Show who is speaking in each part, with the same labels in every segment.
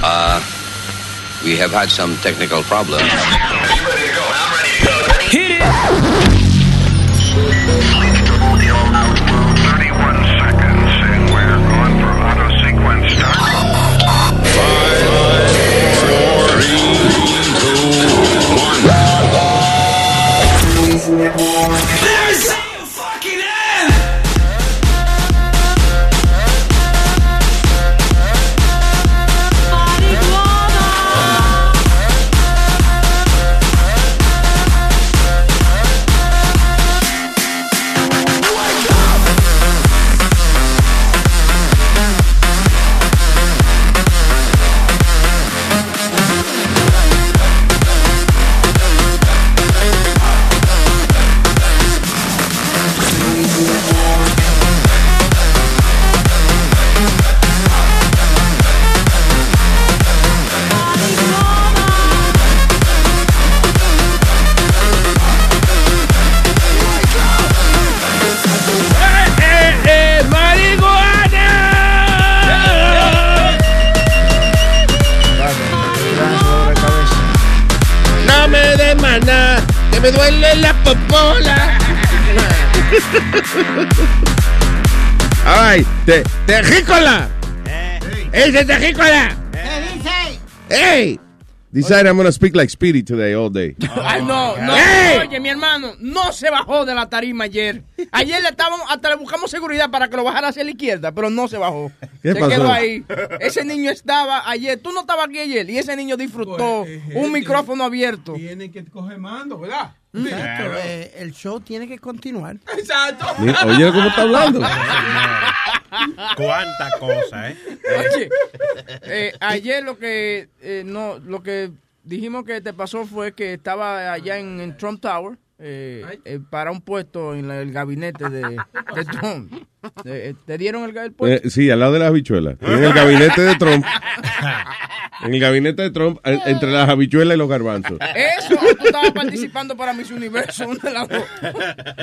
Speaker 1: Uh, we have had some technical problems.
Speaker 2: Hit it! There's no fucking end!
Speaker 3: Eh,
Speaker 4: marihuana! No me des maná, que me duele la popola. Ay, te, tejícola. Ese tejícola. Hey, decide I'm gonna speak like Speedy today all day.
Speaker 3: Ay, Ah, no, no.
Speaker 4: ¡Ey!
Speaker 3: Oye, mi hermano, no se bajó de la tarima ayer. Ayer le estábamos, hasta le buscamos seguridad para que lo bajara hacia la izquierda, pero no se bajó.
Speaker 4: ¿Qué
Speaker 3: se
Speaker 4: pasó?
Speaker 3: quedó ahí. Ese niño estaba ayer, tú no estabas aquí ayer, y ese niño disfrutó
Speaker 5: Pues, eh, eh,
Speaker 3: un micrófono abierto.
Speaker 5: Tienen que coger mando, ¿verdad?
Speaker 3: Mm.
Speaker 6: Exacto, eh, el show tiene que continuar.
Speaker 5: Exacto.
Speaker 4: Mira, Oye, ¿cómo está hablando?
Speaker 3: Ah,
Speaker 7: Cuánta cosa, ¿eh?
Speaker 3: Oye, eh, ayer lo que eh, no, lo que dijimos que te pasó fue que estaba allá en, en Trump Tower eh, eh, para un puesto en la- el gabinete de, de Trump. Eh, eh, ¿Te dieron el, ga- el puesto?
Speaker 4: Eh, sí, al lado de las habichuelas. En el gabinete de Trump. En el gabinete de Trump, eh, entre las habichuelas y los garbanzos.
Speaker 3: Eso, o tú estabas participando para Miss Universo, una de las dos.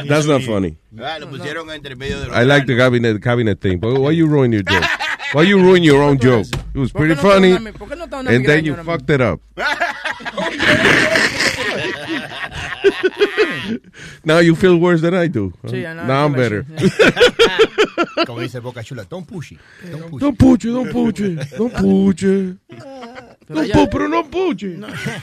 Speaker 4: That's not funny.
Speaker 7: Ah,
Speaker 3: pues,
Speaker 7: lo pusieron entre medio de los
Speaker 4: I like the cabinet cabinet thing, but why you ruin your joke? Why you ruin your own joke? It was
Speaker 3: no
Speaker 4: pretty
Speaker 3: está
Speaker 4: funny,
Speaker 3: una- por qué no está una
Speaker 4: and
Speaker 3: migraña
Speaker 4: then you
Speaker 3: ahora mismo?
Speaker 4: fucked it up. now you feel worse than I do.
Speaker 3: Sí, ya no,
Speaker 4: now I'm
Speaker 3: no me-
Speaker 4: better.
Speaker 8: Como dice Boca Chula, don't push it. Don't push it.
Speaker 4: Don't puche, don't puche, don't puche.
Speaker 3: Pero,
Speaker 4: Don't
Speaker 3: ya-
Speaker 4: pu- pero no puche.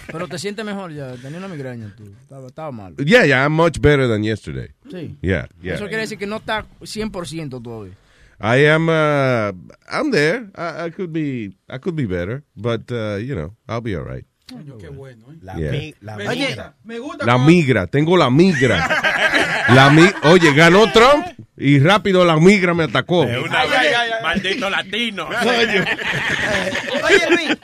Speaker 3: pero te sientes mejor ya, tenía una migraña tú, estaba, estaba mal.
Speaker 4: Yeah, yeah, I'm much better than yesterday.
Speaker 3: Sí.
Speaker 4: Yeah, yeah.
Speaker 3: Eso quiere decir que no está 100% todavía.
Speaker 4: I am. Uh, I'm there. I, I could be. I could be better, but uh, you know, I'll be all right.
Speaker 5: Coño, qué bueno, ¿eh?
Speaker 8: La,
Speaker 4: Yeah.
Speaker 8: mi- la
Speaker 5: Me
Speaker 8: migra.
Speaker 5: gusta, me gusta.
Speaker 4: La
Speaker 5: cómo-
Speaker 4: migra. Tengo la migra. La mi Oye, ganó Trump y rápido la migra me atacó.
Speaker 7: De una vez, maldito latino.
Speaker 6: Oye, Luis,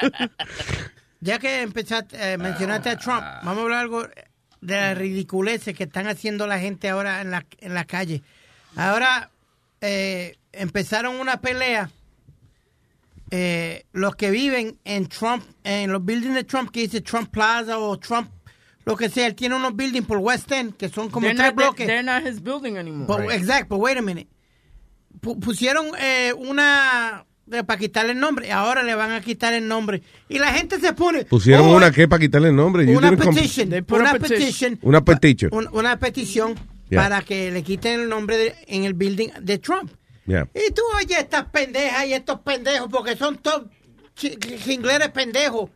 Speaker 6: ya que empezaste, eh, mencionaste a Trump, vamos a hablar algo de las ridiculeces que están haciendo la gente ahora en la, en la calle. Ahora eh, empezaron una pelea. eh, los que viven en Trump, en los buildings de Trump, que dice Trump Plaza o Trump, lo que sea, él tiene unos buildings por West End que son como
Speaker 3: They're
Speaker 6: tres
Speaker 3: not-
Speaker 6: bloques.
Speaker 3: they're not his building
Speaker 4: Mm,
Speaker 3: anymore.
Speaker 6: But- Exacto, but wait a minute. Pu- pusieron eh, una para quitarle el nombre, ahora le van a quitar el nombre. Y la gente se pone.
Speaker 4: Pusieron
Speaker 6: oh,
Speaker 4: una que para quitarle el nombre. You
Speaker 6: Una
Speaker 4: didn't com-
Speaker 6: petition.
Speaker 3: They put
Speaker 6: Una
Speaker 3: a petition.
Speaker 6: petition.
Speaker 4: Una petition.
Speaker 6: un- una petición
Speaker 4: Yeah.
Speaker 6: para que le quiten el nombre de- en el building de Trump.
Speaker 4: Yeah.
Speaker 6: Y tú oye estas pendejas y estos pendejos, porque son todos chi- jingleres pendejos.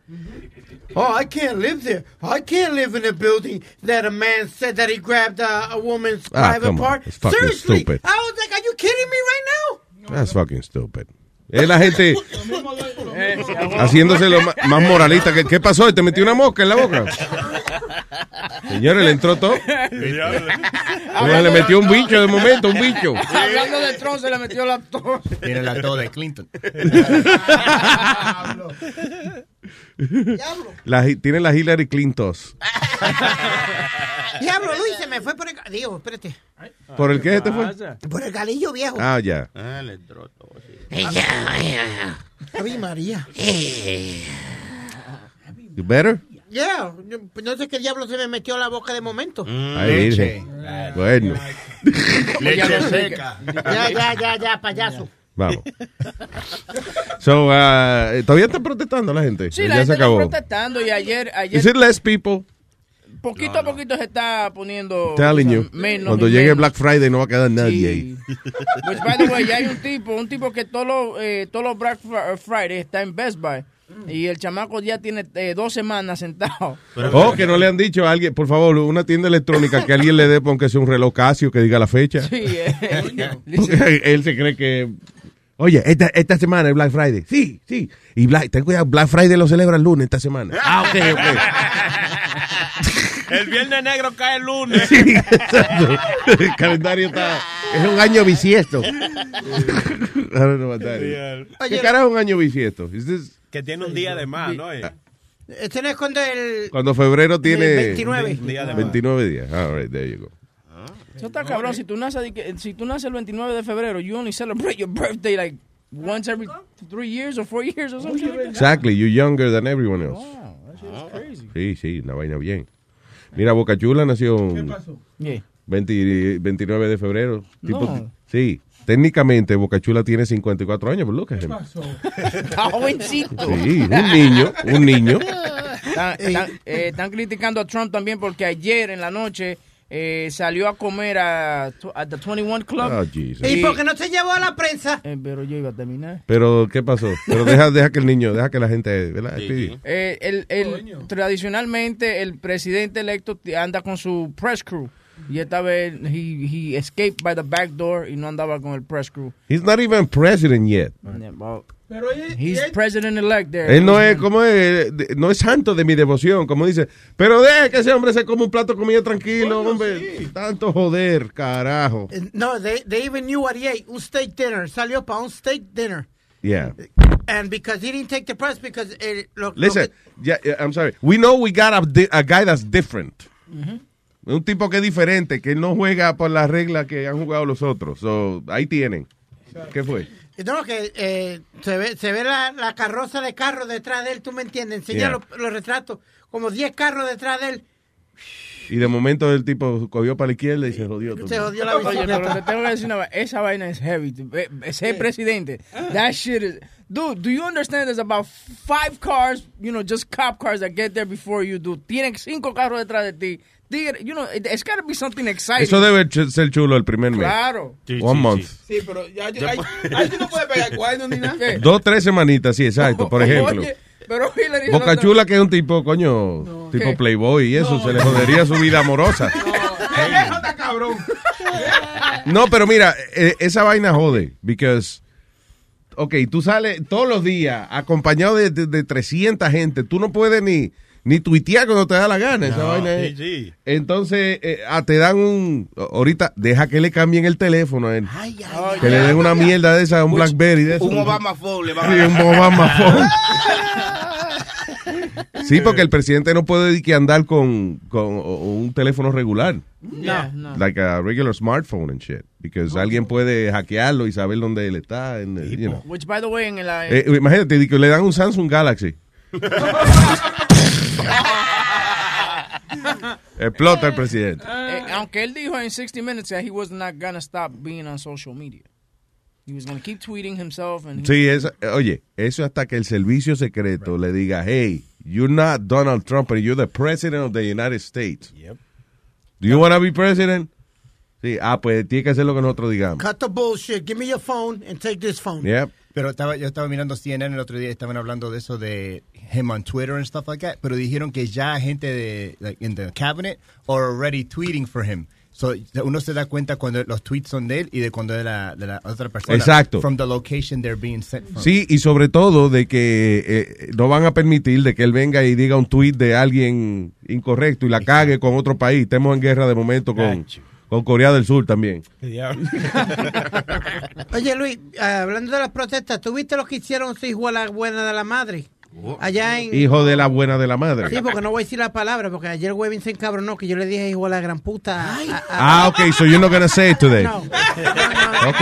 Speaker 6: Oh, I can't live there. I can't live in a building that a man said that he grabbed a, a woman's
Speaker 4: Ah,
Speaker 6: private
Speaker 4: come on.
Speaker 6: part.
Speaker 4: It's fucking
Speaker 6: Seriously,
Speaker 4: stupid.
Speaker 6: I was like, are you kidding me right now?
Speaker 4: That's fucking stupid. Es la gente
Speaker 5: Lo mismo, lo- lo mismo.
Speaker 4: haciéndose
Speaker 7: Ah,
Speaker 4: lo ma- más moralista. que ¿Qué pasó? ¿Te metió una mosca en la boca? Señores, le entró todo. Le metió un bicho de momento, un bicho.
Speaker 3: Hablando de Trump, se le metió la torre.
Speaker 8: Tiene la todo de Clinton.
Speaker 4: La, hi- tiene la Hillary Clinton.
Speaker 6: Diablo, Luis, se me fue por el... Digo, espérate.
Speaker 4: ¿Por el qué se te fue?
Speaker 6: Por el galillo viejo.
Speaker 4: Ah, ya.
Speaker 7: Ah, le entró todo, sí.
Speaker 6: Ave María.
Speaker 4: You better?
Speaker 6: Yeah, yo- no sé qué diablo se me metió la boca de momento.
Speaker 4: Mm. Ahí dije. Bueno.
Speaker 7: Leche seca.
Speaker 6: Ya, ya, ya, ya, payaso.
Speaker 4: Vamos. So, ah, ¿todavía están protestando la gente?
Speaker 3: Sí,
Speaker 4: ya
Speaker 3: la
Speaker 4: se
Speaker 3: gente está
Speaker 4: acabó.
Speaker 3: protestando y ayer,
Speaker 4: Is it
Speaker 3: ayer
Speaker 4: less people?
Speaker 3: poquito a poquito se está poniendo
Speaker 4: Telling
Speaker 3: o sea,
Speaker 4: you.
Speaker 3: menos.
Speaker 4: Cuando
Speaker 3: y
Speaker 4: llegue
Speaker 3: menos.
Speaker 4: Black Friday no va a quedar nadie ahí.
Speaker 3: Sí. Pues, by the way, ya hay un tipo, un tipo que todos los eh, todos los Black Fri- Friday está en Best Buy.
Speaker 6: Mm.
Speaker 3: Y el chamaco ya tiene eh, dos semanas sentado.
Speaker 4: Oh, que no le han dicho a alguien, por favor, una tienda electrónica que alguien le dé, aunque sea un reloj Casio que diga la fecha.
Speaker 3: Sí, eh,
Speaker 4: Porque él se cree que. Oye, esta, esta semana es Black Friday. Sí, sí. Y Black, ten cuidado, Black Friday lo celebra el lunes esta semana. Ah, ok, ok.
Speaker 7: El viernes negro cae el lunes.
Speaker 4: Sí, exacto. El calendario está. Es un año bisiesto. I don't know what that is. ¿Qué carajo es un año bisiesto? Is this-
Speaker 7: Que tiene un día de más, ¿no? Eh,
Speaker 6: Este no es cuando el,
Speaker 4: cuando febrero tiene.
Speaker 6: el 29.
Speaker 7: Un día de más.
Speaker 4: 29 días. All right, there you go.
Speaker 3: eso está cabrón. Si tú, naces, di que- si tú naces el 29 de febrero, you only celebrate your birthday like once every three years or four years or something. like that.
Speaker 4: Exactly, you're younger than everyone else.
Speaker 3: Wow, that shit is crazy.
Speaker 4: Sí, sí, una vaina bien. Mira, Boca Chula nació
Speaker 5: ¿Qué
Speaker 4: un
Speaker 5: pasó?
Speaker 4: 20 29 de febrero.
Speaker 3: No.
Speaker 4: Tipo- sí, técnicamente Boca Chula tiene 54 años, pero look at
Speaker 5: ¿Qué
Speaker 4: him.
Speaker 5: pasó?
Speaker 3: Está jovencito.
Speaker 4: Sí, un niño, un niño.
Speaker 3: Están, están- eh, están criticando a Trump también porque ayer en la noche eh, salió a comer a, a The 21 Club.
Speaker 4: Oh, Jesus.
Speaker 6: ¿Y por qué no se llevó a la prensa?
Speaker 3: Eh, pero yo iba a terminar.
Speaker 4: Pero, ¿qué pasó? Pero deja, deja que el niño, deja que la gente, ¿verdad? Sí.
Speaker 3: Eh, el, el-
Speaker 5: Coño.
Speaker 3: tradicionalmente el presidente electo t- anda con su press crew. Y esta vez he, he escaped by the back door y no andaba con el press crew.
Speaker 4: He's not even president yet.
Speaker 3: Well,
Speaker 5: Pero oye,
Speaker 3: He's
Speaker 5: ¿y él-
Speaker 3: president elect there.
Speaker 4: Él no es como es, de- no es santo de mi devoción, como dice. Pero deja que ese hombre se coma un plato de comida tranquilo, hombre. Tanto joder, carajo.
Speaker 6: Eh, No, they, they even knew what he ate. Un steak dinner. Salió para un steak dinner.
Speaker 4: Yeah.
Speaker 6: And because he didn't take the press, because el, lo, lo
Speaker 4: Listen,
Speaker 6: que-
Speaker 4: yeah, yeah, I'm sorry. We know we got a, di- a guy that's different. Un tipo que es diferente, que no juega por las reglas que han jugado los otros. So, ahí tienen. ¿Qué fue?
Speaker 6: no, que eh, se ve, se ve la, la carroza de carro detrás de él, tú me entiendes. Enseña
Speaker 4: Yeah.
Speaker 6: los, los retratos. Como 10 carros detrás de él.
Speaker 4: Y de momento el tipo cogió para la izquierda y se jodió. todo.
Speaker 6: Se jodió la
Speaker 3: Oye,
Speaker 6: visión.
Speaker 3: pero te tengo que decir una vaina. Esa vaina es heavy. tú. Ve- ve- Ser presidente.
Speaker 5: Ah.
Speaker 3: That shit is... Dude, do you understand there's about five cars, you know, just cop cars that get there before you do. Tienen cinco carros detrás de ti. Tigre, you know, it- it's gotta be something exciting.
Speaker 4: Eso debe ch- ser chulo el primer mes.
Speaker 3: Claro.
Speaker 7: Sí,
Speaker 4: One
Speaker 7: sí,
Speaker 4: month.
Speaker 7: sí.
Speaker 5: Sí, pero ya, ya, ahí- ahí tú no puedes pegar cuernos ni nada.
Speaker 3: ¿Qué?
Speaker 4: Dos, tres semanitas, sí, exacto. Por ejemplo.
Speaker 3: Oye, pero Hillary...
Speaker 4: Boca
Speaker 3: Clinton-
Speaker 4: Chula, que es un tipo, coño, tipo
Speaker 3: ¿Qué?
Speaker 4: playboy y eso, se le jodería su vida amorosa.
Speaker 5: Eh, Eso está cabrón.
Speaker 4: No, pero mira, eh, esa vaina jode, because, ok, tú sales todos los días acompañado de, de- de 300 gente, tú no puedes ni, ni tuitear cuando te da la gana, esa vaina es-
Speaker 7: sí, sí.
Speaker 4: Entonces, eh, ah, te dan un, ahorita, deja que le cambien el teléfono a él, que le den una mierda de esa, un Blackberry de eso.
Speaker 9: Un Obama Fowl le va a
Speaker 4: Sí,
Speaker 9: dar.
Speaker 4: un Obama phone. Sí, porque el presidente no puede que andar con, con un teléfono regular,
Speaker 3: No, no.
Speaker 4: like a regular smartphone and shit, because alguien puede hackearlo y saber dónde él está. and, uh, you know.
Speaker 3: Which, by the way, en la...
Speaker 4: Eh, imagínate, di que le dan un Samsung Galaxy. Explota el presidente.
Speaker 3: eh, aunque él dijo en 60 Minutes that he was not gonna stop being on social media. He was gonna keep tweeting himself and... he-
Speaker 4: Sí, eso- eh, oye, eso hasta que el servicio secreto le diga, hey, you're not Donald Trump, and you're the president of the United States.
Speaker 7: Yep.
Speaker 4: Do you want to be president? Sí, ah, pues tiene que hacer lo que nosotros digamos.
Speaker 6: Cut the bullshit. Give me your phone and take this phone.
Speaker 4: Yep.
Speaker 8: Pero estaba, yo estaba mirando CNN el otro día, estaban hablando de eso de him on Twitter and stuff like that, pero dijeron que ya gente de like, in the cabinet are already tweeting for him. So, uno se da cuenta cuando los tweets son de él y de cuando de la, de la otra persona.
Speaker 4: Exacto.
Speaker 8: From the location they're being sent from.
Speaker 4: Ah. Sí, y sobre todo de que eh, no van a permitir de que él venga y diga un tuit de alguien incorrecto y la cague con otro país. Estemos en guerra de momento con,
Speaker 7: Gacho.
Speaker 4: con Corea del Sur también.
Speaker 7: Qué diablo.
Speaker 6: Oye, Luis, ah, hablando de las protestas, ¿tú viste lo que hicieron su hijo a la buena de la madre? Allá en...
Speaker 4: Hijo de la buena de la madre.
Speaker 6: Sí, porque no voy a decir la palabra, porque ayer Webin se encabronó que yo le dije hijo a la gran puta. a- a-
Speaker 4: Ah, ok, so you're not gonna say it today.
Speaker 6: no. No, no.
Speaker 4: Ok,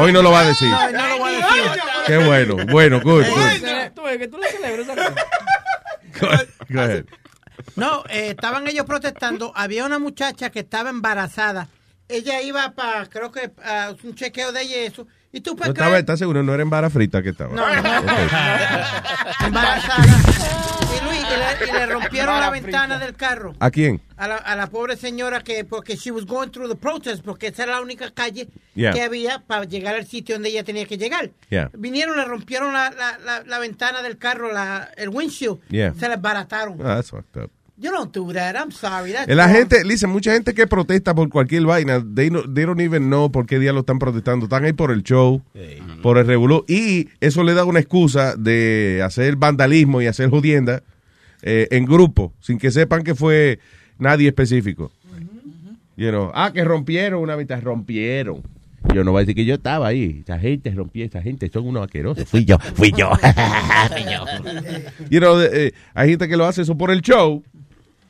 Speaker 4: hoy no lo va a decir.
Speaker 6: No, no lo voy a decir.
Speaker 4: Qué bueno, bueno, good, good.
Speaker 3: Cele- Tú ves que tú le celebras esa cosa.
Speaker 4: Go- go ahead.
Speaker 6: Pues No, eh, estaban ellos protestando. Había una muchacha que estaba embarazada. Ella iba para, creo que, a un chequeo de ella y eso. ¿Y tú
Speaker 4: No
Speaker 6: para
Speaker 4: estaba,
Speaker 6: creer?
Speaker 4: ¿Estás seguro? No era en vara frita que estaba.
Speaker 6: No, no.
Speaker 4: Ok. Ah,
Speaker 6: Embarazada. Y Luis, y le, y le rompieron la ventana del carro.
Speaker 4: ¿A quién?
Speaker 6: A la, a la pobre señora que, porque she was going through the protest, porque esa era la única calle
Speaker 4: Yeah.
Speaker 6: que había para llegar al sitio donde ella tenía que llegar.
Speaker 4: Yeah.
Speaker 6: Vinieron, le rompieron la, la, la, la ventana del carro, la, el windshield.
Speaker 4: Yeah.
Speaker 6: Se la embarataron.
Speaker 4: Ah, that's fucked up.
Speaker 6: You don't do that. I'm sorry. That's
Speaker 4: La
Speaker 6: wrong.
Speaker 4: gente, dice, mucha gente que protesta por cualquier vaina, they, no- they don't even know por qué día lo están protestando. Están ahí por el show, por el revolú. Y eso le da una excusa de hacer vandalismo y hacer jodienda eh, en grupo, sin que sepan que fue nadie específico. You know, ah, que rompieron una mitad, rompieron. Yo no voy a decir que yo estaba ahí. Esta gente rompió, esta gente son unos vaquerosos. Fui yo, fui yo. fui yo. You know, eh, hay gente que lo hace eso por el show.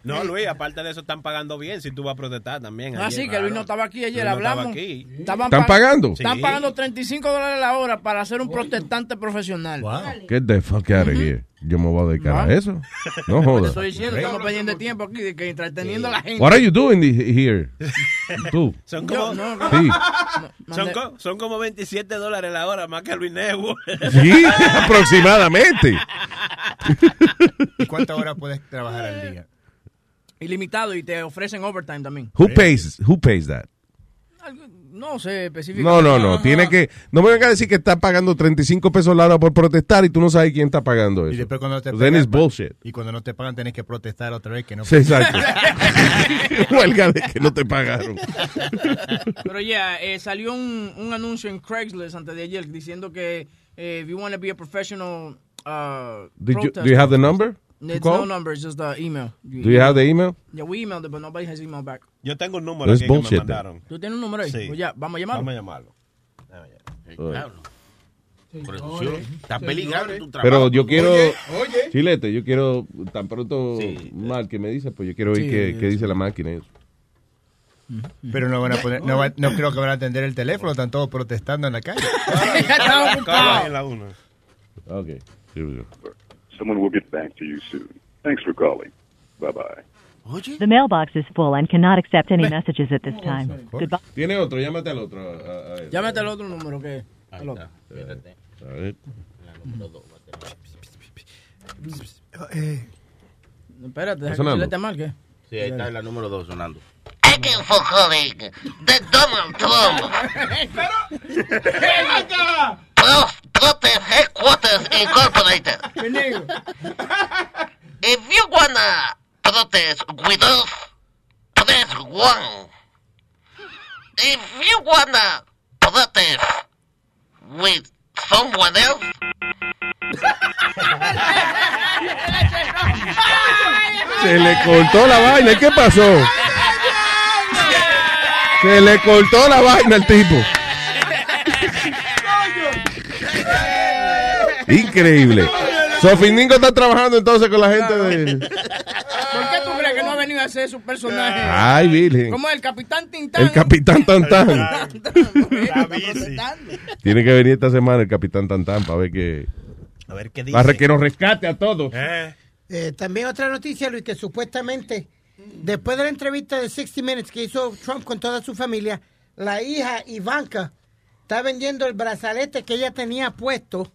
Speaker 7: No, Luis, aparte de eso, están pagando bien si tú vas a protestar también.
Speaker 3: Ah,
Speaker 7: ayer,
Speaker 3: sí, que
Speaker 7: claro.
Speaker 3: Luis no estaba aquí ayer,
Speaker 7: Luis no estaba
Speaker 3: hablamos.
Speaker 7: aquí.
Speaker 3: Estaban
Speaker 4: ¿Están
Speaker 3: pag-
Speaker 4: pagando?
Speaker 3: Están
Speaker 7: Sí.
Speaker 3: pagando 35 dólares la hora para ser un protestante profesional.
Speaker 4: Get the fuck out of here. Yo me voy a dedicar a
Speaker 3: Ah.
Speaker 4: eso. No
Speaker 3: Te
Speaker 4: jodas.
Speaker 3: estoy diciendo, estamos perdiendo tiempo aquí, de que entreteniendo a la gente.
Speaker 4: What are you doing the- here? Tú.
Speaker 7: Son
Speaker 3: Yo,
Speaker 7: como,
Speaker 3: no, no,
Speaker 4: Sí.
Speaker 7: son,
Speaker 3: mandé-
Speaker 7: co- son como 27 dólares la hora más que Luis Network.
Speaker 4: Sí, aproximadamente.
Speaker 8: ¿Cuántas horas puedes trabajar al día?
Speaker 3: ilimitado y te ofrecen overtime también.
Speaker 4: Who pays, who pays that?
Speaker 3: Algo- No sé específicamente.
Speaker 4: No, no, no. Tiene que. No me vengas a decir que está pagando 35 pesos la hora por protestar y tú no sabes quién está pagando eso.
Speaker 8: Y después cuando te pues,
Speaker 4: Then it's
Speaker 8: pagan, pa-
Speaker 4: bullshit.
Speaker 8: Y cuando no te pagan, tenés que protestar otra vez que no.
Speaker 4: Sí, exacto. Huelga de que no te pagaron.
Speaker 3: Pero ya, eh, salió un, un anuncio en Craigslist antes de ayer diciendo que eh, if you want to be a professional uh,
Speaker 4: Did you,
Speaker 3: protester-
Speaker 4: do you have the number? to
Speaker 3: It's no
Speaker 4: call?
Speaker 3: number, it's just the email.
Speaker 4: Do you have the email?
Speaker 3: Yeah, we emailed it, but nobody has emailed back.
Speaker 7: Yo tengo un número
Speaker 4: Es
Speaker 7: aquí que
Speaker 4: bullshit,
Speaker 7: me mandaron.
Speaker 3: ¿Tú tienes un número ahí?
Speaker 7: Sí.
Speaker 3: Pues ya, vamos a llamarlo.
Speaker 7: Vamos a llamarlo.
Speaker 9: Está peligrando tu trabajo.
Speaker 4: Pero yo quiero.
Speaker 5: Oye.
Speaker 4: Chilete, yo quiero. Tan pronto mal que me dice, pues yo quiero oír
Speaker 3: Sí,
Speaker 4: qué,
Speaker 3: sí.
Speaker 4: qué dice la máquina. y eso.
Speaker 8: Pero no van a poner, no, va- no creo que van a atender el teléfono, están todos protestando en la calle.
Speaker 3: Ya estaba
Speaker 7: Acaba
Speaker 3: ocupado.
Speaker 7: en la una.
Speaker 4: Ok. Here we go.
Speaker 10: Someone will get back to you soon. Thanks for calling. Bye bye.
Speaker 9: Oye,
Speaker 11: The mailbox is full and cannot accept any messages at this time. Goodbye.
Speaker 4: Tiene otro, llámate al otro. Ah. a- a- a-
Speaker 3: Llámate al otro número que al otro.
Speaker 4: a ver.
Speaker 3: Eh, Espérate, deja que
Speaker 4: sonando?
Speaker 3: Chilete mal, ¿qué?
Speaker 9: sí, ahí está la número 2 sonando.
Speaker 3: Negro.
Speaker 4: Se le cortó la vaina. ¿y ¿Qué pasó? Se le cortó la vaina al tipo. Increíble. Sofiningo está trabajando entonces con la gente de.
Speaker 3: ¿Por qué tú crees que no ha venido a hacer su personaje?
Speaker 4: Ay, Virgen.
Speaker 3: Como el Capitán Tintán.
Speaker 4: El capitán Tantán.
Speaker 7: Está
Speaker 3: Está
Speaker 7: busy.
Speaker 4: Tiene que venir esta semana el capitán Tantán para ver que.
Speaker 7: A ver qué dice.
Speaker 4: Para que nos rescate a todos.
Speaker 7: Eh,
Speaker 6: Eh, también otra noticia, Luis, que supuestamente después de la entrevista de 60 Minutes que hizo Trump con toda su familia, la hija Ivanka está vendiendo el brazalete que ella tenía puesto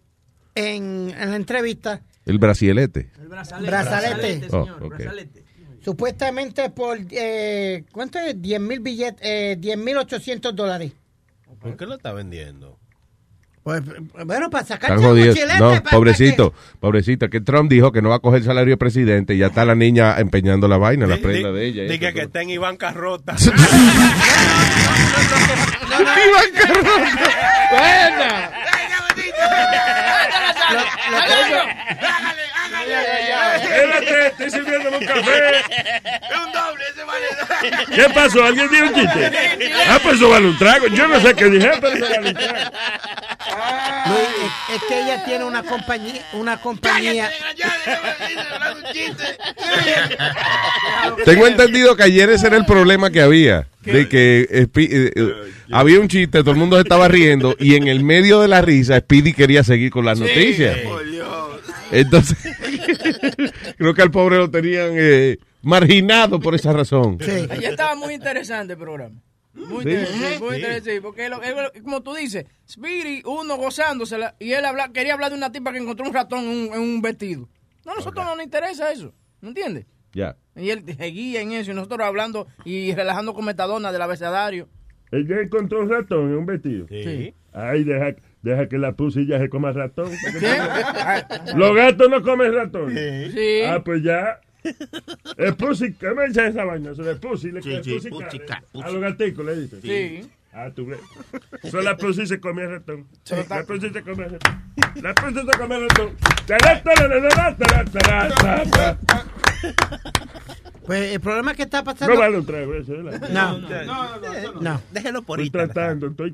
Speaker 6: en, en la entrevista,
Speaker 4: El brasilete.
Speaker 3: El brazalete.
Speaker 6: Brazalete.
Speaker 3: señor,
Speaker 4: Oh, ok.
Speaker 3: brazalete.
Speaker 6: supuestamente por, eh, ¿cuánto es? 10 mil billetes, eh, 10 mil 800 dólares.
Speaker 7: ¿Por qué lo está vendiendo?
Speaker 6: Pues, bueno, para sacar
Speaker 4: Están
Speaker 6: chavo,
Speaker 4: jodidos.
Speaker 6: chilete,
Speaker 4: No,
Speaker 6: para- para
Speaker 4: pobrecito, pobrecita, que Trump dijo que no va a coger salario de presidente y ya está la niña empeñando la vaina, la
Speaker 7: Di-
Speaker 4: prenda
Speaker 7: di-
Speaker 4: de ella. y
Speaker 7: Diga
Speaker 4: eso
Speaker 7: que
Speaker 4: todo.
Speaker 7: está en Iván Carrota.
Speaker 4: Iván Carrota. Buena. Espérate, estoy sirviéndome un café.
Speaker 9: un doble, ese vale.
Speaker 4: ¿Qué pasó? ¿Alguien dio un chiste? Ah, pues eso vale un trago. Yo no sé qué dije, pero eso vale un trago.
Speaker 6: que- Luis, es, es que ella tiene una compañía, una compañía.
Speaker 4: Tengo entendido que ayer ese era el problema que había. De que Spe- eh, eh, había un chiste, todo el mundo se estaba riendo y en el medio de la risa Speedy quería seguir con las noticias. Entonces, creo que al pobre lo tenían eh, marginado por esa razón.
Speaker 6: Sí.
Speaker 3: Ayer estaba muy interesante el programa. Muy
Speaker 4: Sí.
Speaker 3: interesante, muy
Speaker 4: Sí.
Speaker 3: interesante, sí, porque él- él- como tú dices, Speedy, uno gozándosela, y él habla- quería hablar de una tipa que encontró un ratón en un, en un vestido. No, a nosotros no nos interesa eso, ¿me entiendes?
Speaker 4: Ya.
Speaker 3: Y él seguía en eso, y nosotros hablando y relajando con Metadona del abecedario.
Speaker 12: Ella encontró un ratón en un vestido.
Speaker 3: Sí.
Speaker 12: Ay, deja, deja que la pusilla se coma ratón.
Speaker 3: Ay,
Speaker 12: Los gatos no comen ratón.
Speaker 3: Ah, Sí.
Speaker 12: Ah, pues ya. El pussy, ¿cómo dice esa vaina? Eso de pussy, le
Speaker 9: Sí,
Speaker 12: el
Speaker 9: sí,
Speaker 12: pussy
Speaker 9: pussy
Speaker 12: cat.
Speaker 9: cat,
Speaker 12: A los gaticos le dicen.
Speaker 9: Sí.
Speaker 12: Ah, tú ves. Son las pussy se come ratón.
Speaker 9: Sí.
Speaker 12: La pussy se come ratón. La pussy se come ratón. Tará, tará, tará, tará, tará, tará, tará, tará.
Speaker 6: Pues el problema que está pasando.
Speaker 12: No vale eh, un trago ese, ¿verdad?
Speaker 6: No. No, no, no, no, no. No.
Speaker 12: Déjelo por Estoy tratando, estoy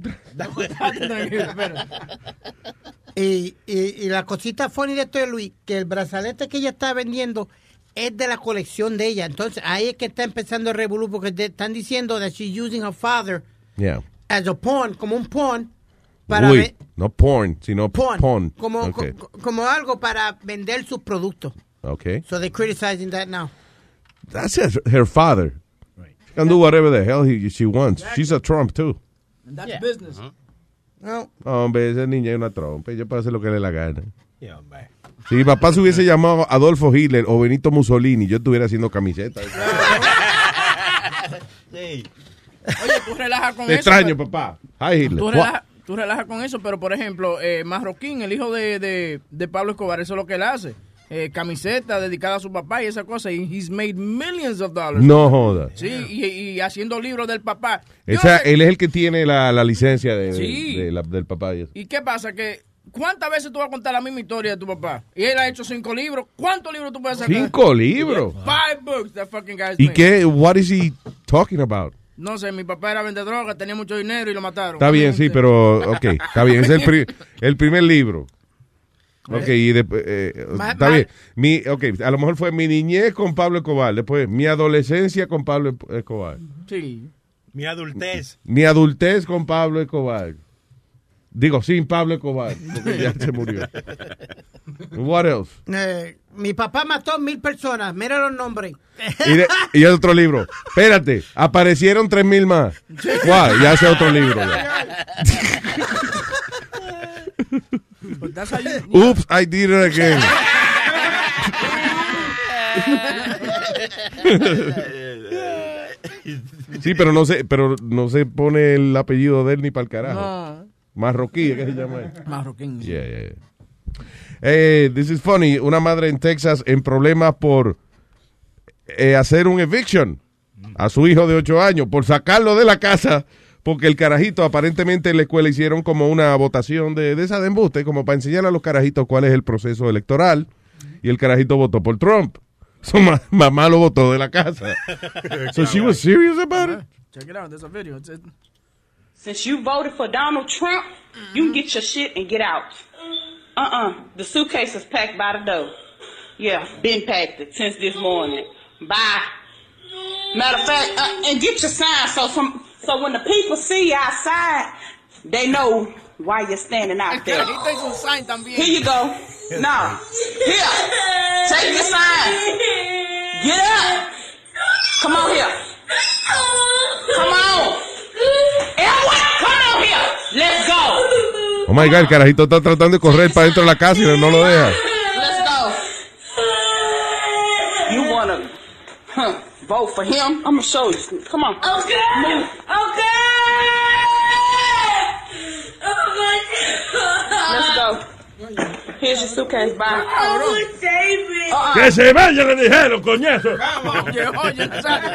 Speaker 6: Y, y, y la cosita funny de esto es, Luis, que el brazalete que ella está vendiendo es de la colección de ella. Entonces ahí es que está empezando el revolú porque te están diciendo that she's using her father
Speaker 4: Yeah.
Speaker 6: as a pawn, como un pawn, para
Speaker 4: Uy,
Speaker 6: ve-
Speaker 4: no porn, sino
Speaker 6: pawn,
Speaker 4: pawn. Porn.
Speaker 6: Como,
Speaker 4: okay.
Speaker 6: co- co- como algo para vender sus productos.
Speaker 4: okay.
Speaker 6: So they're criticizing that now.
Speaker 4: That's his, her father. She can do whatever the hell he, she wants. She's a Trump, too.
Speaker 3: That's business.
Speaker 6: No.
Speaker 4: Hombre, esa niña es una trompa. Ella puede hacer lo que le dé la gana.
Speaker 7: Yeah,
Speaker 4: Si mi papá se hubiese llamado Adolfo Hitler o Benito Mussolini, yo estuviera haciendo camisetas.
Speaker 3: Oye, tú relajas con
Speaker 4: Te
Speaker 3: eso.
Speaker 4: extraño,
Speaker 3: pero-
Speaker 4: papá. Hi, Hitler.
Speaker 3: Tú
Speaker 4: What?
Speaker 3: relajas, tú relajas con eso, pero por ejemplo, eh, Marroquín, el hijo de, de, de Pablo Escobar, eso es lo que él hace. Eh, camiseta dedicada a su papá y esa cosa. Y he's made millions of dollars.
Speaker 4: No joda.
Speaker 3: Sí, y, y haciendo libros del papá. Yo no
Speaker 4: Esa,
Speaker 3: sé-
Speaker 4: él es el que tiene la, la licencia de, de-
Speaker 3: Sí.
Speaker 4: de la- del papá. Y eso.
Speaker 3: ¿Y qué pasa? que ¿Cuántas veces tú vas a contar la misma historia de tu papá? Y él ha hecho cinco libros. ¿Cuántos libros tú puedes sacar?
Speaker 4: Cinco libros.
Speaker 3: Five books that fucking guy's
Speaker 4: ¿Y
Speaker 3: made.
Speaker 4: qué? What is he talking about?
Speaker 3: No sé, mi papá era vende droga, tenía mucho dinero y lo mataron.
Speaker 4: Está bien, sí, pero, ok, está bien. Es el, pri- el primer libro. Ok, y después, eh,
Speaker 3: Ma-
Speaker 4: está
Speaker 3: ma-
Speaker 4: bien. Mi, ok, a lo mejor fue mi niñez con Pablo Escobar, después mi adolescencia con Pablo Escobar,
Speaker 3: Sí.
Speaker 7: Mi adultez.
Speaker 4: mi adultez con Pablo Escobar. Digo, sin Pablo Escobar, porque ya se murió. What else?
Speaker 6: Eh, mi papá mató a mil personas. Mira los nombres.
Speaker 4: Y, de- y otro libro. Espérate, aparecieron tres mil más. ¿Cuál? Ya hace otro libro. ya.
Speaker 3: But that's how you-
Speaker 4: Oops, I did it again. Sí, pero no se, pero no se pone el apellido de él ni para el carajo.
Speaker 3: No.
Speaker 4: Marroquí, ¿qué se llama? él?
Speaker 3: Marroquín. sí.
Speaker 4: Yeah, yeah, yeah. Eh, this is funny. Una madre en Texas en problemas por eh, hacer un eviction a su hijo de 8 años, por sacarlo de la casa, porque el carajito aparentemente en la escuela hicieron como una votación de, de esa de embuste, como para enseñar a los carajitos cuál es el proceso electoral, y el carajito votó por Trump. Su ma- mamá lo votó de la casa. So she was serious about it.
Speaker 3: Check it out, there's a video. It's- it's-
Speaker 13: Since you voted for Donald Trump, you can get your shit and get out. Uh uh The suitcase is packed by the door. Yeah, been packed it since this morning. Bye. Matter of fact, uh, and get your sign so some so when the people see you outside, they know why you're standing out there.
Speaker 3: He takes un sign también.
Speaker 13: Here you go. No. Here. Take your sign. Get up. Come on here. Come on. Everyone, come on here. Let's go.
Speaker 4: Oh my God, el carajito está tratando de correr para dentro de la casa y no lo deja.
Speaker 13: Let's go. You wanna huh, vote for him? I'm gonna show you. Come on. Okay. Move. Let's go. Here's your suitcase. Bye. Uh-uh.
Speaker 12: ¡Que se vaya, le dijeron, coñazo!
Speaker 3: Oye, oye, Nazario.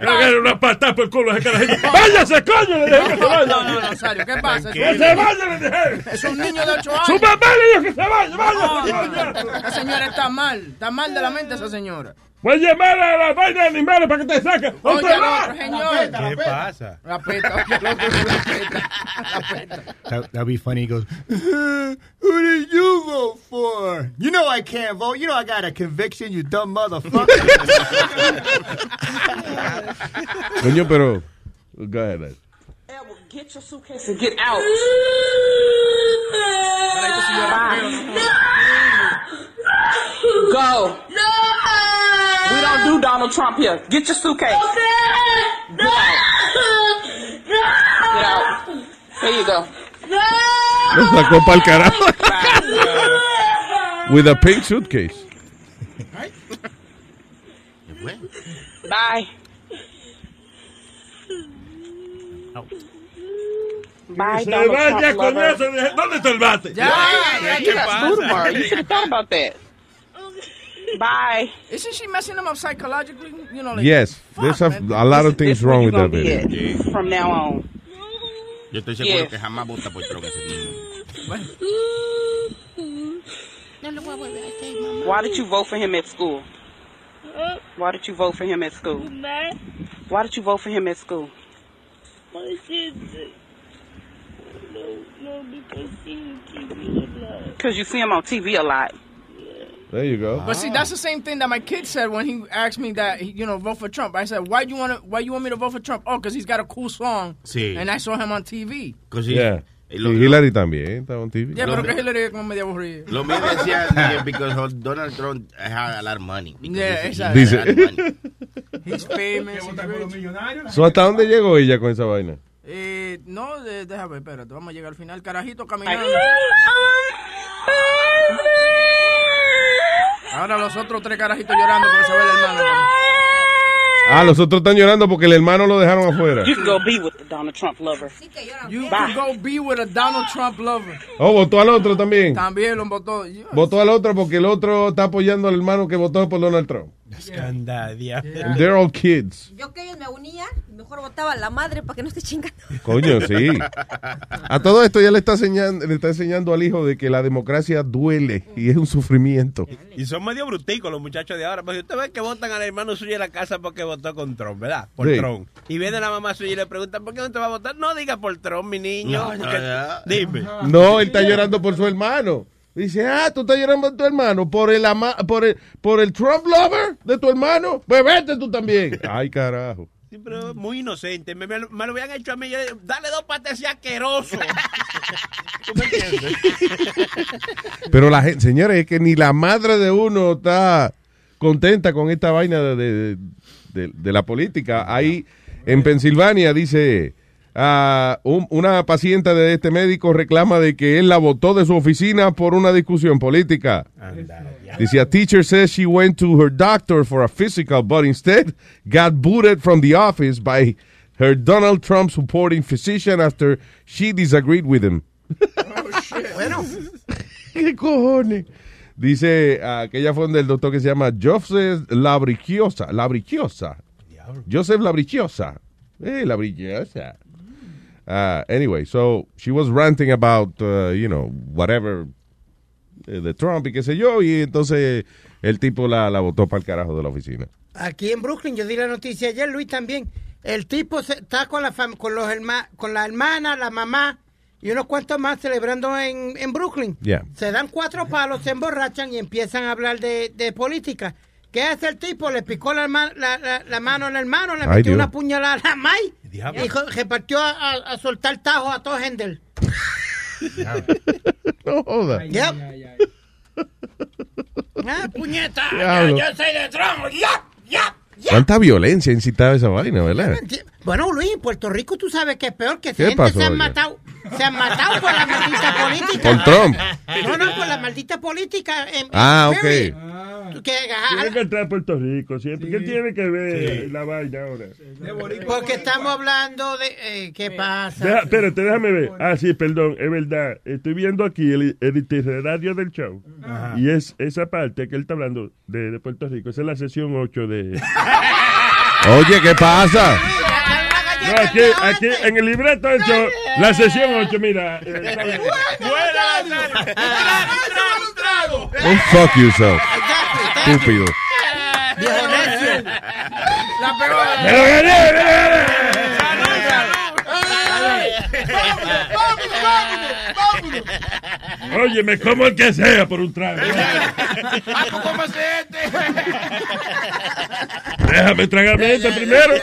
Speaker 12: Creo que era una patada por el culo a ese carajito. ¡Váyase, coño! Le dijeron que se
Speaker 3: No,
Speaker 12: vaya.
Speaker 3: no, no, Nazario, ¿qué pasa?
Speaker 12: ¡Que se vaya, le dijeron!
Speaker 3: Es un niño de 8 años.
Speaker 12: ¡Su papá le dijo que se vaya!
Speaker 3: No,
Speaker 12: ¡Váyase,
Speaker 3: no,
Speaker 12: coño!
Speaker 3: no. Esa señora está mal. Está mal de la mente esa señora.
Speaker 12: Voy a llamar Pues a la vaina de animales para que te saquen.
Speaker 3: Oye,
Speaker 12: ¡Usted
Speaker 3: al
Speaker 12: va!
Speaker 3: otro señor.
Speaker 8: ¿Qué pasa?
Speaker 3: La peta. oye, al otro, la peta.
Speaker 8: That, that'd be funny. He goes, "Uh, Who did you vote for? You know I can't vote. You know I got a conviction, you dumb motherfucker.
Speaker 4: Coño, pero. Go ahead, Ed.
Speaker 13: Get your suitcase and get out. Go. We don't do Donald Trump here. Get your suitcase. Get out. Get out. Here you go.
Speaker 4: Lo sacó para el carajo. With a pink suitcase.
Speaker 13: Bye. Bye,
Speaker 12: se
Speaker 13: Donald
Speaker 12: vaya
Speaker 13: Trump
Speaker 12: con
Speaker 13: lover.
Speaker 12: eso. de- ¿Dónde está el bate?
Speaker 13: Yeah, you got school tomorrow. You should have thought about that. Bye.
Speaker 3: Isn't she messing him up psychologically? You know, like,
Speaker 4: Yes, there's a, a lot of things wrong with that video.
Speaker 13: From now on.
Speaker 9: Yo estoy seguro
Speaker 13: Yes.
Speaker 9: que jamás vota por Trump ese niño.
Speaker 13: Why did you vote for him at school? Why did you vote for him at school? Why did you vote for him at school? Because you see him on TV a lot.
Speaker 4: There you go.
Speaker 3: But see, that's the same thing that my kid said when he asked me that he- you know vote for Trump. I said, "Why do you want to? Why you want me to vote for Trump? Oh, because he's got a cool song.
Speaker 4: Sí.
Speaker 3: And I saw him on TV.
Speaker 4: Yeah. Y Hillary también estaba en TV.
Speaker 3: Yeah, pero que Hillary es como media aburrida.
Speaker 9: Lo mío decía que because Donald Trump had a lot of money. Because
Speaker 3: Yeah,
Speaker 9: he
Speaker 3: exacto.
Speaker 9: had a lot of
Speaker 4: Dice.
Speaker 9: money.
Speaker 3: He's famous. he's rich.
Speaker 4: So, ¿Hasta dónde llegó ella con esa vaina?
Speaker 3: Eh, no, de- déjame, espérate, vamos a llegar al final. Carajito caminando. Ahora los otros tres carajitos llorando porque se ve el hermano.
Speaker 4: Ah, los otros están llorando porque el hermano lo dejaron afuera.
Speaker 13: You can go be with the Donald Trump lover.
Speaker 3: You can go be with a Donald Trump lover.
Speaker 4: Oh, votó al otro también.
Speaker 3: También lo votó. You-
Speaker 4: Votó al otro porque el otro está apoyando al hermano que votó por Donald Trump.
Speaker 7: Escandadia.
Speaker 4: And They're all kids.
Speaker 14: Yo que ellos me unía, mejor votaba a la madre para que no esté chingando.
Speaker 4: Coño, sí. A todo esto ya le está enseñando, le está enseñando al hijo de que la democracia duele y es un sufrimiento.
Speaker 7: Y son medio bruticos los muchachos de ahora. Porque usted ve que votan al hermano suyo de la casa porque votó con Trump, ¿verdad? Por
Speaker 4: Sí.
Speaker 7: Trump. Y viene la mamá suya y le pregunta, ¿por qué no te va a votar? No diga por Trump, mi niño.
Speaker 9: No,
Speaker 7: porque-
Speaker 9: no, no.
Speaker 7: Dime.
Speaker 4: No, él está llorando por su hermano. Dice, ah, tú estás llorando por tu hermano, por el, ama- por el, por el Trump lover de tu hermano, pues vete tú también. Ay, carajo.
Speaker 7: Sí, pero es muy inocente. Me, me lo- me lo habían hecho a mí. Yo le digo, Dale dos patas y asqueroso. ¿Tú me entiendes?
Speaker 4: Pero la gente, señores, es que ni la madre de uno está contenta con esta vaina de, de- de- de la política. Ahí en Pensilvania dice, ah, un- una paciente de este médico reclama de que él la votó de su oficina por una discusión política. Dice, a teacher says she went to her doctor for a physical, but instead got booted from the office by her Donald Trump supporting physician after she disagreed with him.
Speaker 6: Bueno.
Speaker 4: ¿Qué cojones? Dice ah, que ella fue donde el doctor que se llama Joseph Labrichiosa. Labrichiosa. Joseph Labrichiosa. Eh, Labrichiosa. Ah, anyway, so she was ranting about, uh, you know, whatever eh, de Trump y qué sé yo, y entonces el tipo la, la votó para el carajo de la oficina.
Speaker 6: Aquí en Brooklyn, yo di la noticia ayer, Luis también. El tipo se- está con la fam- con los herma- con la hermana, la mamá y unos cuantos más celebrando en, en Brooklyn.
Speaker 4: Yeah.
Speaker 6: Se dan cuatro palos, se emborrachan y empiezan a hablar de, de política. ¿Qué hace el tipo? Le picó la, herma- la, la- la mano al hermano, le
Speaker 4: Ay,
Speaker 6: metió
Speaker 4: Dios.
Speaker 6: una puñalada a la May
Speaker 4: Diablo.
Speaker 6: y co- repartió a, a- a soltar tajo a todo Hendel.
Speaker 4: No joda.
Speaker 6: Yep. Ah, puñeta.
Speaker 4: Diablo.
Speaker 6: Yo, yo soy de Trump. Ya, ya.
Speaker 4: Cuánta violencia incitaba esa vaina, ¿verdad?
Speaker 6: Bueno, Luis, en Puerto Rico tú sabes que es peor que
Speaker 4: ¿Qué
Speaker 6: gente
Speaker 4: pasó
Speaker 6: se han
Speaker 4: allá?
Speaker 6: matado. Se han matado por la maldita política.
Speaker 4: Por Trump.
Speaker 6: No, no, por la maldita política. em,
Speaker 4: Ah, ok.
Speaker 6: period. Tú que- ah,
Speaker 12: Tiene que entrar a Puerto Rico siempre. ¿Qué tiene que ver la vaina ahora?
Speaker 6: Porque estamos hablando de... eh, ¿Qué pasa?
Speaker 12: Deja, espérate, déjame ver. Ah, sí, perdón, es verdad. Estoy viendo aquí el, el itinerario del show.
Speaker 6: Ajá.
Speaker 12: Y es esa parte que él está hablando de, de Puerto Rico. Esa es la sesión 8 de...
Speaker 4: Oye, ¿qué pasa?
Speaker 12: No, aquí, aquí en el libreto del show, la sesión 8, mira. eh, ¿sabes?
Speaker 4: Don't fuck yourself. Estúpido.
Speaker 6: Viejo necio.
Speaker 3: La peor.
Speaker 12: ¡Me lo gané, me lo gané! Óyeme, como el que sea por un trago. Déjame tragarme este primero.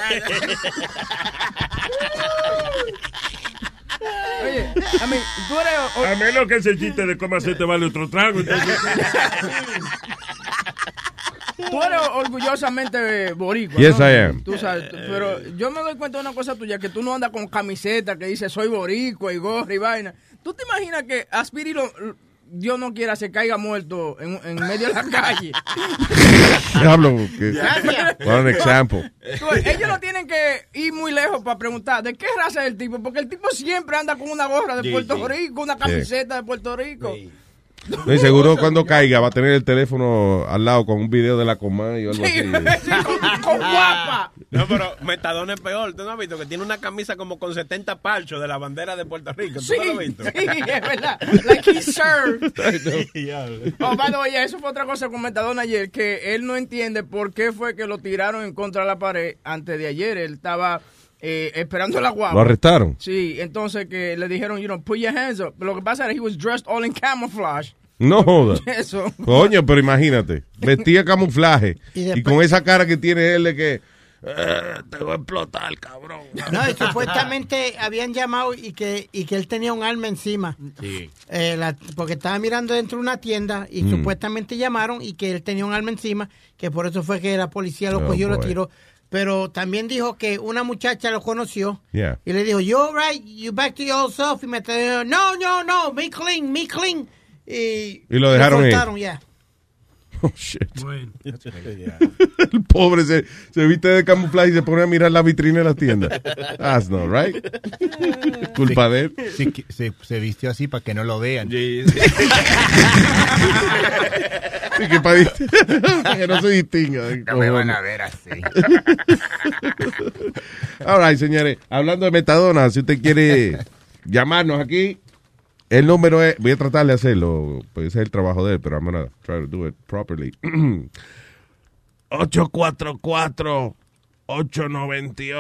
Speaker 3: Oye, I mean, tú eres
Speaker 12: A menos que ese chiste de cómo hacer te vale otro trago. entonces-
Speaker 3: tú eres orgullosamente boricua.
Speaker 4: Yes,
Speaker 3: ¿no?
Speaker 4: I am.
Speaker 3: Tú
Speaker 7: Eh,
Speaker 3: sabes, tú- pero yo me doy cuenta de una cosa tuya, que tú no andas con camiseta que dice soy boricua y gorra y vaina. ¿Tú te imaginas que Aspiri, lo- Dios no quiera, se caiga muerto en, en medio de la calle?
Speaker 4: Diablo, que-
Speaker 3: Gracias.
Speaker 4: what an example.
Speaker 3: Tú ves, ellos no tienen que ir muy lejos para preguntar de qué raza es el tipo, porque el tipo siempre anda con una gorra de
Speaker 4: Sí,
Speaker 3: Puerto
Speaker 4: sí.
Speaker 3: Rico, una
Speaker 4: Sí.
Speaker 3: camiseta de Puerto Rico.
Speaker 4: No, y seguro cuando caiga va a tener el teléfono al lado con un video de la comán y algo así.
Speaker 3: con, con guapa.
Speaker 7: No, pero Metadona es peor. ¿Tú no has visto que tiene una camisa como con 70 palchos de la bandera de Puerto Rico? ¿Tú
Speaker 3: Sí,
Speaker 7: no lo has
Speaker 3: sí,
Speaker 7: visto?
Speaker 3: es verdad. Like he served.
Speaker 7: Diablo.
Speaker 3: Oh, by the way, eso fue otra cosa con Metadona ayer, que él no entiende por qué fue que lo tiraron en contra de la pared antes de ayer. Él estaba eh, esperando la guagua.
Speaker 4: ¿Lo arrestaron?
Speaker 3: Sí, entonces que le dijeron, you know, put your hands up. Lo que pasa era que he was dressed all in camouflage.
Speaker 4: No joda.
Speaker 3: Eso.
Speaker 4: Coño, pero imagínate. Vestía camuflaje.
Speaker 6: Y
Speaker 4: Y,
Speaker 6: después-
Speaker 4: con esa cara que tiene él de que. "Eh, te voy a explotar, cabrón.
Speaker 6: No, y supuestamente habían llamado y que, y que él tenía un arma encima.
Speaker 4: Sí.
Speaker 6: Eh, la- porque estaba mirando dentro de una tienda y
Speaker 4: Mm.
Speaker 6: supuestamente llamaron y que él tenía un arma encima, que por eso fue que la policía lo
Speaker 4: Oh,
Speaker 6: cogió y lo
Speaker 4: boy.
Speaker 6: tiró. Pero también dijo que una muchacha lo conoció
Speaker 4: Yeah.
Speaker 6: y le dijo, you all right, you back to your old self. Y me dijo, no, no, no, me clean, me clean. Y,
Speaker 4: Y lo dejaron ahí.
Speaker 6: soltaron, ya.
Speaker 4: Oh, shit. El pobre se, se viste de camuflaje y se pone a mirar la vitrina de la tienda. That's not right. Culpa de él.
Speaker 8: Se, se- se vistió así para que no lo vean.
Speaker 4: Y que, pa- que no se distinga. eh,
Speaker 8: No me van
Speaker 4: cojones.
Speaker 8: a ver así.
Speaker 4: All right, señores. Hablando de Metadona, si usted quiere llamarnos aquí, el número es. Voy a tratar de hacerlo, pues ese es el trabajo de él, pero I'm gonna try to do it properly.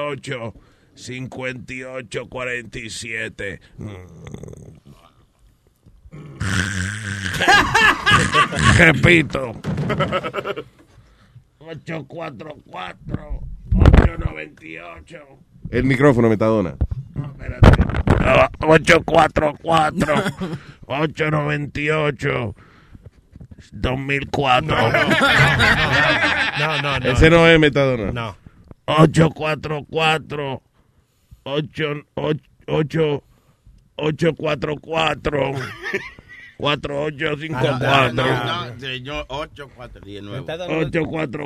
Speaker 5: 844-898-5847.
Speaker 4: Mm.
Speaker 5: Repito. 844-898.
Speaker 4: El micrófono, Metadona.
Speaker 5: 844-898. 2004.
Speaker 7: No, no, no.
Speaker 4: Ese no es Metadona.
Speaker 7: No.
Speaker 5: 844 8 8 844 4854
Speaker 9: No, señor, 849.
Speaker 5: 844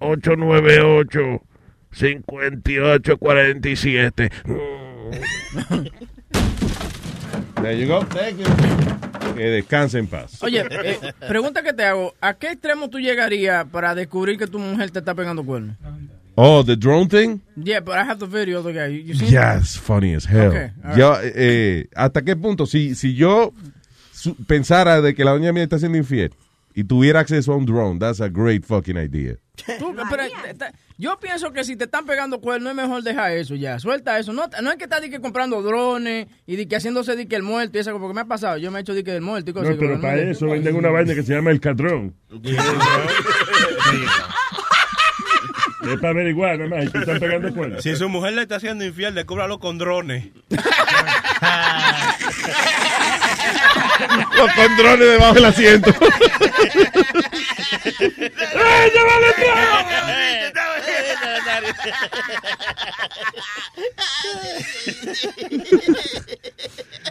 Speaker 5: 898 5847
Speaker 4: There you go. Thank you. Que descanse en paz.
Speaker 3: Oye, eh, pregunta que te hago, ¿a qué extremo tú llegarías para descubrir que tu mujer te está pegando cuernos?
Speaker 4: Oh, the drone thing?
Speaker 3: Yeah, but I have the video of the guy. You, you seen it?
Speaker 4: Yes, funny as hell.
Speaker 3: Ok, all
Speaker 4: Yo, eh, ¿Hasta qué punto? Si, si yo su- pensara de que la doña mía está siendo infiel y tuviera acceso a un drone, that's a great fucking idea.
Speaker 3: Tú, pero, te- te- yo pienso que si te están pegando cuernos es mejor dejar eso ya, suelta eso. No, no es que estás di que comprando drones y di que haciéndose di que el muerto y eso, porque me ha pasado. Yo me he hecho di que el muerto y cosas.
Speaker 12: No, pero para eso venden una vaina que se llama el catrón. Es para averiguar, nada más. y te están pegando cuernos.
Speaker 7: Si su mujer le está haciendo infiel, descúbralo con drones.
Speaker 4: Los con drones debajo del asiento.
Speaker 5: ¡Ay, llévale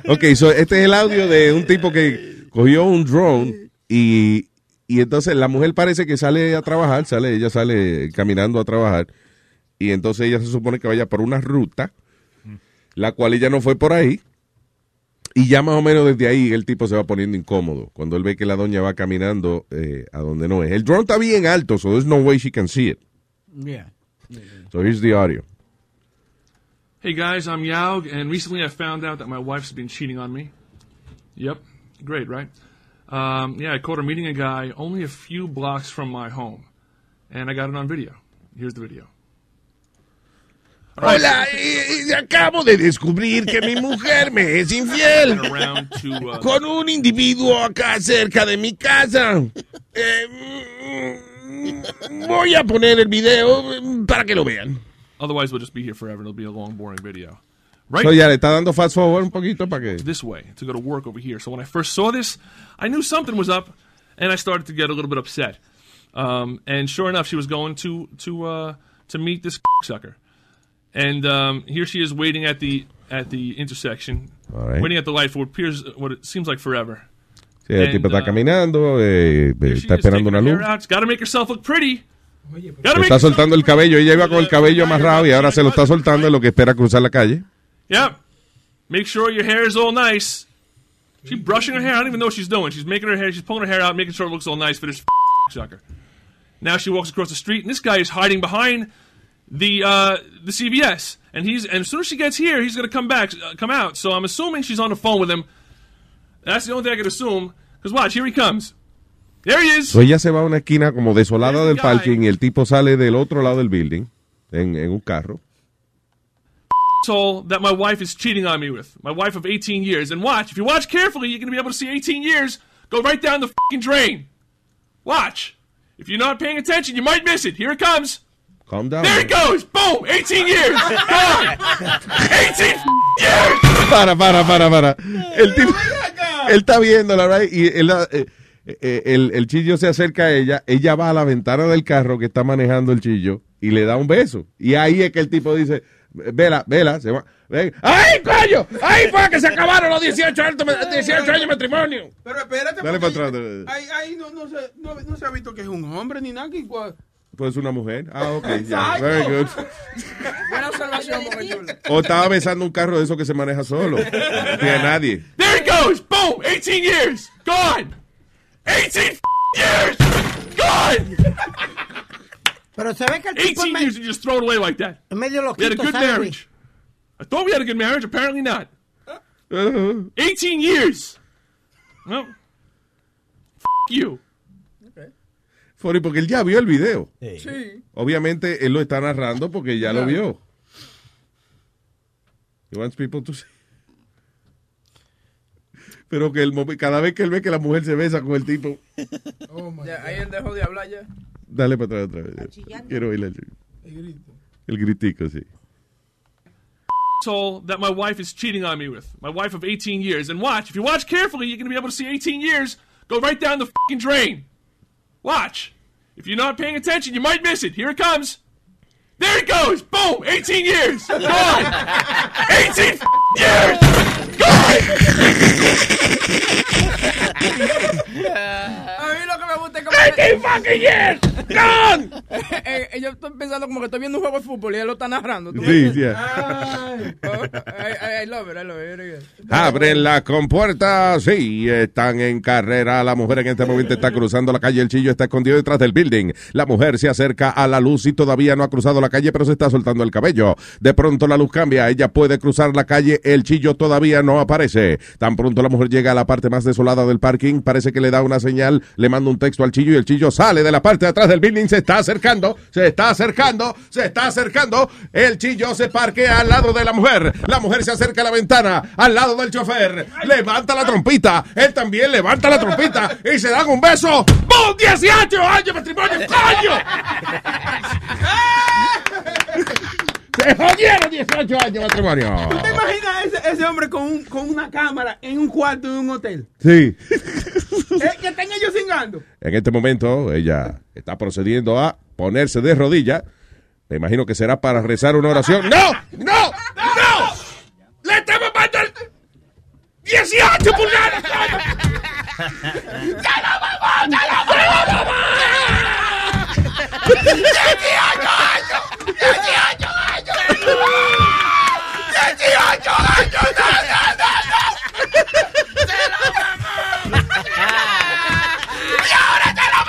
Speaker 4: Ok, so este es el audio de un tipo que cogió un drone y, y entonces la mujer parece que sale a trabajar, sale, ella sale caminando a trabajar y entonces ella se supone que vaya por una ruta, la cual ella no fue por ahí y ya más o menos desde ahí el tipo se va poniendo incómodo cuando él ve que la doña va caminando eh, a donde no es. El drone está bien alto, so there's no way she can see it.
Speaker 3: Yeah.
Speaker 4: So here's the audio.
Speaker 15: Hey guys, I'm Yao, and recently I found out that my wife's been cheating on me. Yep, great, right? Um, yeah, I caught her meeting a guy only a few blocks from my home, and I got it on video. Here's the video.
Speaker 5: Hola, eh, eh, acabo de descubrir que mi mujer me es infiel
Speaker 15: Around to, uh,
Speaker 5: con un individuo acá cerca de mi casa. Eh, mm, voy a poner el video mm, para que lo vean.
Speaker 15: Otherwise, we'll just be here forever. and It'll be a long, boring video.
Speaker 4: So ya le está dando fast forward un poquito para que...
Speaker 15: This way to go to work over here. So when I first saw this, I knew something was up, and I started to get a little bit upset. Um, and sure enough, she was going to to uh, to meet this sucker. And um, here she is waiting at the at the intersection,
Speaker 4: All right.
Speaker 15: waiting at the light for what appears what it seems like forever.
Speaker 4: Sí, el
Speaker 15: And,
Speaker 4: tipo está
Speaker 15: uh,
Speaker 4: caminando, eh, eh, está esperando una luz.
Speaker 15: Hair out, gotta make herself look pretty. Gotta
Speaker 4: Le
Speaker 15: make
Speaker 4: está soltando el cabello. Ella iba con el cabello amarrado y ahora se lo está soltando en lo que espera cruzar la calle.
Speaker 15: Yep. Make sure your hair is all nice. She's brushing her hair. I don't even know what she's doing. She's making her hair. She's pulling her hair out, making sure it looks all nice for this sucker. Now she walks across the street, and this guy is hiding behind the uh, the CVS. And he's and as soon as she gets here, he's gonna come back, uh, come out. So I'm assuming she's on the phone with him. That's the only thing I can assume. Because watch, here he comes. There he is.
Speaker 4: So ella se va a una esquina como desolada del parking y el tipo sale del otro lado del building en, en un carro.
Speaker 15: asshole that my wife is cheating on me with. My wife of 18 years. And watch, if you watch carefully, you're going to be able to see 18 years go right down the fing drain. Watch. If you're not paying attention, you might miss it. Here it comes.
Speaker 4: Calm down.
Speaker 15: There it goes. Boom. 18 years. Gone. 18 years.
Speaker 4: Para, para, para, para. El tipo, él está viéndola, ¿verdad? Y él, eh, eh, el, el chillo se acerca a ella, ella va a la ventana del carro que está manejando el chillo y le da un beso. Y ahí es que el tipo dice, vela, vela, se va. Ven. Ah, ¡Ay, coño! ¡Ay, fue que se acabaron los 18 altos me- 18 años de matrimonio!
Speaker 16: Pero espérate,
Speaker 4: Dale
Speaker 16: porque
Speaker 4: para atrás.
Speaker 16: Ahí, ahí no, no, se, no, no se ha visto que es un hombre ni nada. que cua-
Speaker 4: Pues una mujer. Ah, ok, ya.
Speaker 16: Exacto.
Speaker 4: Very good.
Speaker 16: Buena observación, Boca Chula.
Speaker 4: O estaba besando un carro de eso que se maneja solo. Ni a nadie.
Speaker 15: There it goes. Boom. 18 years. Gone. 18 years. Gone.
Speaker 6: Pero se ve que el tipo
Speaker 15: 18 years you just throw it away like that.
Speaker 6: es medio
Speaker 15: We had a
Speaker 6: loquito,
Speaker 15: good
Speaker 6: ¿sabe?
Speaker 15: marriage. I thought we had a good marriage. Apparently not. 18 years. Well, f- you.
Speaker 4: Sorry, porque él ya vio el video.
Speaker 16: Sí.
Speaker 4: Obviamente él lo está narrando porque ya lo vio. He wants people to see. Pero que el momen- cada vez que él ve que la mujer se besa con el tipo,
Speaker 12: Oh
Speaker 3: Ya, ahí él dejó de hablar ya.
Speaker 4: dale para atrás otra vez.
Speaker 3: chillando.
Speaker 4: Quiero oír el, el gritico, sí.
Speaker 15: Asshole that my wife is cheating on me with. My wife of 18 years. And watch, if you watch carefully, you're going to be able to see 18 years go right down the fing drain. Watch. If you're not paying attention, you might miss it. Here it comes. There it goes. Boom. 18 years. Gone. 18 f- years.
Speaker 3: A mí lo que me gusta es como.
Speaker 2: ¡Twenty fucking years!
Speaker 3: ¡Gone! Eh, yo estoy pensando como que estoy viendo un juego de fútbol y él lo está narrando. ¿tú
Speaker 4: Sí,
Speaker 3: ves?
Speaker 4: sí.
Speaker 3: Ay, oh, I, I- I love it, I love it. Very good.
Speaker 4: Abren las compuertas, sí, están en carrera. La mujer en este momento está cruzando la calle. El chillo está escondido detrás del building. La mujer se acerca a la luz y todavía no ha cruzado la calle, pero se está soltando el cabello. De pronto la luz cambia, ella puede cruzar la calle. El chillo todavía no aparece. Tan pronto la mujer llega a la parte más desolada del parking, parece que le da una señal, le manda un texto al chillo y el chillo sale de la parte de atrás del building. Se está acercando, se está acercando, se está acercando. El chillo se parquea al lado de la mujer. La mujer se acerca a la ventana, al lado del chofer. Levanta la trompita. Él también levanta la trompita y se dan un beso. ¡Bum! 18 años de matrimonio, coño. Se jodieron 18 años de matrimonio.
Speaker 16: ¿Tú te imaginas ese, ese hombre con, un, con una cámara en un cuarto de un hotel?
Speaker 4: Sí.
Speaker 16: Eh, que están ellos cingando.
Speaker 4: En este momento ella está procediendo a ponerse de rodillas. Me imagino que será para rezar una oración. ¡No! ¡No! ¡No!
Speaker 2: ¡Le estamos dando el 18 pulgadas! coño! ¡Ya la mamá! ¡Ya la mamá! ¡18 años! ¡18 años! ¡18 años! ¡No, no, no, no! ¡Se la mamó! ¡Y ahora te lo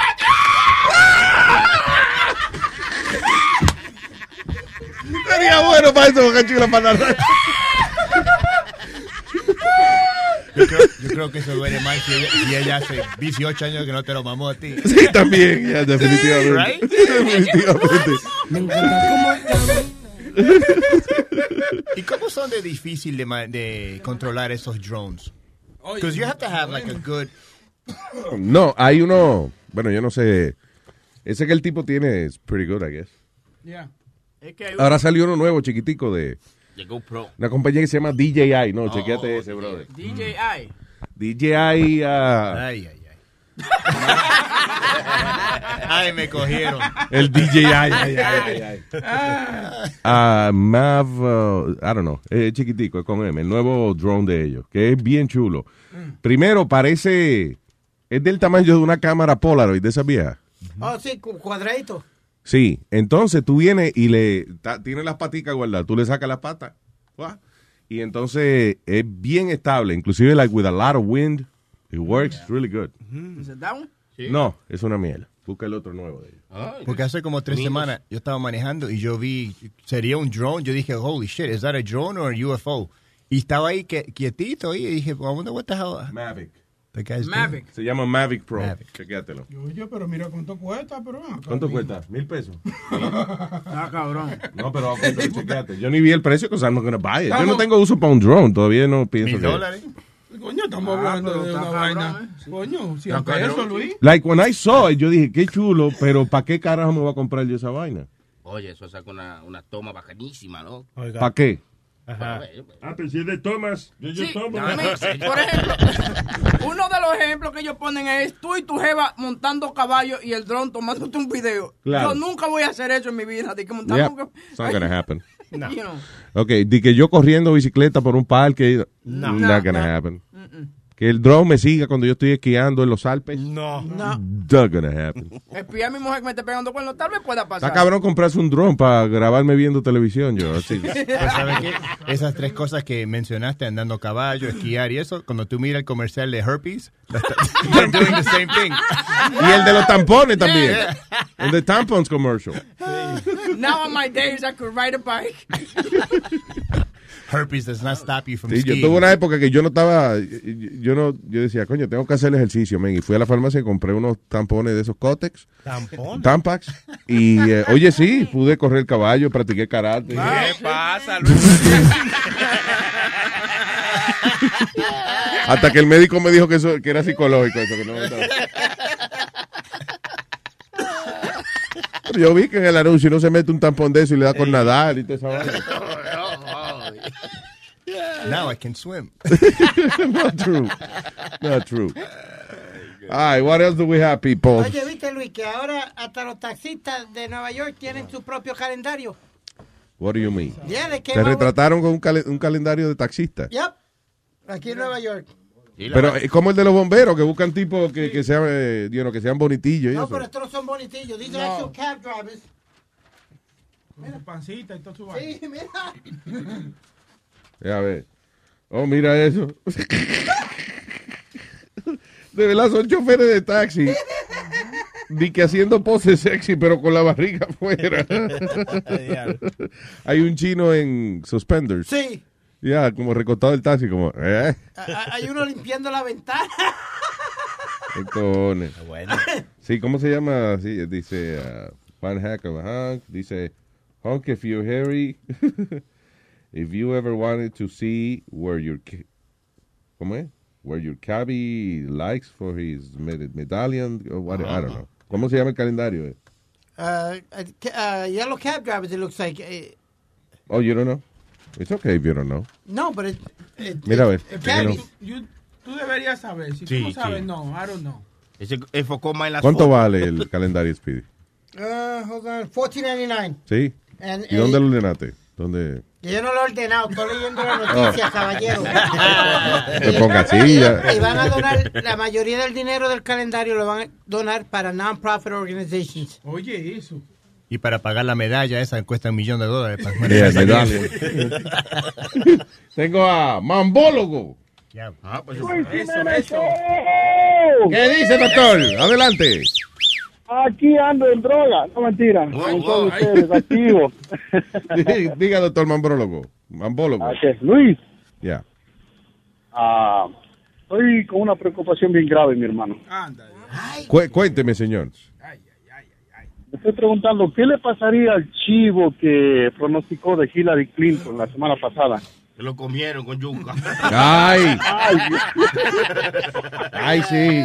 Speaker 4: Sería bueno para eso, Boca Chula, para narrar.
Speaker 8: Yo creo, yo creo que eso duele más si ella, si ella hace 18 años que no te lo mamó a ti.
Speaker 4: Sí, también, ya, definitivamente.
Speaker 8: Right?
Speaker 4: Definitivamente.
Speaker 8: ¿Y cómo son de difícil de, ma- de controlar esos drones? Because you have to have like a good...
Speaker 4: No, hay uno. Bueno, yo no sé. Ese que el tipo tiene es pretty good, I guess.
Speaker 3: Es que hay
Speaker 4: Ahora salió uno nuevo, chiquitico, de
Speaker 7: De GoPro.
Speaker 4: una compañía que se llama DJI. No, chequeate ese, brother.
Speaker 3: DJI.
Speaker 4: DJI. ah,
Speaker 8: Ay, ay, ay. Ay, me cogieron.
Speaker 4: El DJ, ay, ay, ay, ay, Ah, Mav, uh, I don't know, es chiquitico, es con M, el nuevo drone de ellos, que es bien chulo. Primero, parece, es del tamaño de una cámara Polaroid, de esa vieja.
Speaker 6: Oh, sí, cu- cuadradito.
Speaker 4: Sí, entonces tú vienes y le, ta- tiene las paticas guardadas, tú le sacas las patas, ¡guau! y entonces es bien estable, inclusive like with a lot of wind, it works really good.
Speaker 3: ¿Is it that one?
Speaker 4: No, es una miel. Busca el otro nuevo de ellos.
Speaker 8: Porque hace como tres
Speaker 4: Amigos.
Speaker 8: semanas yo estaba manejando y yo vi, sería un drone. Yo dije, holy shit, ¿es that a drone or a UFO? Y estaba ahí que- quietito ahí y dije, I wonder what the hell.
Speaker 4: Mavic.
Speaker 8: The guy's
Speaker 4: Mavic. Se llama Mavic Pro. Chequéatelo.
Speaker 8: Pues,
Speaker 17: Oye, pero mira cuánto cuesta, pero. ah,
Speaker 4: ¿Cuánto
Speaker 17: cabrón.
Speaker 4: cuesta? ¿Mil pesos?
Speaker 3: Ah, cabrón.
Speaker 4: No, pero ok, pero chequéate. Yo ni vi el precio, cosa no gonna buy it. Yo no
Speaker 17: Estamos-
Speaker 4: tengo uso para un drone, todavía no pienso que...
Speaker 17: Coño, estamos hablando de una vaina. Coño, si
Speaker 4: Está
Speaker 17: pesos,
Speaker 4: cabrón.
Speaker 17: Luis.
Speaker 4: Like, when I saw it, yo dije, qué chulo, pero ¿para qué carajo me voy a comprar yo esa vaina?
Speaker 9: Oye, eso saca una, una toma bacanísima, ¿no? pues.
Speaker 4: ¿Para qué?
Speaker 9: Ajá.
Speaker 12: Ah, pero si es de Thomas, yo, yo
Speaker 3: Sí,
Speaker 12: tomo.
Speaker 3: a mí, por ejemplo, uno de los ejemplos que ellos ponen es tú y tu jeva montando caballo y el dron tomándote un video.
Speaker 4: Claro.
Speaker 3: Yo nunca voy a hacer eso en mi vida. De que montando
Speaker 4: Yeah,
Speaker 3: un caballo.
Speaker 4: it's not gonna happen.
Speaker 3: No. You know.
Speaker 4: Ok, di que yo corriendo bicicleta por un parque, no, not gonna happen. Que el drone me siga cuando yo estoy esquiando en los Alpes,
Speaker 3: No. No.
Speaker 4: not gonna happen.
Speaker 3: Espía a mi mujer que me esté pegando cuernos. Tal vez pueda pasar.
Speaker 4: Está cabrón comprarse un drone para grabarme viendo televisión, yo. Así.
Speaker 8: Pero ¿sabes qué? Esas tres cosas que mencionaste, andando a caballo, esquiar y eso, cuando tú miras el comercial de Herpes, they're doing the same thing.
Speaker 4: Y el de los tampones también. El de tampons commercial.
Speaker 3: Now on my days I could ride a bike.
Speaker 8: Herpes does not stop you from
Speaker 4: Sí, yo
Speaker 8: skiing.
Speaker 4: tuve una época que yo no estaba, yo no, yo decía, coño, tengo que hacer ejercicio, men, y fui a la farmacia y compré unos tampones de esos cótex,
Speaker 7: ¿Tampones?
Speaker 4: tampax, y eh, oye sí, pude correr caballo, practiqué karate.
Speaker 7: ¿Qué pasa, Luis?
Speaker 4: Hasta que el médico me dijo que eso que era psicológico eso, que no me estaba- Pero yo vi que en el anuncio no se mete un tampón de eso y le da con nadar y toda esa vaina.
Speaker 8: Now I can swim.
Speaker 4: Not true. Not true. All right, what else do we have, people?
Speaker 6: Oye, viste, Luis, que ahora hasta los taxistas de Nueva York tienen su propio calendario.
Speaker 4: What do you mean?
Speaker 6: Yeah, they came
Speaker 4: Te
Speaker 6: out with-
Speaker 4: retrataron con un, calen- un calendario de taxista.
Speaker 6: Yep. Aquí en Nueva York.
Speaker 4: Pero es como el de los bomberos que buscan tipos que, que sean, eh, you know, que sean bonitillos. y
Speaker 6: No,
Speaker 4: eso.
Speaker 6: pero estos no son bonitillos. These are actual cab drivers.
Speaker 17: Mira, pancita y todo su
Speaker 6: Sí, mira.
Speaker 4: Ya ves. Oh, mira eso. De verdad son choferes de taxi. Ni que haciendo pose sexy, pero con la barriga afuera. Hay un chino en suspenders.
Speaker 6: Sí.
Speaker 4: Ya, como recortado el taxi, como, eh,
Speaker 6: A- a- Hay uno limpiando la ventana.
Speaker 4: qué cojones.
Speaker 9: Ah,
Speaker 4: Sí, ¿cómo se llama? Sí, dice ah, Juan Hack of a Hunk. Dice, Hunk, if you're hairy, if you ever wanted to see where your, ca- ¿cómo es? Where your cabbie likes for his med- medallion, or what, I don't know. ¿Cómo se llama el calendario? eh?
Speaker 6: Uh, uh, ca- uh, yellow cab drivers, it looks like. Eh,
Speaker 4: Oh, you don't know? It's okay if you don't know.
Speaker 6: no, but it, it,
Speaker 4: Mira a ver. ¿por
Speaker 6: it-
Speaker 4: qué no?
Speaker 17: You- Tú deberías saber. Si
Speaker 4: Sí,
Speaker 17: tú no sabes,
Speaker 4: sí.
Speaker 17: no. I don't know.
Speaker 9: Ese enfocó más en las
Speaker 4: ¿Cuánto
Speaker 9: fotos.
Speaker 4: vale el calendario Speedy?
Speaker 6: Uh, hold on, 14.99.
Speaker 4: ¿Sí?
Speaker 6: And-
Speaker 4: ¿Y dónde lo ordenaste? ¿Dónde?
Speaker 6: Que Yo no lo he ordenado, estoy leyendo la noticia,
Speaker 4: Oh.
Speaker 6: caballero.
Speaker 4: Te ponga así, ya.
Speaker 6: Y van a donar, la mayoría del dinero del calendario lo van a donar para non-profit organizations.
Speaker 17: Oye, eso.
Speaker 8: Y para pagar la medalla esa cuesta un millón de dólares. para-
Speaker 4: Yeah, medallion. Tengo a Mambólogo.
Speaker 8: Ah, pues,
Speaker 4: ¿Qué dice, doctor? Adelante.
Speaker 18: Aquí ando en droga, no mentira. Con todos ustedes, activo.
Speaker 4: Dí- Diga, doctor Mambólogo. Mambólogo.
Speaker 18: Ah, Luis.
Speaker 4: Ya.
Speaker 18: Ah, estoy con una preocupación bien grave, mi hermano.
Speaker 4: Cué- Cuénteme, señor.
Speaker 18: Me estoy preguntando, ¿qué le pasaría al chivo que pronosticó de Hillary Clinton la semana pasada?
Speaker 9: Se lo comieron con yuca.
Speaker 4: Ay. Ay, sí.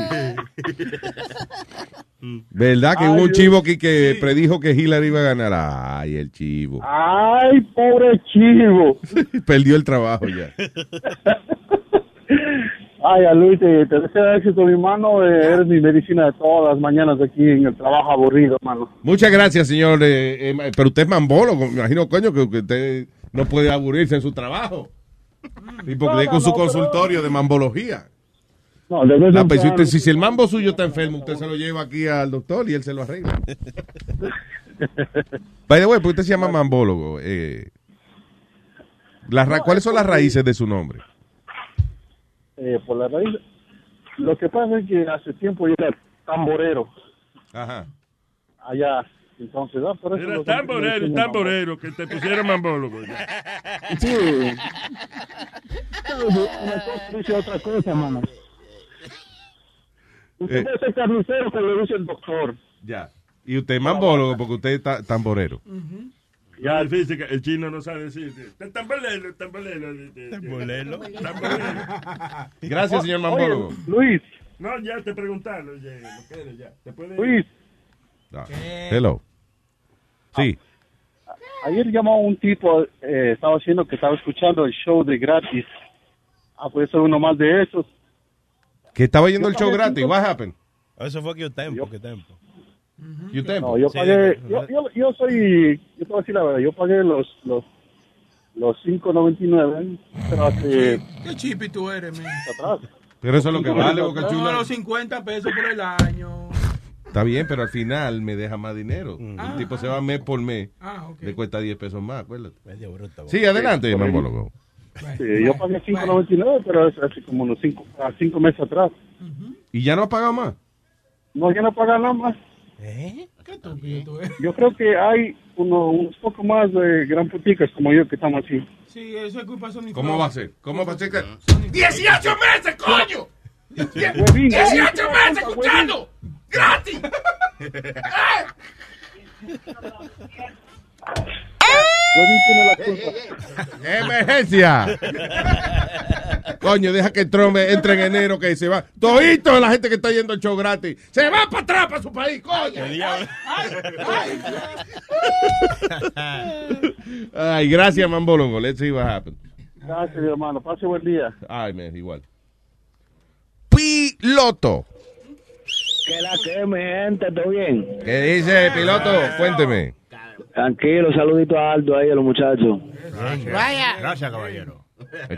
Speaker 4: ¿Verdad que
Speaker 18: Ay,
Speaker 4: hubo un
Speaker 18: Dios.
Speaker 4: chivo que, que predijo que Hillary iba a ganar? Ay, el chivo.
Speaker 18: ¡Ay, pobre Ah, chivo!
Speaker 4: Perdió el trabajo ya.
Speaker 2: Ay, a Luis, te, te deseo éxito, mi hermano. Eh, eres mi medicina de todas las mañanas aquí en el trabajo aburrido, hermano.
Speaker 4: Muchas gracias, señor. eh, eh, pero usted es mambolo, me imagino, coño, que, que usted no puede aburrirse en su trabajo.
Speaker 2: Mm.
Speaker 4: Y porque es con su consultorio de mambología.
Speaker 2: No, de vez en
Speaker 4: Ah, pues, si
Speaker 2: cuando.
Speaker 4: usted- si, si el mambo suyo está enfermo, usted se lo lleva aquí al doctor y él se lo arregla. By the way, pues usted se llama mambólogo. eh, las ra- ¿Cuáles son las raíces de su nombre?
Speaker 2: Eh, por la raíz. Lo que pasa es que hace tiempo yo era tamborero.
Speaker 4: Ajá.
Speaker 2: Allá. Entonces, ah, por eso
Speaker 12: Era
Speaker 2: los-
Speaker 12: tamborero, tamborero, que te pusieron mambólogo.
Speaker 2: Sí. Una cosa dice otra cosa, mano. Usted
Speaker 4: Eh.
Speaker 2: es el carnicero que le dice el doctor.
Speaker 4: Ya. Y usted es mambólogo porque usted es ta- tamborero.
Speaker 12: Ya, el, física, el chino no sabe decir. eh, Tambolero, tambolero. Tambolero.
Speaker 4: Gracias, señor mambólogo.
Speaker 2: Luis.
Speaker 12: No, ya te preguntaron. Ya, no quieres, ya. ¿Te puedes-
Speaker 2: Luis,
Speaker 4: Ah, Hello. Sí.
Speaker 2: ayer llamó un tipo, eh, estaba diciendo que estaba escuchando el show de gratis. Ah, pues soy uno más de esos.
Speaker 4: Que estaba oyendo el show gratis. What happened?
Speaker 19: Eso fue que yo tempo, que tempo.
Speaker 4: You
Speaker 2: No, yo pagué, yo, yo, yo soy, yo te voy a decir la verdad, yo pagué los, los, los 5.99, pero
Speaker 11: Ah,
Speaker 2: hace,
Speaker 11: Qué chipi tú eres, men.
Speaker 4: Pero eso es lo que vale, Boca
Speaker 11: No,
Speaker 4: Chula.
Speaker 11: los 50 pesos por el año.
Speaker 4: Está bien, pero al final me deja más dinero.
Speaker 11: Ah,
Speaker 4: El tipo se va mes por mes.
Speaker 11: Ah, ok.
Speaker 4: Le cuesta 10 pesos más, acuérdate.
Speaker 19: Medio bruto.
Speaker 4: Sí, adelante, mambólogo.
Speaker 2: sí, eh, yo pagué 5.99, pero es hace como unos 5, cinco meses atrás.
Speaker 4: ¿Y ya no ha pagado más?
Speaker 2: No, yo no paga nada más.
Speaker 11: Qué estúpido tú
Speaker 17: eh?
Speaker 11: eres.
Speaker 2: Yo creo que hay uno, unos poco más de gran puticas como yo que estamos así.
Speaker 11: Sí, eso es culpa de Sony
Speaker 4: ¿Cómo va a ser? Ah. ¿Cómo va a ser? que-
Speaker 17: 18 meses, coño. Die-
Speaker 2: Huevín,
Speaker 17: 18 meses escuchando. Gratis.
Speaker 2: Huevín tiene la
Speaker 17: ¡Eh!
Speaker 2: culpa.
Speaker 4: Eh, ¡Emergencia! Coño, deja que Trump entre en enero que se va. Todito la gente que está yendo al show gratis. Se va para atrás para su país, coño. Ay, gracias, mambólogo. Let's see what happens.
Speaker 2: Gracias, mi hermano. Pase buen día.
Speaker 4: Ay, man, igual. Piloto.
Speaker 9: Que la que, mi gente, ¿todo bien?
Speaker 4: ¿Qué dice, piloto? Cuénteme.
Speaker 9: Tranquilo, saludito a Aldo ahí, a los muchachos.
Speaker 7: Vaya.
Speaker 19: Gracias, caballero.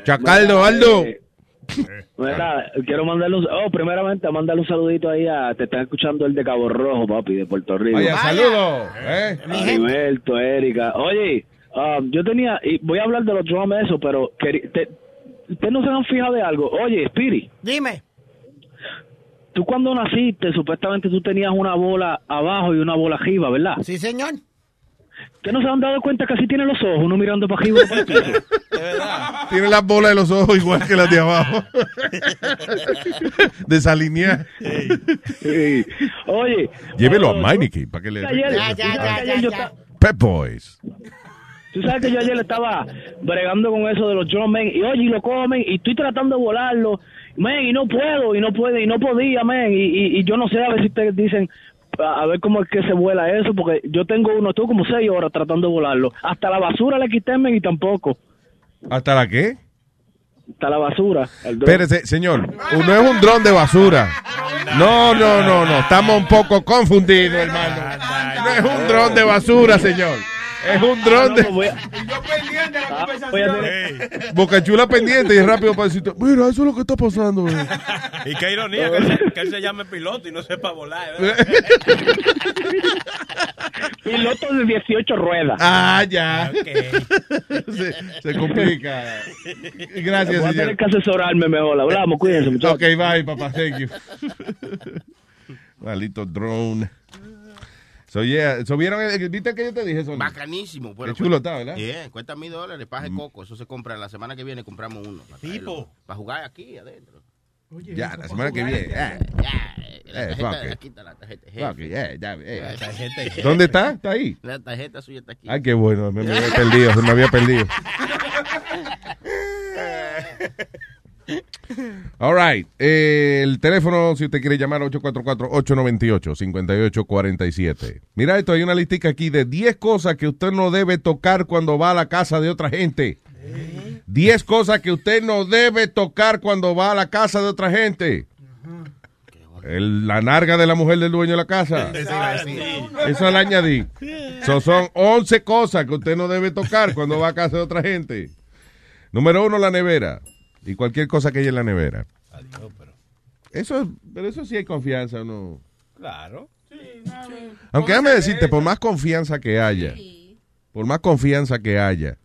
Speaker 4: Chacaldo, Aldo.
Speaker 9: Eh, Mira, quiero mandarle un... Oh, primeramente, mandarle un saludito ahí a... Te está escuchando el de Cabo Rojo, papi, de Puerto Rico.
Speaker 4: Vaya, saludo. ¿eh?
Speaker 9: A Gilberto, Erika. Oye, um, yo tenía... Y voy a hablar de los drums eso, pero... queri- te- ¿Ustedes no se han fijado de algo? Oye, Spiri.
Speaker 7: Dime.
Speaker 9: Tú cuando naciste, supuestamente tú tenías una bola abajo y una bola arriba, ¿verdad?
Speaker 7: Sí, señor.
Speaker 9: ¿Ustedes no se han dado cuenta que así tiene los ojos, uno mirando para arriba pues. y para el piso?
Speaker 4: Tiene las bolas de los ojos igual que las de abajo. Desalinear.
Speaker 9: Sí. Oye.
Speaker 4: Llévelo
Speaker 9: cuando
Speaker 4: a
Speaker 9: yo-
Speaker 4: Meineke para que le.
Speaker 9: Ayer,
Speaker 7: Ya, ya,
Speaker 9: tú sabes
Speaker 7: ya,
Speaker 9: que
Speaker 7: ya,
Speaker 9: ayer yo
Speaker 7: ya.
Speaker 9: ta-
Speaker 4: Pep Boys.
Speaker 9: Tú sabes que yo ayer estaba bregando con eso de los drummen y oye, y lo comen y estoy tratando de volarlo, men, y no puedo, y no puedo, y no podía, men, y, y, y yo no sé a ver si ustedes dicen, a, a ver cómo es que se vuela eso, porque yo tengo uno, estuve como seis horas tratando de volarlo, hasta la basura le quité, men, y tampoco,
Speaker 4: ¿Hasta la qué?
Speaker 9: hasta la basura. el drum.
Speaker 4: Espérese, señor. No es un dron de basura. No, no, no, no. Estamos un poco confundidos, hermano. No es un dron de basura, señor. Es un dron de.
Speaker 11: Yo pendiente de la conversación.
Speaker 4: Bocachula pendiente y rápido para decirte, Mira, eso es lo que está pasando. eh".
Speaker 16: Y qué ironía que, él, que él se llame piloto y no sepa volar. ¿verdad?
Speaker 9: Piloto de 18 ruedas.
Speaker 4: Ah, ya. se, se complica. Gracias,
Speaker 9: Voy
Speaker 4: señor.
Speaker 9: a tener que asesorarme mejor, hablamos, cuídense, muchachos.
Speaker 4: Ok, bye, papá. Thank you. Maldito drone. So, yeah. So, ¿vieron el- ¿Viste que yo te dije, Sony?
Speaker 19: Bacanísimo. pero-
Speaker 4: Qué chulo está, ¿verdad? Mm.
Speaker 19: Bien, cuesta mil dólares, paje coco. Eso se compra la semana que viene, compramos uno. Para
Speaker 16: Tipo.
Speaker 19: Para jugar aquí adentro.
Speaker 4: Ya, la semana que viene.
Speaker 19: Ya,
Speaker 4: eh.
Speaker 19: eh, la
Speaker 4: Eh,
Speaker 19: tarjeta,
Speaker 4: fuck it.
Speaker 19: aquí está la tarjeta.
Speaker 4: Fuck it, yeah, ya, eh.
Speaker 19: La tarjeta, jefe.
Speaker 4: ¿Dónde está? ¿Está ahí?
Speaker 19: La tarjeta suya está aquí.
Speaker 4: Ay, qué bueno. Me, me había perdido. se me había perdido. All right. eh, el teléfono, si usted quiere llamar, 844-898-5847. Mira esto, hay una listica aquí de 10 cosas que usted no debe tocar cuando va a la casa de otra gente. 10 cosas que usted no debe tocar cuando va a la casa de otra gente. El- la narga de la mujer del dueño de la casa. Eso la añadí. So, son 11 cosas que usted no debe tocar cuando va a casa de otra gente. Número uno, la nevera. Y cualquier cosa que haya en la nevera. Eso, pero eso sí hay confianza, ¿no?
Speaker 9: Claro.
Speaker 4: Aunque déjame decirte, por más confianza que haya, por más confianza que haya,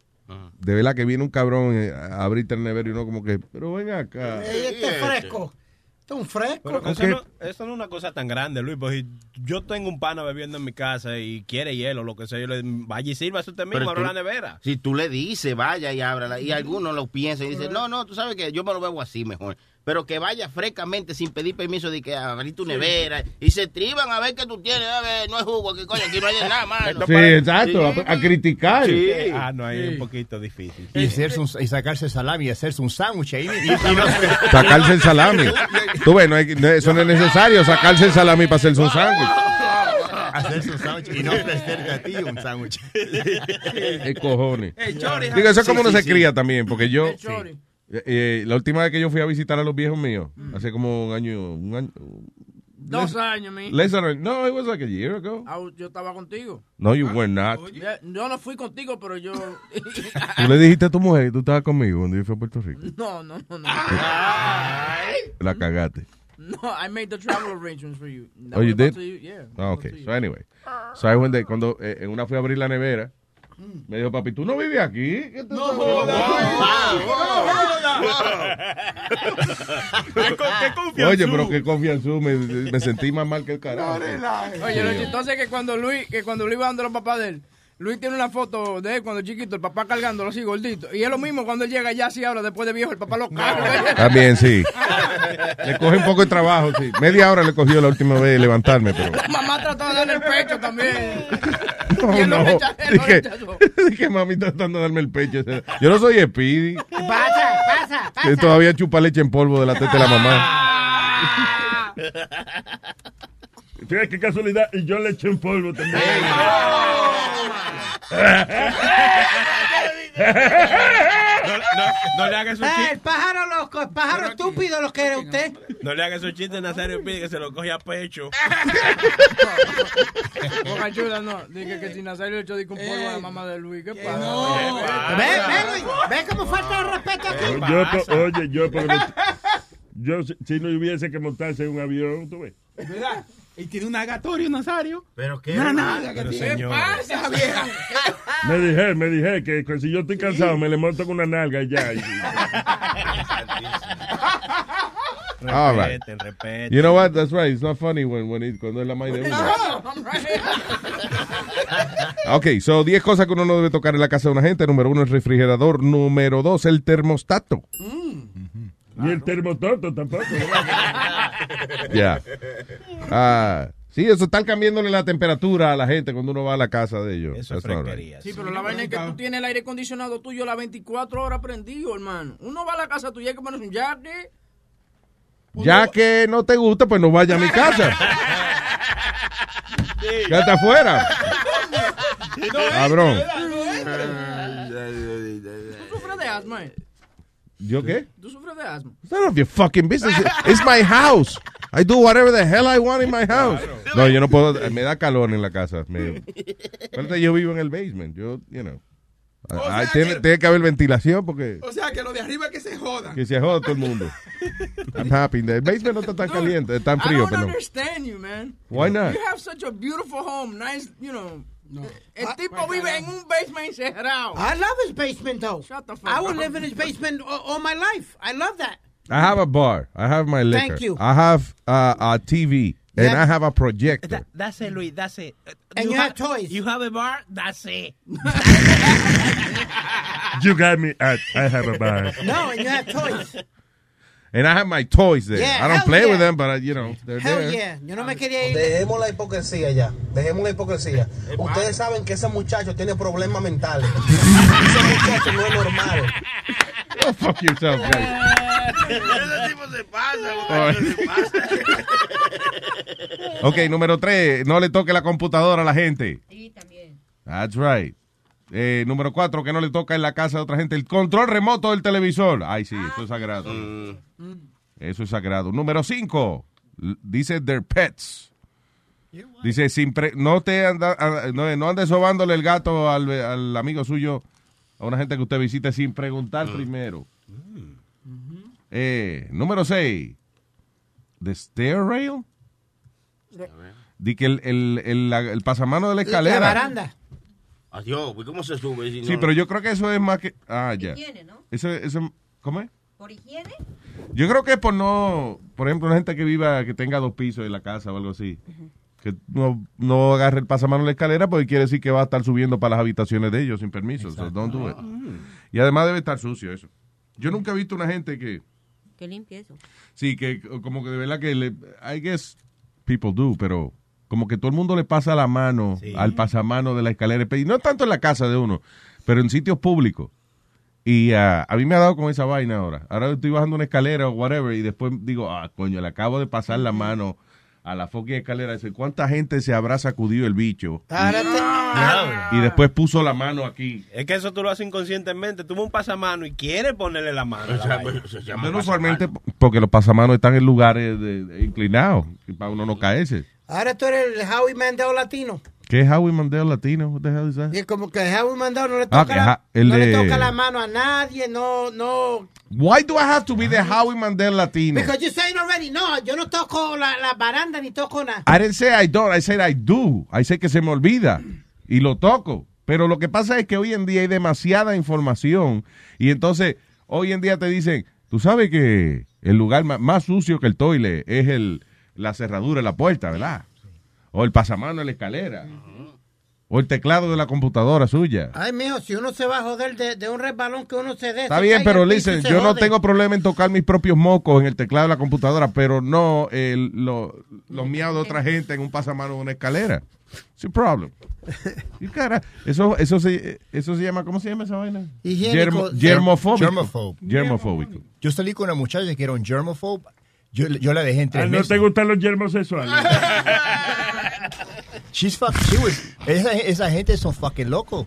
Speaker 4: de verdad que viene un cabrón eh, a abrirte el nevero y uno como que, pero ven acá.
Speaker 8: Eh,
Speaker 6: Ey, este es fresco. Este es un fresco.
Speaker 9: Pero eso, no, eso no es una cosa tan grande, Luis. Porque yo tengo un pana bebiendo en mi casa y quiere hielo, lo que sea. Yo le digo, vaya y sirva usted mismo,
Speaker 7: Pero
Speaker 9: abra
Speaker 7: tú-
Speaker 9: la nevera. Mm.
Speaker 7: Si tú le dices, vaya y ábrala. Y algunos lo piensan y dicen, no,
Speaker 9: No, no, tú sabes que yo me lo bebo así mejor.
Speaker 7: pero que vaya frescamente sin pedir permiso de que abrí tu
Speaker 9: Sí.
Speaker 7: nevera. Y se triban a ver qué tú tienes. A ver, no es jugo, que coño, aquí no hay nada, mano.
Speaker 4: Sí, exacto, a, a criticar.
Speaker 7: Sí.
Speaker 9: Ah, no, ahí es un
Speaker 7: Sí.
Speaker 9: poquito difícil.
Speaker 8: Y, hacerse un- y sacarse salami y hacerse un sándwich ahí. y- y-
Speaker 4: Sacarse el salami. Tú ves, no hay- no- eso no es necesario, sacarse el salami para hacerse un sándwich.
Speaker 8: hacerse un sándwich y no ofrecerte a ti un sándwich.
Speaker 4: Qué cojones.
Speaker 8: El chori,
Speaker 4: Digo, eso es
Speaker 8: sí,
Speaker 4: como uno
Speaker 8: sí,
Speaker 4: se
Speaker 8: sí.
Speaker 4: cría también, porque yo...
Speaker 8: El chori.
Speaker 4: eh, eh, la última vez que yo fui a visitar a los viejos míos,
Speaker 8: Mm.
Speaker 4: hace como un año, un año...
Speaker 3: Dos años, mi.
Speaker 4: Less than a- no, it was like a year ago.
Speaker 3: Ah, Yo estaba contigo.
Speaker 4: No, you were not.
Speaker 3: Ya, Yo no fui contigo, pero yo.
Speaker 4: Tú le dijiste a tu mujer que tú estabas conmigo cuando yo fui a Puerto Rico.
Speaker 3: No, no, no. no.
Speaker 4: La cagaste.
Speaker 3: No, I made the travel arrangements for you. That
Speaker 4: Oh, you
Speaker 3: was about
Speaker 4: did?
Speaker 3: to you, yeah.
Speaker 4: Ah, ok. So anyway. So I went there, cuando eh, en una fui a abrir la nevera,
Speaker 3: Mm.
Speaker 4: me dijo, papi, ¿tú no vives aquí? ¿Qué te-
Speaker 2: No jodas.
Speaker 4: Oye, pero qué confianzú. Me, me sentí más mal que el carajo.
Speaker 3: Oye, lo
Speaker 4: Sí.
Speaker 3: chistoso es que cuando Luis, que cuando Luis va donde los papás de él, Luis tiene una foto de él cuando chiquito, el papá cargándolo así gordito. Y es lo mismo cuando él llega ya así habla después de viejo, el papá lo carga.
Speaker 4: También, Ah, sí. Le coge un poco de trabajo, sí. Media hora le cogió la última vez levantarme, pero...
Speaker 3: Mamá trató de darle el pecho también. Y
Speaker 4: No,
Speaker 3: él lo
Speaker 4: no.
Speaker 3: rechaza, él lo
Speaker 4: Dije,
Speaker 3: rechazó.
Speaker 4: dije, mami está tratando de darme el pecho. Yo no soy Speedy.
Speaker 6: Pasa, pasa, pasa.
Speaker 4: Que todavía chupa leche en polvo de la teta de la mamá.
Speaker 12: Fíjate qué casualidad. Y yo le eché en polvo también.
Speaker 9: No, no, no le haga esos
Speaker 6: Eh,
Speaker 9: chistes.
Speaker 6: el pájaro loco, el pájaro estúpido lo que era usted.
Speaker 9: No le haga esos chistes, Nazario pide que se lo coge a pecho.
Speaker 3: Con ayuda, no. Dije que si Nazario le echó disco un polvo a la mamá de Luis, ¿qué pasa?
Speaker 6: Eh, Ve, ve, Luis, ve cómo falta de respeto
Speaker 4: Eh,
Speaker 6: aquí.
Speaker 12: Yo, po- oye, yo, porque me- yo si, si no hubiese que montarse en un avión, tú ves.
Speaker 16: ¿Verdad? Y tiene un agatorio, Nazario.
Speaker 9: ¿Pero qué?
Speaker 16: Una nalga que
Speaker 12: Pero,
Speaker 16: tiene.
Speaker 12: señor.
Speaker 16: pasa, vieja?
Speaker 12: Me dije, me dije que, que si yo estoy cansado me le monto con una nalga y ya.
Speaker 4: All right.
Speaker 9: Respeten, respeten.
Speaker 4: You know what? That's right. It's not funny when, when it- cuando es la madre de uno. Ok, so 10 cosas que uno no debe tocar en la casa de una gente. Número uno, el refrigerador. Número dos, el termostato.
Speaker 1: Mm.
Speaker 12: Ni el termototo tampoco.
Speaker 4: Ya. Ah, sí, eso estar cambiándole la temperatura a la gente cuando uno va a la casa de ellos. Eso eh.
Speaker 3: Sí, pero la vaina es que tú tienes el aire acondicionado tuyo las 24 horas prendido, hermano. Uno va a la casa tuya y hay que pones un jacket.
Speaker 4: Ya que no te gusta, pues no vaya a mi casa. Ya está afuera. Cabrón.
Speaker 3: Tú sufres de asma, eh.
Speaker 4: ¿Yo qué?
Speaker 3: Tú sufres de asma.
Speaker 4: It's none of your fucking business. It's my house. I do whatever the hell I want in my house. No, yo no puedo. Me da calor en la casa. Me, Aparte, yo vivo en el basement. Yo, you know. Ah, tiene, tiene que haber ventilación porque
Speaker 16: O sea, que lo de arriba que se joda.
Speaker 4: que se joda todo el mundo. I'm happy. El basement no está tan caliente, tan
Speaker 3: I
Speaker 4: frío,
Speaker 3: don't
Speaker 4: perdón.
Speaker 3: understand you, man.
Speaker 4: Why not?
Speaker 3: You have such a beautiful home, nice, you know. El
Speaker 20: Ah,
Speaker 3: tipo vive en un basement cerrado.
Speaker 6: I love his basement though. Shut
Speaker 3: the fuck
Speaker 6: I would
Speaker 3: up.
Speaker 6: live in his basement all, all my life. I love that.
Speaker 4: I have a bar. I have my liquor.
Speaker 6: Thank you.
Speaker 4: I have uh, a TV. And I have a projector.
Speaker 7: That's it, Luis, that's it.
Speaker 6: And you have toys.
Speaker 7: You have a bar, that's it.
Speaker 12: You got me at I have a bar.
Speaker 6: Ah. No, and you have toys.
Speaker 4: And I have my toys there.
Speaker 6: Yeah,
Speaker 4: I don't
Speaker 6: hell
Speaker 4: play
Speaker 6: yeah.
Speaker 4: with them, but, I, you know, they're
Speaker 6: Hell
Speaker 4: there.
Speaker 6: yeah. Yo no me quería ir.
Speaker 21: Dejemos la hipocresía ya, dejemos la hipocresía. Ustedes saben que ese muchacho tiene problemas mentales. ese muchacho no es normal.
Speaker 4: Go Oh, fuck yourself, guys.
Speaker 2: Ese tipo se pasa,
Speaker 4: muchacho, se Ok, número tres, no le toque la computadora a la gente.
Speaker 14: Sí, también.
Speaker 4: That's right. Eh, número cuatro, que no le toca en la casa de otra gente. El control remoto del televisor. Ay, sí, eso es sagrado.
Speaker 14: Mm.
Speaker 4: Eso es sagrado. Número cinco, l- dice their pets. Dice, sin pre- no, te anda, a- no, no andes sobándole el gato al, al amigo suyo, a una gente que usted visite sin preguntar primero. Eh, número seis, the stair rail. Di que el, el, el- la- el pasamano de la escalera.
Speaker 19: La baranda. Adiós, güey, ¿cómo se sube? si
Speaker 4: Sí,
Speaker 19: no-
Speaker 4: pero yo creo que eso es más que... Ah, ya.
Speaker 19: Higiene, ¿no?
Speaker 4: Eso, eso, ¿Cómo es?
Speaker 14: ¿Por higiene?
Speaker 4: Yo creo que es por no, por ejemplo, una gente que viva, que tenga dos pisos en la casa o algo así, que no, no agarre el pasamano en la escalera porque quiere decir que va a estar subiendo para las habitaciones de ellos sin permiso. So don't do it. Y además debe estar sucio eso. Yo nunca he visto una gente que,
Speaker 14: Que limpie eso.
Speaker 4: sí, que como que de verdad que le, I guess people do, pero como que todo el mundo le pasa la mano al pasamano de la escalera. Y no tanto en la casa de uno, pero en sitios públicos. Y ah, a mí me ha dado con esa vaina ahora. Ahora estoy bajando una escalera o whatever y después digo, ah, coño, le acabo de pasar la mano a la fucking escalera. Dice, ¿cuánta gente se habrá sacudido el bicho?
Speaker 6: Ahora te-
Speaker 4: Y después puso la mano aquí.
Speaker 9: Es que eso tú lo haces inconscientemente. Tuvo un pasamano y quieres ponerle la mano. a la vaina.
Speaker 4: Pero usualmente porque los pasamanos están en lugares de- de- inclinados y para uno no caerse.
Speaker 6: Ahora tú eres el Howie Mandel latino.
Speaker 4: ¿Qué es Howie Mandel latino? What the hell is that?
Speaker 6: Y es como que el Howie Mandel no le
Speaker 4: Ah,
Speaker 6: toca,
Speaker 4: que
Speaker 6: la,
Speaker 4: ja- el
Speaker 6: no le
Speaker 4: de-
Speaker 6: toca la mano a nadie, no, no.
Speaker 4: Why do I have to be the Howie Mandel latino?
Speaker 6: Because you said already, no, yo no toco la, la baranda ni toco nada.
Speaker 4: I didn't say I don't, I said I do. I said que se me olvida y lo toco. Pero lo que pasa es que hoy en día hay demasiada información y entonces hoy en día te dicen, tú sabes que el lugar ma- más, sucio que el toile es el, la cerradura de la puerta, ¿verdad? O el pasamano en la escalera. O el teclado de la computadora suya.
Speaker 6: Ay, mijo, si uno se va a joder de, de un resbalón que uno se dé.
Speaker 4: Está
Speaker 6: se
Speaker 4: bien,
Speaker 6: caiga
Speaker 4: pero
Speaker 6: al piso y
Speaker 4: listen,
Speaker 6: se
Speaker 4: yo no
Speaker 6: jode.
Speaker 4: tengo problema en tocar mis propios mocos en el teclado de la computadora, pero no el- lo- los miados de otra gente en un pasamano o una escalera. It's a problem. You gotta- eso, eso, se, eso se llama, ¿cómo se llama esa vaina?
Speaker 8: Higiénico.
Speaker 4: Germ- germofóbico.
Speaker 8: Germophobe.
Speaker 4: Germofóbico.
Speaker 8: Yo salí con una muchacha que era un germophobe. Yo, yo la dejé en tres
Speaker 12: Ah, no
Speaker 8: meses.
Speaker 12: te gustan los yermos sexuales.
Speaker 8: She's fuck, she was, esa, esa gente son fucking loco.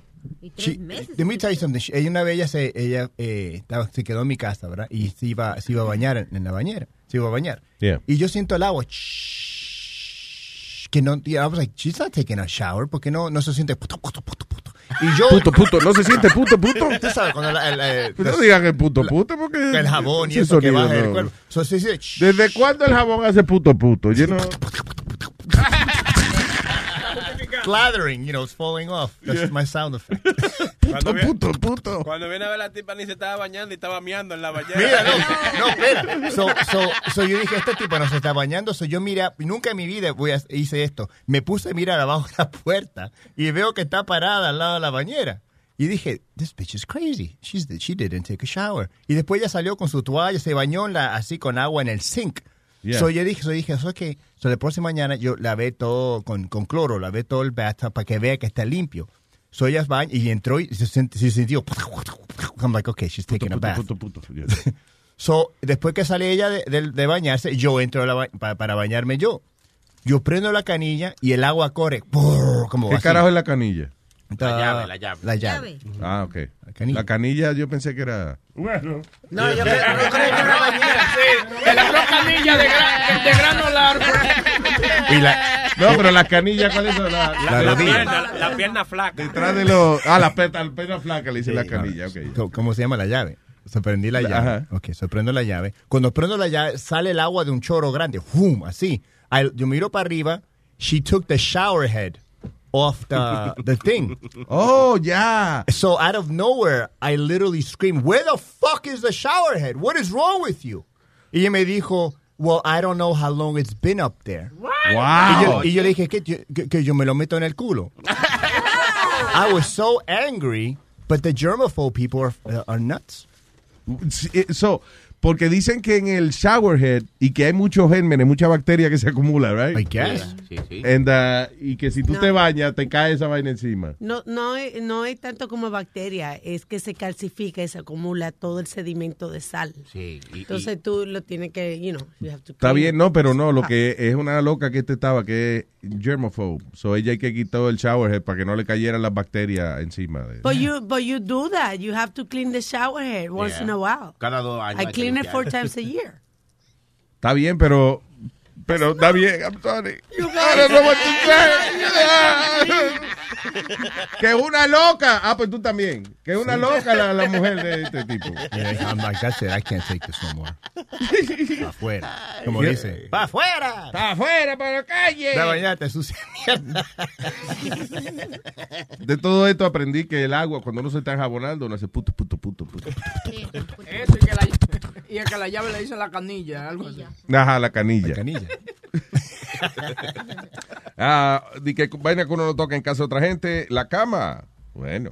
Speaker 8: She- let me tell you something. She- ella una vez ella se, ella, eh, estaba- se quedó en mi casa, ¿verdad? Y se iba, se iba a bañar en, en la bañera. Se iba a bañar.
Speaker 4: Yeah.
Speaker 8: Y yo siento el agua. shhh, Que no, I was like, she's not taking a shower. Porque no, no se siente puto, puto, puto, puto. Y yo.
Speaker 4: Puto, puto, no se siente puto, puto.
Speaker 8: Tú sabes, cuando la, eh, la-
Speaker 4: Pues no digan el puto puto porque...
Speaker 8: el jabón y
Speaker 4: ese
Speaker 8: eso que
Speaker 4: sonido
Speaker 8: baja del
Speaker 4: no.
Speaker 8: cuerpo. So, sí, sí,
Speaker 4: ¿Desde cuándo el jabón hace puto puto? Yo no-
Speaker 8: clattering, you know, it's falling off. That's my sound effect.
Speaker 9: Cuando vi-
Speaker 8: puto, puto.
Speaker 9: Cuando viene a ver la tipa ni se estaba bañando y estaba meando en la bañera.
Speaker 8: Mira, no, no, espera. So, so, so yo dije, este tipo no se está bañando. So yo mira, nunca en mi vida voy a- hice esto. Me puse a mirar abajo de la puerta y veo que está parada al lado de la bañera. Y dije, this bitch is crazy. She's, she didn't take a shower. Y después ella salió con su toalla, se bañó en la- así con agua en el sink.
Speaker 22: Yeah.
Speaker 8: So yo dije, so dije, eso es que, so la próxima mañana yo lavé todo con, con cloro, lavé todo el bathtub para que vea que está limpio. So ella va y entró y se, sent- se sintió. I'm like, okay, she's taking a bath.
Speaker 4: Puto, puto, puto.
Speaker 8: So, después que sale ella de, de- de bañarse, yo entro a la ba- pa- para bañarme yo. Yo prendo la canilla y el agua corre. ¡purr! como
Speaker 4: ¿Qué
Speaker 8: así.
Speaker 4: carajo es la canilla?
Speaker 8: Está-
Speaker 4: La llave, la
Speaker 8: llave. La llave.
Speaker 4: Ah, ok. La canilla, yo pensé que era...
Speaker 12: Bueno.
Speaker 6: No, yo creo, yo creo que una bañera.
Speaker 2: Sí, de la troca ninja de, gran- eh, de grano largo.
Speaker 4: No, pero la canilla, ¿cuál es? La,
Speaker 9: La, la
Speaker 4: rodilla.
Speaker 9: pierna, la, la pierna flaca.
Speaker 4: Detrás de los... Ah, la peta, la peta flaca le dice la canilla, ok.
Speaker 8: Co- ¿Cómo se llama la llave? Sorprendí la llave. Ok, sorprendo la llave. Cuando prendo la llave, sale el agua de un chorro grande. ¡Fum! Así. Al- yo miro para arriba. She took the shower head off the, the thing.
Speaker 4: Oh, yeah.
Speaker 8: So out of nowhere, I literally screamed, Where the fuck is the shower head? What is wrong with you? Y ella me dijo, Well, I don't know how long it's been up there. Y yo,
Speaker 4: Wow.
Speaker 8: y yo le dije que, yo- que- que yo me lo meto en el culo. I was so angry, but the germaphobe people are, uh, are nuts.
Speaker 4: Sí, eh, So, porque dicen que en el showerhead y que hay muchos gérmenes, mucha bacteria que se acumula, right? I
Speaker 8: guess.
Speaker 4: Sí, sí. And, uh, y que si tú
Speaker 20: No.
Speaker 4: te bañas, te cae esa vaina encima.
Speaker 20: No, no, es- no es tanto como bacteria, es que se calcifica y se acumula todo el sedimento de sal.
Speaker 19: Sí, y-
Speaker 20: Entonces tú lo tienes que, you know, you have to
Speaker 4: Está
Speaker 20: clean
Speaker 4: bien,
Speaker 20: it.
Speaker 4: no, pero no, lo
Speaker 20: Ah,
Speaker 4: que es una loca que te estaba, que germophobe. So ella hay que quitar el showerhead para que no le cayeran las bacterias encima. De
Speaker 20: But you but you do that. You have to clean the shower head once
Speaker 19: Yeah.
Speaker 20: in a while.
Speaker 19: Cada dos años.
Speaker 20: I
Speaker 19: hay que
Speaker 20: clean it
Speaker 19: limpiar.
Speaker 20: four times a year.
Speaker 4: Está bien, pero. Pero está bien, I'm sorry.
Speaker 19: guys-
Speaker 4: I don't know what to say. que es una loca. Ah, pues tú también. Que es una
Speaker 8: Sí.
Speaker 4: loca la, la mujer de este tipo.
Speaker 8: Yeah, I'm like, that's it. I can't take this no more. Afuera. Como
Speaker 4: Yeah.
Speaker 8: dice.
Speaker 19: ¡Para afuera!
Speaker 4: ¡Para afuera, para la calle!
Speaker 8: La bañata sucia mierda.
Speaker 4: De todo esto aprendí que el agua, cuando uno se está jabonando, uno hace puto, puto, puto, puto.
Speaker 3: Eso, y, que la, y el que la llave le hizo la canilla, algo así.
Speaker 4: Ajá, la canilla. La
Speaker 8: canilla.
Speaker 4: Ah, di que vaina que uno no toca en casa de otra gente. La cama. Bueno.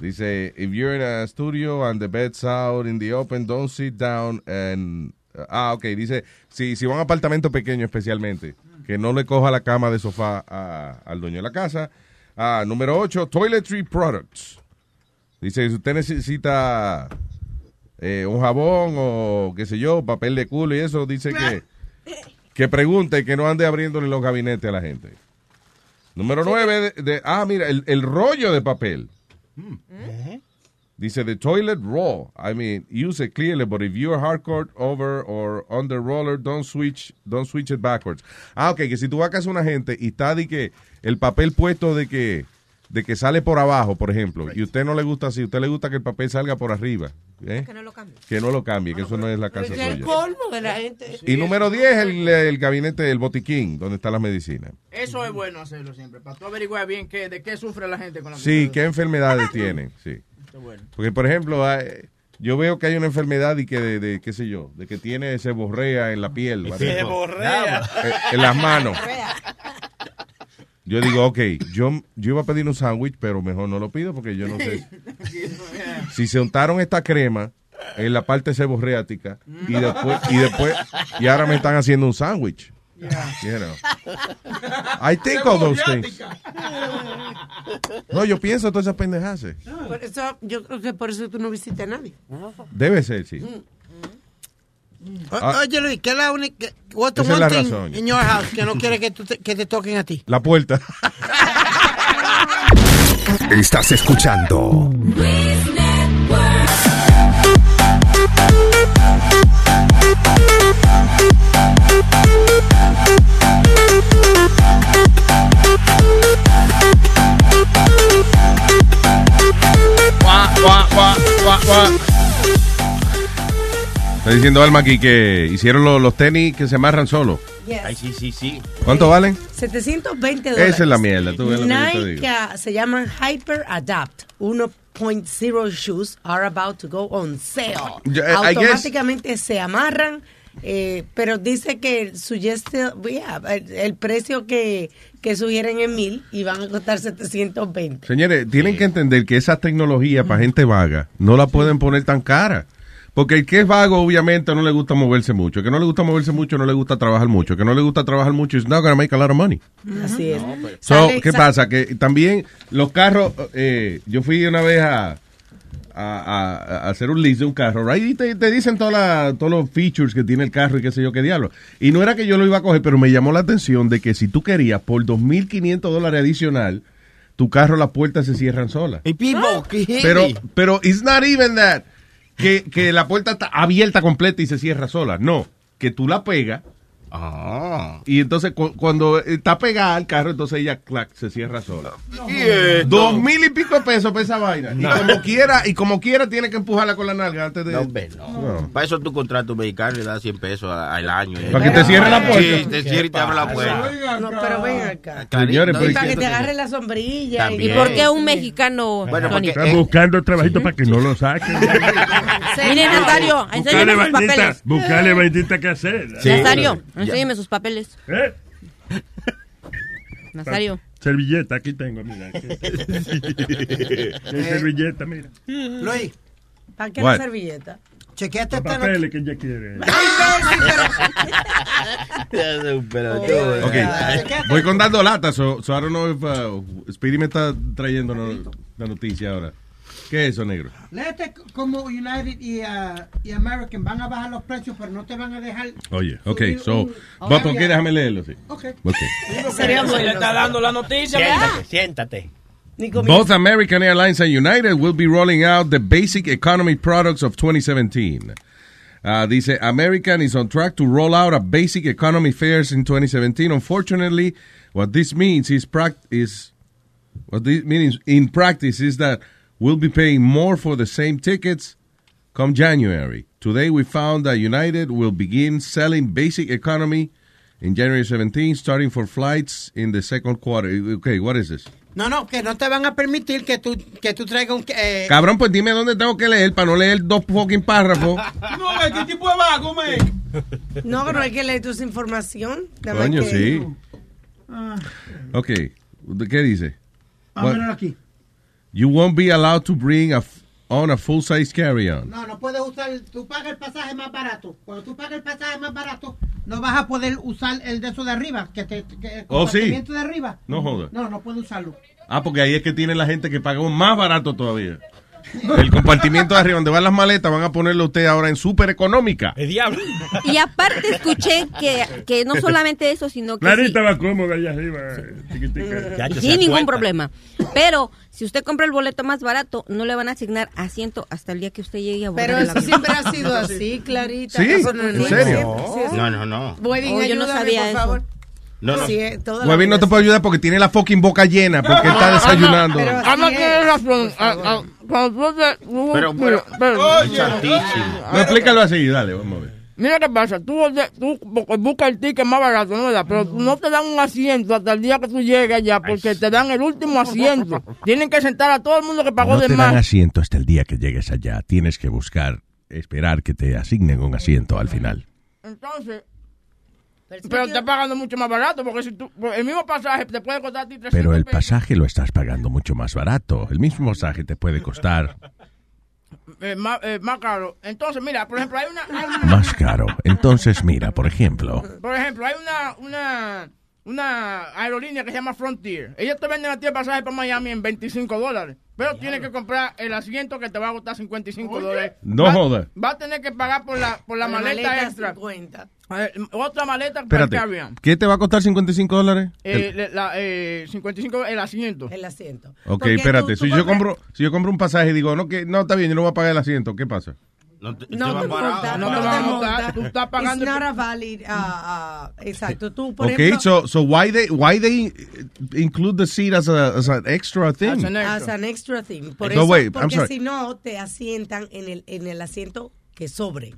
Speaker 4: Dice, if you're in a studio and the bed's out in the open, don't sit down and... Ah, ok, dice, si, si van a un apartamento pequeño especialmente, que no le coja la cama de sofá a- al dueño de la casa. Ah, número 8, toiletry products. Dice, si usted necesita eh, un jabón o qué sé yo, papel de culo y eso, dice que, que pregunte, que no ande abriéndole los gabinetes a la gente. Número 9, de, de- ah, mira, el, el rollo de papel. Dice, the toilet roll. I mean, use it clearly, but if you're hardcore over or on the roller, don't switch, don't switch it backwards. Ah, ok, que si tú vas a casa de una gente y está de que el papel puesto de que, de que sale por abajo, por ejemplo, y usted no le gusta así, usted le gusta que el papel salga por arriba. ¿eh?
Speaker 20: Que no lo cambie. Ah,
Speaker 4: Que no lo cambie, que eso no es la casa
Speaker 20: Es el
Speaker 4: suya.
Speaker 20: colmo de la gente.
Speaker 4: Y número 10, el, el gabinete del botiquín, donde están las medicinas.
Speaker 3: Eso es bueno hacerlo siempre, para tú averiguar bien qué, de qué sufre la gente con la
Speaker 4: Sí, qué enfermedades tienen, sí.
Speaker 3: Está bueno.
Speaker 4: Porque, por ejemplo, hay- yo veo que hay una enfermedad y que, de, de- qué sé yo, de que tiene se borrea en la piel. whatever.
Speaker 7: Seborrea.
Speaker 4: Eh, En las manos. Yo digo, ok, yo, yo iba a pedir un sándwich, pero mejor no lo pido porque yo no sé. Si se untaron esta crema en la parte seborreática y después, y después, y ahora me están haciendo un sándwich. You know. I think of those things. No, yo pienso todas esas pendejadas.
Speaker 20: Por eso, yo creo que por eso tú no visitas a nadie.
Speaker 4: Debe ser, sí. Ah.
Speaker 6: Mm. Oye, Luis, ¿qué es la única. What's the
Speaker 4: Esa es
Speaker 6: one
Speaker 4: la
Speaker 6: thing
Speaker 4: razón.
Speaker 6: in your house que no quiere que, tú te, que te toquen a ti?
Speaker 4: La puerta.
Speaker 1: Estás escuchando
Speaker 2: Guau, guau, guau, guau, guau.
Speaker 4: Está diciendo Alma aquí que hicieron lo- los tenis que se amarran solo.
Speaker 19: Ay, sí, sí, sí.
Speaker 4: ¿Cuánto valen?
Speaker 20: 720 dólares.
Speaker 4: Esa es la mierda. Tú ves lo que yo te digo.
Speaker 20: Nike se llaman Hyper Adapt 1.0 shoes are about to go on sale.
Speaker 4: Yo, eh, I guess-
Speaker 20: Automáticamente se amarran, eh, pero dice que suggeste- yeah, el, eh, el precio que, que sugieren es mil y van a costar 720.
Speaker 4: Señores, tienen que entender que esa tecnología para gente vaga no la pueden poner tan cara. Porque el que es vago, obviamente, no le gusta moverse mucho. El que no le gusta moverse mucho, no le gusta trabajar mucho. El que no le gusta trabajar mucho, it's not gonna make a lot of money.
Speaker 20: Así es.
Speaker 4: So,
Speaker 20: Sale-
Speaker 4: ¿qué
Speaker 20: sa-
Speaker 4: pasa? Que también los carros, eh, yo fui una vez a, a- a- a hacer un list de un carro, right? Y te, te dicen toda la- todos los features que tiene el carro y qué sé yo qué diablo. Y no era que yo lo iba a coger, pero me llamó la atención de que si tú querías por 2.500 dólares adicional, tu carro las puertas se cierran solas. Pero, pero it's not even that. Que, que la puerta está abierta completa y se cierra sola. No, que tú la pegas. Ah. Y entonces cu- cuando está pegada al carro, entonces ella clac, se cierra sola. Dos mil y pico de pesos para esa vaina.
Speaker 19: No.
Speaker 4: Y como quiera, y como quiera tiene que empujarla con la nalga antes de.
Speaker 19: No, hombre, no. Para eso tu contrato medical le das 100 pesos a- al año.
Speaker 4: Para que te cierre la puerta.
Speaker 19: Sí, te cierre y te abre la puerta.
Speaker 20: No, pero ven acá.
Speaker 4: Ah, Señores,
Speaker 19: No,
Speaker 4: pero-
Speaker 20: Para que te agarre la sombrilla.
Speaker 19: También.
Speaker 14: ¿Y por qué un mexicano?
Speaker 19: Bueno,
Speaker 14: Tony?
Speaker 20: Eh,
Speaker 1: Están buscando trabajito para que no lo saquen.
Speaker 14: Mire, Nazario,
Speaker 1: Buscale
Speaker 14: enséñame Ah, sus
Speaker 1: vainita,
Speaker 14: papeles.
Speaker 1: buscale vainita que hacer.
Speaker 14: Nazario, enséñame sus papeles.
Speaker 12: ¿Eh?
Speaker 14: Nazario.
Speaker 1: Servilleta, aquí tengo, mira. aquí. Hay servilleta, mira.
Speaker 6: Luis.
Speaker 20: ¿Para
Speaker 1: qué la What?
Speaker 20: servilleta?
Speaker 6: Chequeate
Speaker 1: Los
Speaker 6: esta no-
Speaker 1: papeles que ella quiere.
Speaker 4: Ok, voy contando latas. So, so I don't know if, uh, Speedy me está trayendo no- la noticia ahora. ¿Qué es eso, negro?
Speaker 6: Léete c- como United y, ah, y American van a bajar los precios, pero no te van a dejar.
Speaker 4: Oye, ok,
Speaker 6: subir
Speaker 4: so.
Speaker 6: un-
Speaker 4: Va, ¿Por qué? Déjame leerlo, sí.
Speaker 6: Ok.
Speaker 7: Sería
Speaker 6: bueno.
Speaker 7: Le está dando la noticia,
Speaker 6: Siéntate,
Speaker 7: siéntate.
Speaker 4: Both American Airlines and United will be rolling out the basic economy products of 2017. Uh, dice, American is on track to roll out a basic economy fares in 2017. Unfortunately, what this means is, prac- is what this means in practice is that we'll be paying more for the same tickets come January. Today, we found that United will begin selling basic economy in January 17, starting for flights in the second quarter. Okay, what is this?
Speaker 6: No, no, que no te van a permitir que tú, que tú traigas un. eh,
Speaker 4: Cabrón, pues dime dónde tengo que leer para no leer dos fucking párrafos.
Speaker 6: No, ¿qué tipo de vago,
Speaker 20: No, pero hay que leer tus información. Nada más
Speaker 4: Coño,
Speaker 20: que-
Speaker 4: sí.
Speaker 20: Ah.
Speaker 4: Ok, ¿qué dice?
Speaker 6: Ah,
Speaker 4: What-
Speaker 6: míralo aquí.
Speaker 4: You won't be allowed to bring a f- on a full-size carry-on.
Speaker 6: No, no puedes usar. Tú pagas el pasaje más barato. Cuando tú pagas el pasaje más barato, no vas a poder usar el de eso de arriba. Que te, que, el
Speaker 4: Oh, sí.
Speaker 6: compartimiento de arriba.
Speaker 4: No joda.
Speaker 6: No, no puedes usarlo.
Speaker 4: Ah, porque ahí es que tiene la gente que pagó más barato todavía. El compartimiento de arriba donde van las maletas van a ponerlo usted ahora en súper económica.
Speaker 9: El diablo.
Speaker 14: Y aparte escuché que, que no solamente eso, sino que sí,
Speaker 12: Clarita va cómoda allá arriba. chiquitica.
Speaker 14: sin ningún problema. Pero si usted compra el boleto más barato, no le van a asignar asiento hasta el día que usted llegue a bordo
Speaker 20: Pero
Speaker 14: del
Speaker 20: eso
Speaker 14: avión.
Speaker 20: siempre ha sido así, Clarita.
Speaker 4: ¿Sí?
Speaker 20: Eso no es
Speaker 4: ¿En
Speaker 20: nada.
Speaker 4: serio?
Speaker 20: Sí, sí.
Speaker 19: No, no, no.
Speaker 20: Wedding,
Speaker 14: Oh, yo no
Speaker 20: ayúdame,
Speaker 14: sabía
Speaker 20: por
Speaker 14: eso.
Speaker 20: favor.
Speaker 19: No, no.
Speaker 20: Sí, eh, toda la
Speaker 4: Huevín no
Speaker 20: vida.
Speaker 4: te puede ayudar porque tiene la fucking boca llena porque está desayunando.
Speaker 20: Pero así
Speaker 3: Ana
Speaker 20: es.
Speaker 3: tiene razón. Ah, ah, cuando tú te- tú-
Speaker 4: Pues Pero,
Speaker 3: mira,
Speaker 4: pero-
Speaker 3: pero-
Speaker 4: Oye. No, explícalo así, dale, vamos a ver.
Speaker 3: Mira qué pasa, tú, tú bu- pues, buscas el ticket más barato, ¿no? ¿verdad? Pero no te dan un asiento hasta el día que tú llegues allá, porque te dan el último asiento. Tienen que sentar a todo el mundo que pagó
Speaker 4: No
Speaker 3: de
Speaker 4: te dan
Speaker 3: más.
Speaker 4: asiento hasta el día que llegues allá. Tienes que buscar, esperar que te asignen un asiento al final.
Speaker 3: Entonces, pero estás pagando mucho más barato, porque si tú, pues, el mismo pasaje te puede costar a ti 300
Speaker 4: Pero el
Speaker 3: pesos.
Speaker 4: pasaje lo estás pagando mucho más barato. El mismo pasaje te puede costar
Speaker 3: Eh, más, eh, más caro. Entonces, mira, por ejemplo, hay una, hay una-
Speaker 4: más caro. Entonces, mira, por ejemplo,
Speaker 3: por ejemplo, hay una, una, una aerolínea que se llama Frontier. Ellos te venden a ti el pasaje para Miami en 25 dólares, pero tienes que comprar el asiento que te va a costar 55 dólares.
Speaker 4: No
Speaker 3: va,
Speaker 4: joda.
Speaker 3: Va a tener que pagar por la, por la
Speaker 20: La
Speaker 3: maleta,
Speaker 20: maleta
Speaker 3: extra. Eh, otra maleta para el
Speaker 4: espérate,
Speaker 3: carry-on.
Speaker 4: ¿qué te va a costar 55 dólares?
Speaker 3: Eh, le- la, eh, 55 el asiento.
Speaker 20: El asiento.
Speaker 4: Ok, espérate, si yo compro si yo compro un pasaje y digo, no, que no, está bien, yo no voy a pagar el asiento, ¿qué pasa?
Speaker 19: No te,
Speaker 20: No te monta,
Speaker 3: no te
Speaker 20: vas
Speaker 3: van a montar, tú estás pagando-
Speaker 20: It's not a valid, ah, ah, exacto. Tú, por
Speaker 4: Ok,
Speaker 20: ejemplo,
Speaker 4: so, so why they why they eh, include the seat as, a, as an extra thing?
Speaker 20: as an extra thing. Por
Speaker 4: No,
Speaker 20: eso,
Speaker 4: wait, I'm
Speaker 20: porque
Speaker 4: sorry.
Speaker 20: si no, te asientan en el, en el asiento que sobre.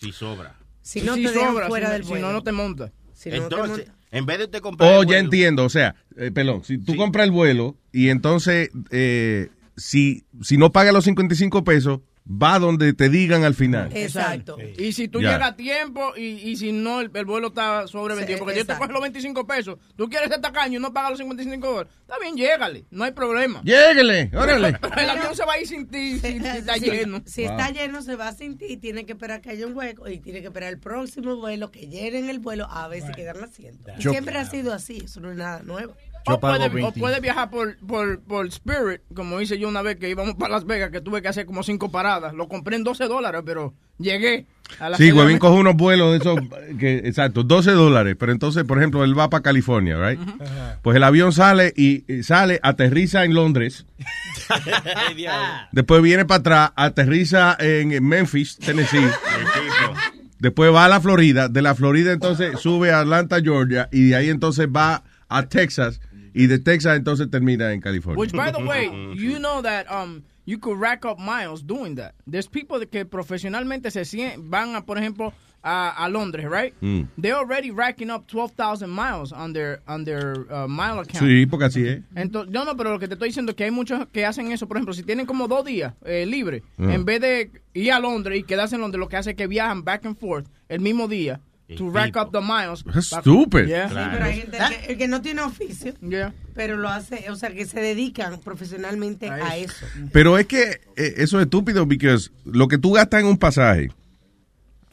Speaker 19: Si sobra.
Speaker 20: Si no,
Speaker 3: Sí
Speaker 20: te dejan
Speaker 3: sobra,
Speaker 20: fuera
Speaker 3: si no-
Speaker 20: del
Speaker 3: si
Speaker 20: vuelo.
Speaker 3: no, no te montas.
Speaker 20: Si no, te
Speaker 19: Entonces, en vez de usted comprar.
Speaker 4: Oh,
Speaker 19: el
Speaker 4: ya
Speaker 19: vuelo-
Speaker 4: entiendo. O sea, eh, perdón, si tú compras el vuelo y entonces eh, si, si no pagas los 55 pesos, va donde te digan al final.
Speaker 20: Eh, Exacto.
Speaker 3: Y si tú
Speaker 4: Ya.
Speaker 3: llegas a tiempo y, y si no, el, el vuelo está sobrevendido.
Speaker 20: Sí,
Speaker 3: porque yo te
Speaker 20: exacto.
Speaker 3: coge los 25 pesos. Tú quieres ser tacaño y no pagas los 55 dólares. Está bien, llégale. No hay problema.
Speaker 4: Lléguele, órale.
Speaker 3: Pero el avión se va a ir sin ti si, si está
Speaker 20: Si-
Speaker 3: lleno.
Speaker 20: Si está lleno, se va a sentir y tiene que esperar que haya un hueco y tiene que esperar el próximo vuelo, que llenen el vuelo, a ver si quedan asientos. Y
Speaker 8: Yo-
Speaker 20: Siempre ha sido así, eso no es nada nuevo.
Speaker 3: O
Speaker 8: Yo pago
Speaker 3: puede, o
Speaker 8: 20.
Speaker 3: puede viajar por, por, por Spirit, como hice yo una vez que íbamos para Las Vegas, que tuve que hacer como cinco paradas. Lo compré en 12 dólares, pero llegué a la
Speaker 4: Sí, Huevín coge unos vuelos de esos, eh, que, exacto, 12 dólares. Pero entonces, por ejemplo, él va para California, ¿right? Pues el avión sale y eh, sale, aterriza en Londres. Después viene para atrás, aterriza en en Memphis, Tennessee. Después va a la Florida, de la Florida entonces sube a Atlanta, Georgia, y de ahí entonces va a Texas, y de Texas entonces termina en California.
Speaker 3: Which, by the way, you know that um, you could rack up miles doing that. There's people that que profesionalmente se sien- van, a, por ejemplo, a, a Londres, right?
Speaker 4: Mm.
Speaker 3: They're already racking up 12,000 miles on their, on their uh, mile account.
Speaker 4: Sí, porque así es.
Speaker 3: Entonces, no, no, pero lo que te estoy diciendo es que hay muchos que hacen eso. Por ejemplo, si tienen como dos días eh, libres,
Speaker 4: Ah.
Speaker 3: en vez de ir a Londres y quedarse en Londres, lo que hace es que viajan back and forth el mismo día to rack up the miles.
Speaker 4: That's stupid.
Speaker 3: Yeah.
Speaker 20: Sí, pero hay
Speaker 8: ¿Ah?
Speaker 20: gente que, el que no tiene oficio, pero lo hace, o sea, que se dedican profesionalmente a eso.
Speaker 4: Pero es que eh, eso es estúpido, porque lo que tú gastas en un pasaje,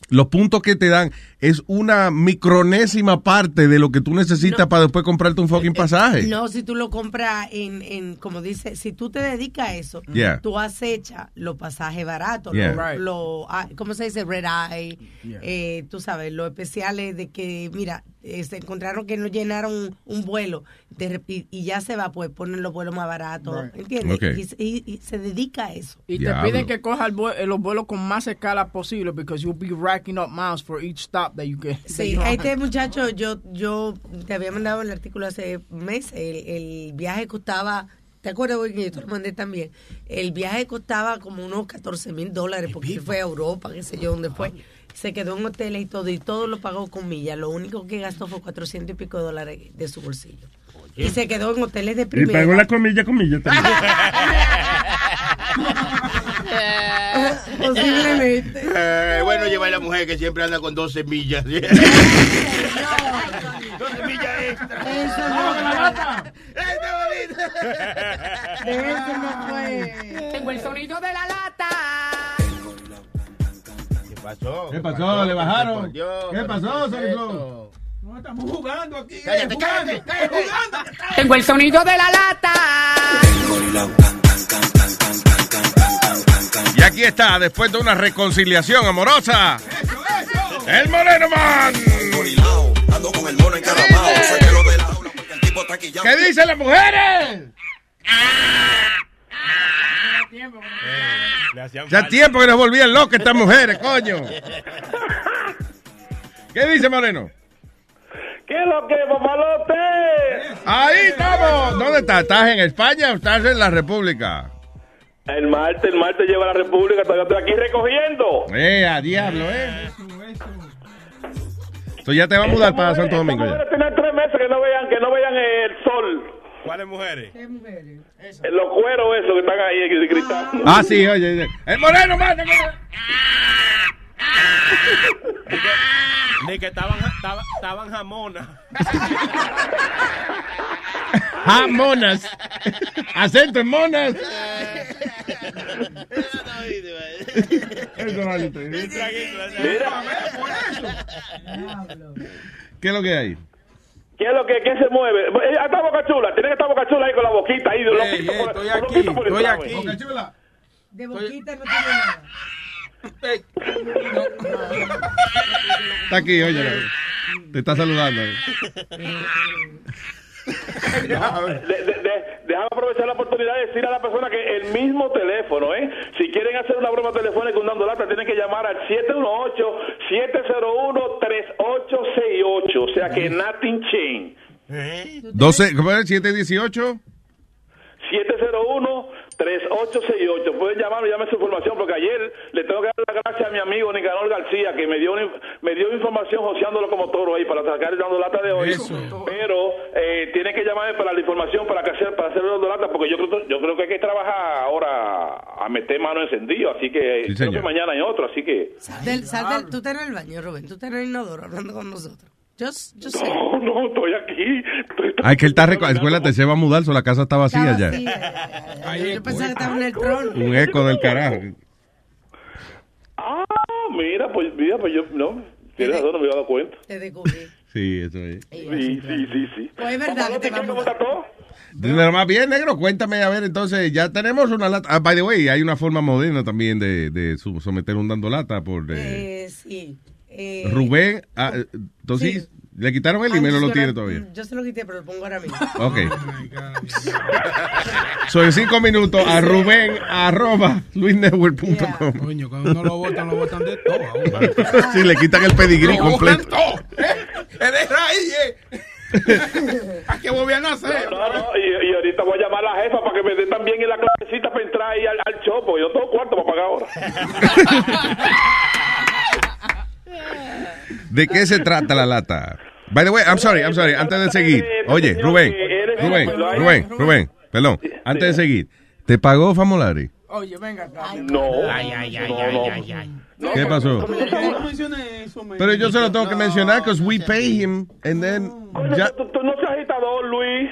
Speaker 4: los puntos que te dan es una micronésima parte de lo que tú necesitas para después comprarte un
Speaker 3: Eh,
Speaker 4: fucking pasaje.
Speaker 20: eh, No, si tú lo compras en, en, como dice, si tú te dedicas a eso,
Speaker 4: Yeah.
Speaker 20: tú acechas los pasajes baratos,
Speaker 4: Yeah.
Speaker 20: lo-
Speaker 4: Right.
Speaker 20: lo- ah, ¿cómo se dice? Red eye, eh, tú sabes, los especiales de que, mira, eh, se encontraron que no llenaron un, un vuelo de rep- y, y ya se va, pues ponen los vuelos más baratos,
Speaker 3: Right.
Speaker 20: ¿entiendes?
Speaker 3: Ok.
Speaker 20: Y se- Y, y se dedica a eso.
Speaker 3: Y te piden que cojas el vue- eh, los vuelos con más escala posible because you'll be racking up miles for each stop that you get. that
Speaker 20: Sí,
Speaker 3: you
Speaker 20: a
Speaker 3: have.
Speaker 20: este muchacho, yo, yo te había mandado el artículo hace meses, el, el viaje costaba, ¿te acuerdas güey, que yo te lo mandé también? El viaje costaba como unos 14 mil dólares porque él fue a Europa, qué sé yo, dónde fue. Se quedó en hoteles y todo, y todo lo pagó con millas. Lo único que gastó fue 400 y pico de dólares de su bolsillo. Y se quedó en hoteles de
Speaker 1: Y
Speaker 20: primera.
Speaker 1: pagó la comilla, comilla también.
Speaker 20: Posiblemente.
Speaker 19: Eh, bueno, lleva a la mujer que siempre anda con 12 millas.
Speaker 20: Eso no fue. Eso no fue.
Speaker 2: Tengo el sonido de la lata.
Speaker 19: ¿Qué pasó?
Speaker 4: ¿Qué pasó? ¿Le bajaron? ¿Qué pasó, Sonic
Speaker 19: Glow?
Speaker 16: No, estamos jugando aquí.
Speaker 2: Cállate,
Speaker 16: eh,
Speaker 2: cállate,
Speaker 16: jugando,
Speaker 2: cállate.
Speaker 16: jugando.
Speaker 2: Tengo el sonido de la lata.
Speaker 4: Y aquí está, después de una reconciliación amorosa, el Moreno Man.
Speaker 2: ¿Qué dicen las mujeres?
Speaker 4: Ya tiempo que nos volvían locas estas mujeres, coño. ¿Qué dice Moreno?
Speaker 2: ¿Qué es lo que, papalote?
Speaker 4: Ahí estamos. ¿Dónde estás? ¿Estás en España o estás en la República?
Speaker 10: El martes, el martes lleva a la República, todavía estoy aquí recogiendo.
Speaker 4: Eh, a diablo, eh. Entonces ya te va a mudar para Santo Domingo ya.
Speaker 10: Tienen tres meses que no vean, que no vean el sol.
Speaker 9: ¿Cuáles mujeres?
Speaker 10: Eh, Los cueros esos que están ahí eh, gritando.
Speaker 4: Ah, sí, oye, oye. El moreno, mano.
Speaker 9: Ni que estaban, estaban, estaban jamonas.
Speaker 4: Ah, monas. Acento en monas.
Speaker 1: Eso vale, te digo.
Speaker 4: ¿Qué es lo que hay?
Speaker 10: ¿Qué es lo que qué se mueve? Eh, Ahí está Boca Chula, tiene que estar Boca Chula ahí con la boquita ahí. estoy aquí,
Speaker 2: estoy
Speaker 10: eh.
Speaker 2: aquí.
Speaker 20: De boquita no tiene nada.
Speaker 4: Está aquí, oye. Te está saludando. eh.
Speaker 10: Déjame aprovechar la oportunidad de decir a la persona que el mismo teléfono, ¿eh? Si quieren hacer una broma telefónica un dando lata, tienen que llamar al 718-701-3868. O sea que nothing change.
Speaker 4: 12, ¿cómo era? 718.
Speaker 10: 701-3868. Pueden llamarme, llame su información, porque ayer le tengo que dar las gracias a mi amigo Nicanor García, que me dio, una- me dio información joseándolo como toro ahí para sacar el dando lata de hoy. Pero eh, tiene que llamarme para la información, para, que hacer, para hacer el dando lata, porque yo creo, yo creo que hay que trabajar ahora a meter mano encendido. Así que creo que mañana hay otro, así que.
Speaker 20: Del, sal del- tú estás en el baño, Rubén. Tú estás en el inodoro hablando con nosotros. Yo, s- yo sé.
Speaker 10: No, no, estoy aquí.
Speaker 4: Ay, que él está reco- Acuérdate, se va a mudar, so la casa está vacía ya.
Speaker 20: Yo pensaba que estaba en el trono.
Speaker 4: Un eco del carajo.
Speaker 10: Ah, mira, pues, mira, pues yo, no. Tienes razón, no me había dado cuenta.
Speaker 20: Te descubrí.
Speaker 4: Sí, eso es.
Speaker 10: Sí, sí, sí, sí.
Speaker 20: Pues es verdad que te vamos a
Speaker 4: Pero más bien, negro, cuéntame, a ver, entonces, ya tenemos una lata. Ah, by the way, hay una forma moderna también de, de su- someter un dando lata por eh,
Speaker 20: Eh, sí. Eh, Ah,
Speaker 4: Rubén. ah, eh, entonces, le quitaron el
Speaker 20: I'm
Speaker 4: email o lo
Speaker 20: just gonna-
Speaker 4: tiene todavía.
Speaker 20: Yo se lo quité, pero lo pongo ahora mismo.
Speaker 4: Ok. Soy cinco minutos a Rubén arroba luisnetwork.com.
Speaker 17: Coño, cuando no lo votan, lo votan de todo.
Speaker 4: Si le quitan el pedigrí
Speaker 17: Lo botan
Speaker 4: completo.
Speaker 17: todo, ¿eh? Es de raíz, ¿eh?
Speaker 23: Ah,
Speaker 17: ¿A qué volvían a nacer?
Speaker 10: No, no, y, y ahorita voy a llamar a la jefa para que me dé también en la clasecita para entrar ahí al, al chopo. Yo tengo cuarto para pagar ahora.
Speaker 4: ¿De qué se trata la lata? By the way, I'm sorry, I'm sorry. Antes de seguir.
Speaker 10: Eh,
Speaker 4: Oye, Rubén, Rubén, Rubén, Rubén, perdón. Antes de seguir. ¿Te pagó Famolari?
Speaker 3: Oye, venga acá.
Speaker 10: No.
Speaker 3: Ay, ay, ay,
Speaker 10: No,
Speaker 3: ay,
Speaker 10: no.
Speaker 3: ay, ay.
Speaker 4: ¿Qué pasó?
Speaker 17: No mencioné eso, men.
Speaker 4: Pero yo se lo tengo que mencionar because we pay him and then...
Speaker 10: Coño,
Speaker 4: ya-
Speaker 10: tú, tú no seas agitador, Luis.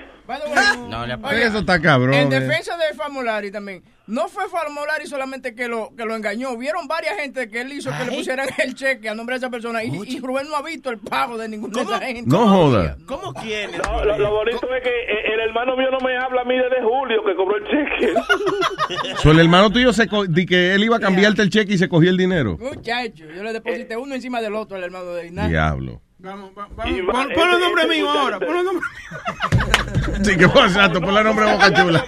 Speaker 19: No le
Speaker 4: Oye, eso está cabrón,
Speaker 3: En
Speaker 4: eh.
Speaker 3: defensa de Famolari también. No fue Famolari solamente que lo, que lo engañó. Vieron varias gente que él hizo que le pusieran el cheque a nombre de esa persona. Y, y Rubén no ha visto el pago de ninguna de esa gente.
Speaker 4: No joda.
Speaker 16: ¿Cómo quiere?
Speaker 10: No, lo, lo bonito es que eh, el hermano mío no me habla a mí desde julio que cobró el cheque.
Speaker 4: So, el hermano tuyo se co- di que él iba a cambiarte el cheque y se cogió el dinero.
Speaker 3: Muchacho, yo le deposité uno encima del otro al hermano de Ignacio.
Speaker 4: Diablo.
Speaker 17: Vamos, vamos.
Speaker 10: Y va-
Speaker 17: Pon, pon los
Speaker 10: este-
Speaker 17: nombres
Speaker 10: este
Speaker 17: míos
Speaker 10: muchacho-
Speaker 17: ahora. Pon los nombres.
Speaker 4: Sí, que fue exacto, por la nombre de Boca Chula.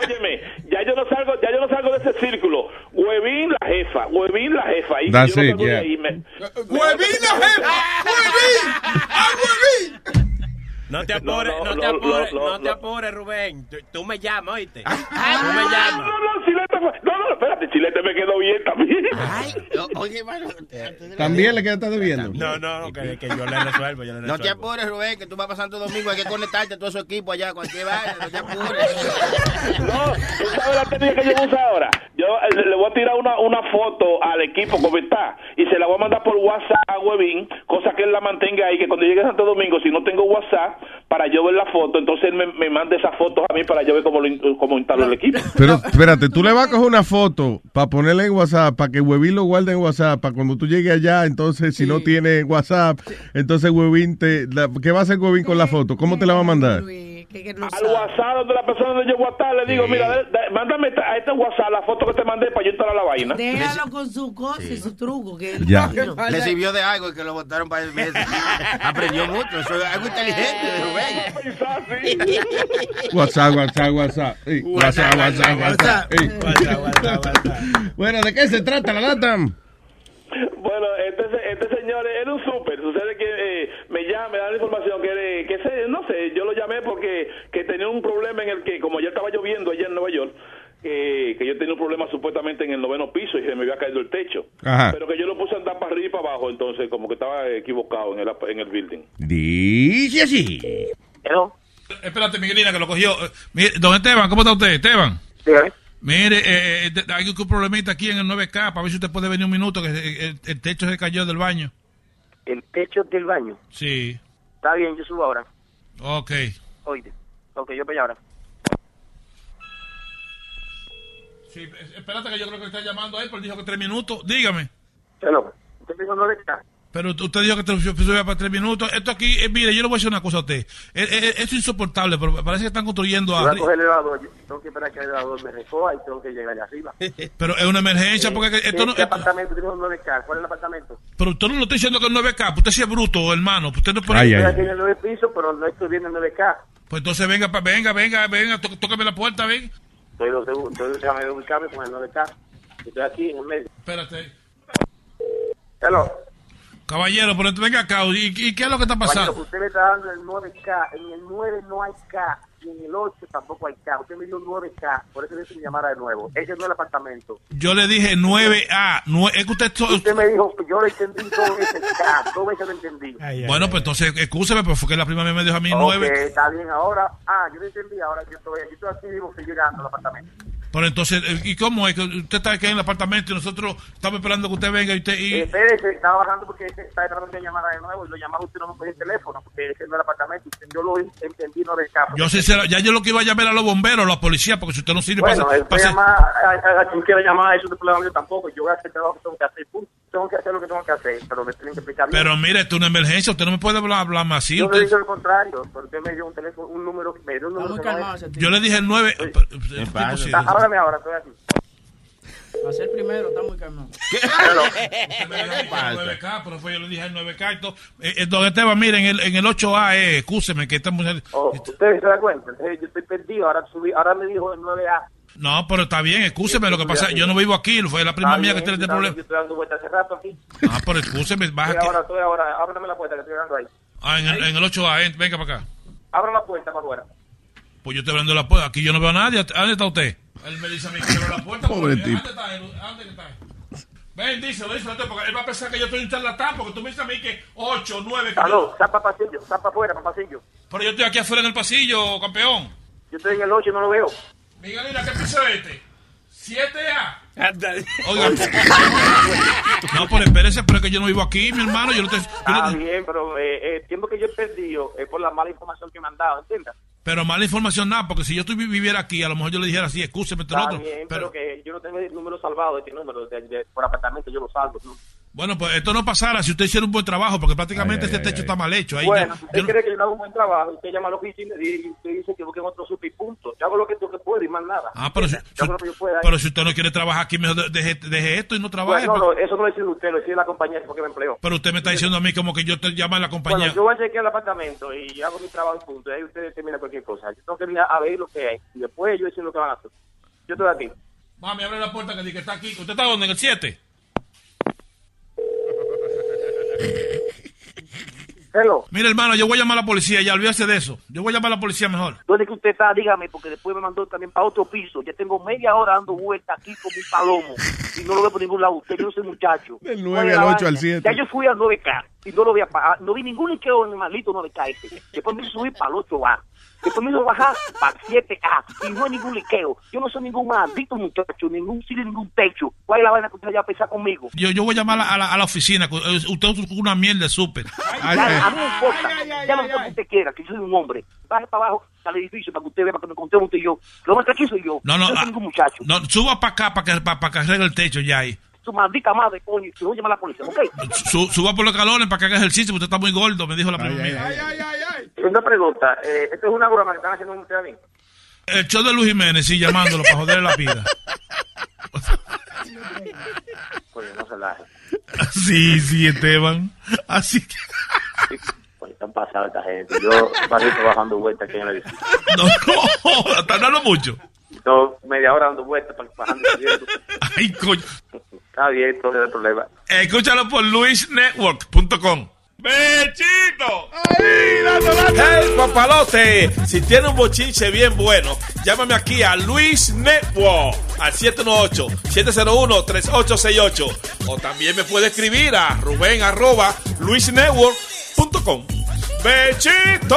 Speaker 10: Óyeme, ya yo no salgo, ya yo no salgo de ese círculo. Huevín la jefa, Huevín la jefa. Y
Speaker 4: That's
Speaker 10: yo no
Speaker 4: it,
Speaker 10: salgo de
Speaker 4: yeah.
Speaker 10: ahí, me-
Speaker 23: ¡Huevín la jefa! ¡Huevín! ¡Ah, huevín!
Speaker 16: No te apures, no,
Speaker 10: No, no,
Speaker 16: te
Speaker 10: no,
Speaker 16: apures,
Speaker 10: no,
Speaker 16: no, Ah,
Speaker 10: no,
Speaker 16: te
Speaker 10: no.
Speaker 16: apures, Rubén. Tú, tú me llamas, oíste.
Speaker 10: No, no,
Speaker 16: ah,
Speaker 10: no, Chilete fue- No, no, espérate, Chilete me quedó bien también.
Speaker 4: Ah.
Speaker 19: Oye, mano,
Speaker 4: También le quedaste debiendo.
Speaker 16: No, no, no, que, que yo le resuelvo, yo le
Speaker 19: no te
Speaker 16: resuelvo.
Speaker 19: apures, Rubén, que tú vas para Santo Domingo. Hay que conectarte a todo su equipo allá, cualquier vaina. No te apures.
Speaker 10: No, tú sabes la técnica que yo uso ahora. Yo eh, le, le voy a tirar una, una foto al equipo como está y se la voy a mandar por WhatsApp a Webin, cosa que él la mantenga ahí, que cuando llegue a Santo Domingo, si no tengo WhatsApp, para yo ver la foto, entonces él me, me manda esas fotos a mí para yo ver cómo, lo, in- cómo instalo el equipo.
Speaker 4: Pero espérate, tú le vas a coger una foto para ponerla en WhatsApp, para que Huevín lo guarde en WhatsApp, para cuando tú llegues allá, entonces si no tiene WhatsApp, entonces Huevín te... la- ¿Qué va a hacer Huevín con la foto? ¿Cómo te la va a mandar?
Speaker 10: Al WhatsApp de la persona donde yo voy a estar, le digo, mira, de- de- mándame esta- a este WhatsApp la foto que te mandé para yo instalar la vaina.
Speaker 20: Déjalo con su cosa y su truco. Que
Speaker 4: Ya.
Speaker 19: Le sirvió de algo y que lo votaron varias veces. Aprendió mucho. Eso es algo inteligente de Rubén.
Speaker 4: WhatsApp, WhatsApp, WhatsApp. Ey, WhatsApp, WhatsApp, WhatsApp. Ey. Bueno, ¿de qué se trata la LATAM?
Speaker 10: Bueno, este, se- este señor era un súper. Sucede que eh, me llama, me da la información que, eh, que se- no sé, yo lo llamé porque que tenía un problema en el que, como ya estaba lloviendo allá en Nueva York, que, que yo tenía un problema supuestamente en el noveno piso y se me había caído el techo.
Speaker 4: Ajá.
Speaker 10: Pero que yo lo puse a andar para arriba y para abajo, entonces como que estaba equivocado en el, ap- en el building.
Speaker 4: Dice así.
Speaker 11: Espérate, Miguelina, que lo cogió. Eh, mire, don Esteban, ¿cómo está usted, Esteban? Mire, eh, eh, de- hay un problemita aquí en el 9K, para ver si usted puede venir un minuto, que eh, el, el techo se cayó del baño.
Speaker 9: El techo del baño.
Speaker 11: Sí,
Speaker 9: Está bien, yo subo ahora.
Speaker 11: ok.
Speaker 9: Oíste. Ok, yo voy ahora.
Speaker 11: Sí, eh, espérate que yo creo que está llamando ahí, pero dijo que tres minutos. Dígame.
Speaker 9: Hello. ¿Usted dijo no le está?
Speaker 11: Pero t- usted dijo que te- se subía para tres minutos. Esto aquí, eh, mire, yo le voy a decir una cosa a usted. Eh, eh, esto es insoportable, pero parece que están construyendo
Speaker 9: Yo voy
Speaker 11: a...
Speaker 9: a coger el elevador. Yo tengo que esperar que el elevador me recoja y tengo que llegar allá arriba.
Speaker 11: Pero es una emergencia, porque
Speaker 9: ¿Qué,
Speaker 11: esto no...
Speaker 9: qué apartamento? Usted dijo no le está. ¿Cuál es el apartamento?
Speaker 11: Pero usted no lo está diciendo que el 9K, usted sí es bruto, hermano. Usted no pone...
Speaker 9: Estoy aquí en el 9 piso, pero no estoy viendo el 9K.
Speaker 11: Pues entonces venga, pa- venga, venga, venga, tó- tócame la puerta, ven.
Speaker 9: Estoy, lo- estoy, estoy déjame de ubicarme
Speaker 7: pues
Speaker 9: con el 9K. Estoy aquí en el medio.
Speaker 11: Espérate.
Speaker 9: Hello.
Speaker 11: Caballero, pero venga acá, ¿y, y qué es lo que está
Speaker 9: Cuando
Speaker 11: pasando?
Speaker 9: Usted me está dando el 9K. En el 9 no hay K. Y en el 8 tampoco hay K. Usted me dio el 9K. Por eso yo hice mi llamada de nuevo. Ese no es el apartamento.
Speaker 11: Yo le dije 9A, nue- es que usted... so-
Speaker 9: Usted me dijo que yo lo entendí dos veces K. Dos veces lo entendí.
Speaker 11: Bueno, pues entonces, excúseme, pero fue que la prima mía me dijo a mí
Speaker 9: Ok,
Speaker 11: 9.
Speaker 9: Eh, está bien ahora. Ah, yo lo entendí ahora. Yo estoy, yo estoy aquí vivo, estoy llegando al apartamento.
Speaker 11: Pero entonces, eh, ¿y cómo es? que Usted está aquí en el apartamento y nosotros estamos esperando que usted venga y usted...
Speaker 9: Eh,
Speaker 11: Y...
Speaker 9: espérese, estaba bajando porque estaba tratando de llamar de nuevo y lo llamaba usted no me cogió el teléfono porque ese no es el apartamento. Usted- Yo lo entendí no de capa.
Speaker 11: Yo sincero, ya yo lo que iba a llamar a los bomberos, a la policía, porque si usted no sirve
Speaker 9: Bueno,
Speaker 11: pasa-
Speaker 9: él me
Speaker 11: pasa-
Speaker 9: llama a, a, a quien quiera llamar a eso, no es problema mío tampoco. Yo voy a hacer el trabajo que tengo que hacer. punto. Tengo que hacer lo que tengo que hacer, pero me tienen que explicar bien.
Speaker 11: Pero mire, esto es una emergencia, usted no me puede hablar, hablarme así.
Speaker 9: yo
Speaker 11: usted-
Speaker 9: le digo lo contrario, pero usted me dio un teléfono, un número, me dio un número que no es.
Speaker 11: Yo le dije eh, el 9...
Speaker 9: Ah, Háblame ahora, estoy aquí.
Speaker 3: Va a ser primero, está muy calmado.
Speaker 11: El 9K, pero fue yo le dije el 9K y todo. Eh, eh, don Esteban, miren, en el, en el 8A, eh, excúseme, que esta mujer...
Speaker 9: Oh, ¿Usted se da cuenta? Entonces, yo estoy perdido, ahora subí, ahora me dijo el 9A.
Speaker 11: No, pero está bien, excúseme, lo que pasa, yo no vivo aquí, fue la prima
Speaker 9: Está
Speaker 11: mía que
Speaker 9: bien,
Speaker 11: tiene este
Speaker 9: está bien,
Speaker 11: problema.
Speaker 9: Yo estoy dando vueltas hace rato aquí.
Speaker 11: Ah, pero excúseme, baja
Speaker 9: Estoy
Speaker 11: aquí.
Speaker 9: ahora, estoy ahora. Ábrame la puerta que estoy llegando ahí.
Speaker 11: Ah, en el, en el 8A, eh, venga para acá.
Speaker 9: Abra la puerta para afuera.
Speaker 11: Pues yo estoy abriendo la puerta, aquí yo no veo a nadie, ¿dónde está usted? Él me dice a mí que abra la puerta.
Speaker 4: Pobre
Speaker 11: porque-
Speaker 4: tipo.
Speaker 11: ¿Dónde está él? ¿Dónde que está él? Ven, díselo, díselo, porque él va a pensar que yo estoy en charlatán, porque tú me dices a mí que 8, 9... que yo-
Speaker 9: Aló, está para pasillo, está para afuera, para pasillo.
Speaker 11: Pero yo estoy aquí afuera en el pasillo, campeón.
Speaker 9: Yo estoy en el 8 y no lo veo.
Speaker 11: Miguelina, ¿qué piso es este? 7A. Oiga. no, pero espérese, pero es que yo no vivo aquí, mi hermano. Yo no te, yo no
Speaker 9: Está
Speaker 11: te-
Speaker 9: eh, bien, pero eh, el tiempo que yo he perdido es por la mala información que me han dado, ¿entiendes?
Speaker 11: Pero mala información nada, porque si yo estuvi- viviera aquí, a lo mejor yo le dijera así, escúcheme, te lo
Speaker 9: Está
Speaker 11: otro.
Speaker 9: bien,
Speaker 11: Pero,
Speaker 9: pero que yo no tengo el número salvado, este número de, de- por apartamento yo lo salvo. ¿no?
Speaker 11: bueno, pues esto no pasara si usted hiciera un buen trabajo, porque prácticamente
Speaker 9: Ay,
Speaker 11: este
Speaker 9: ay,
Speaker 11: techo
Speaker 9: ay,
Speaker 11: está mal hecho. Ahí
Speaker 9: bueno,
Speaker 11: yo-
Speaker 9: usted cree que yo no hago un buen trabajo, usted llama a la oficina y usted dice que busquen otro sub y punto. Yo hago lo que, lo que puedo y más nada.
Speaker 11: Ah, pero si,
Speaker 9: Yo hago lo que yo pueda.
Speaker 11: pero si usted no quiere trabajar aquí, mejor de- deje, deje esto y no trabaje.
Speaker 9: Bueno, no,
Speaker 11: porque-
Speaker 9: no, eso no lo decide usted, lo decide la compañía porque me empleó.
Speaker 11: Pero usted me está diciendo a mí como que yo te llamo a la
Speaker 9: Bueno,
Speaker 11: compañía.
Speaker 9: yo voy a chequear el apartamento y yo hago mi trabajo punto. Y ahí ustedes terminan cualquier cosa. Yo tengo que mirar a ver lo que hay. Y después ellos dicen lo que van a hacer. Yo estoy aquí.
Speaker 11: Mami, abre la puerta que di que está aquí. ¿Usted está dónde? ¿En el 7?
Speaker 9: Hello.
Speaker 11: Mira, hermano, yo voy a llamar a la policía. Ya olvídese de eso. Yo voy a llamar a la policía mejor.
Speaker 9: ¿Dónde que usted está? Dígame, porque después me mandó también para otro piso. Ya tengo media hora dando vueltas aquí como un palomo. Y no lo veo por ningún lado. Usted, yo no soy muchacho.
Speaker 4: Del 9
Speaker 9: ¿Cuál es
Speaker 4: al
Speaker 9: la
Speaker 4: 8 al
Speaker 9: vaina?
Speaker 4: 7.
Speaker 9: Ya yo fui al 9K y no lo voy a pagar. No vi ningún liqueo en el maldito 9K este. Después me hizo subir para el 8A. Después me hizo bajar para el 7A. Y no hay ningún liqueo. Yo no soy ningún maldito muchacho, ningún sitio, ningún techo. ¿Cuál es la vaina que usted ya pensar conmigo?
Speaker 11: Yo, yo voy a llamar a la, a la, a la oficina. que eh, Usted es una mierda de súper. eh,
Speaker 9: Ya, a mí no importa. Ya lo que usted quiera, que yo soy un hombre. Baje para abajo al edificio para que usted vea, para que nos contemos usted y yo. Lo más que aquí soy yo.
Speaker 11: No, no,
Speaker 9: Yo soy
Speaker 11: ah.
Speaker 9: ningún muchacho.
Speaker 11: No, suba para acá para que, para, que arregle el techo ya ahí.
Speaker 9: Su maldita madre, coño. Que voy a llamar a la policía, ¿ok?
Speaker 11: Su- suba por los calones para que haga ejercicio. porque Usted está muy gordo, me dijo la prima mía.
Speaker 9: Una pregunta. eh, esto es una broma que están haciendo ustedes a mí.
Speaker 11: El show de Luis Jiménez, sí, llamándolo para joderle la vida.
Speaker 9: Coño, no se la...
Speaker 11: Sí, sí, Esteban. Así que.
Speaker 9: Coño, están pasados esta gente. Yo barrito bajando vueltas aquí en el edificio.
Speaker 11: No, no, está hablando mucho.
Speaker 9: Yo media hora dando vueltas, pa- bajando y subiendo.
Speaker 11: Ay, coño.
Speaker 9: Está bien, entonces no hay problema.
Speaker 11: Escúchalo por luisnetwork.com. ¡Bechito!
Speaker 10: ¡Hey, papalote! Si tiene un bochinche bien bueno, llámame aquí a Luis Network al 718-701-3868. O también me puede escribir a Rubén arroba luisnetwork.com. ¡Bechito!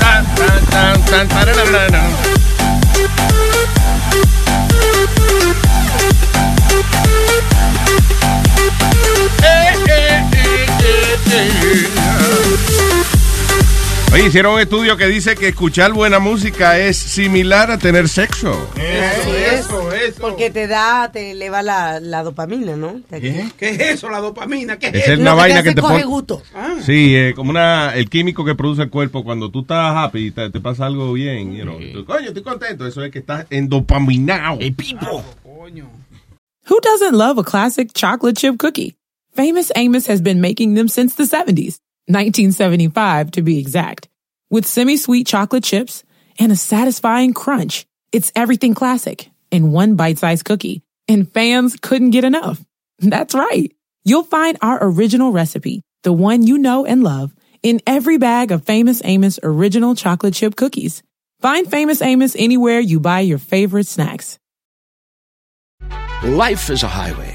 Speaker 4: Tan, tan, tan, tan, tarararana. Oye, hicieron un estudio que dice que escuchar buena música es similar a tener sexo.
Speaker 20: Así es. Porque te da, te eleva la, la dopamina, ¿no? ¿Qué?
Speaker 17: es eso, la dopamina? ¿Qué es, Ah.
Speaker 4: Esa
Speaker 20: eso?
Speaker 4: es una
Speaker 20: Lo
Speaker 4: vaina
Speaker 20: hace
Speaker 4: que te
Speaker 20: coge
Speaker 4: pone-
Speaker 20: gusto.
Speaker 4: Sí, eh, como una, el químico que produce el cuerpo cuando tú estás happy y te, te pasa algo bien. you know. Tú, Coño, estoy contento. Eso es que estás endopaminado. El pipo.
Speaker 24: Who doesn't love a classic chocolate chip cookie? Famous Amos has been making them since the 70s, 1975 to be exact. With semi-sweet chocolate chips and a satisfying crunch, it's everything classic in one bite-sized cookie. And fans couldn't get enough. That's right. You'll find our original recipe, the one you know and love, in every bag of Famous Amos original chocolate chip cookies. Find Famous Amos anywhere you buy your favorite snacks.
Speaker 21: Life is a highway,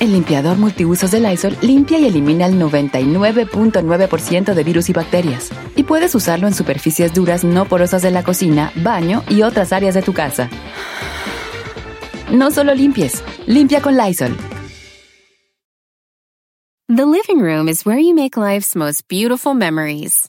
Speaker 1: El limpiador multiusos de Lysol limpia y elimina el 99.9% de virus y bacterias. Y puedes usarlo en superficies duras no porosas de la cocina, baño y otras áreas de tu casa. No solo limpies, limpia con Lysol.
Speaker 25: The living room is where you make life's most beautiful memories.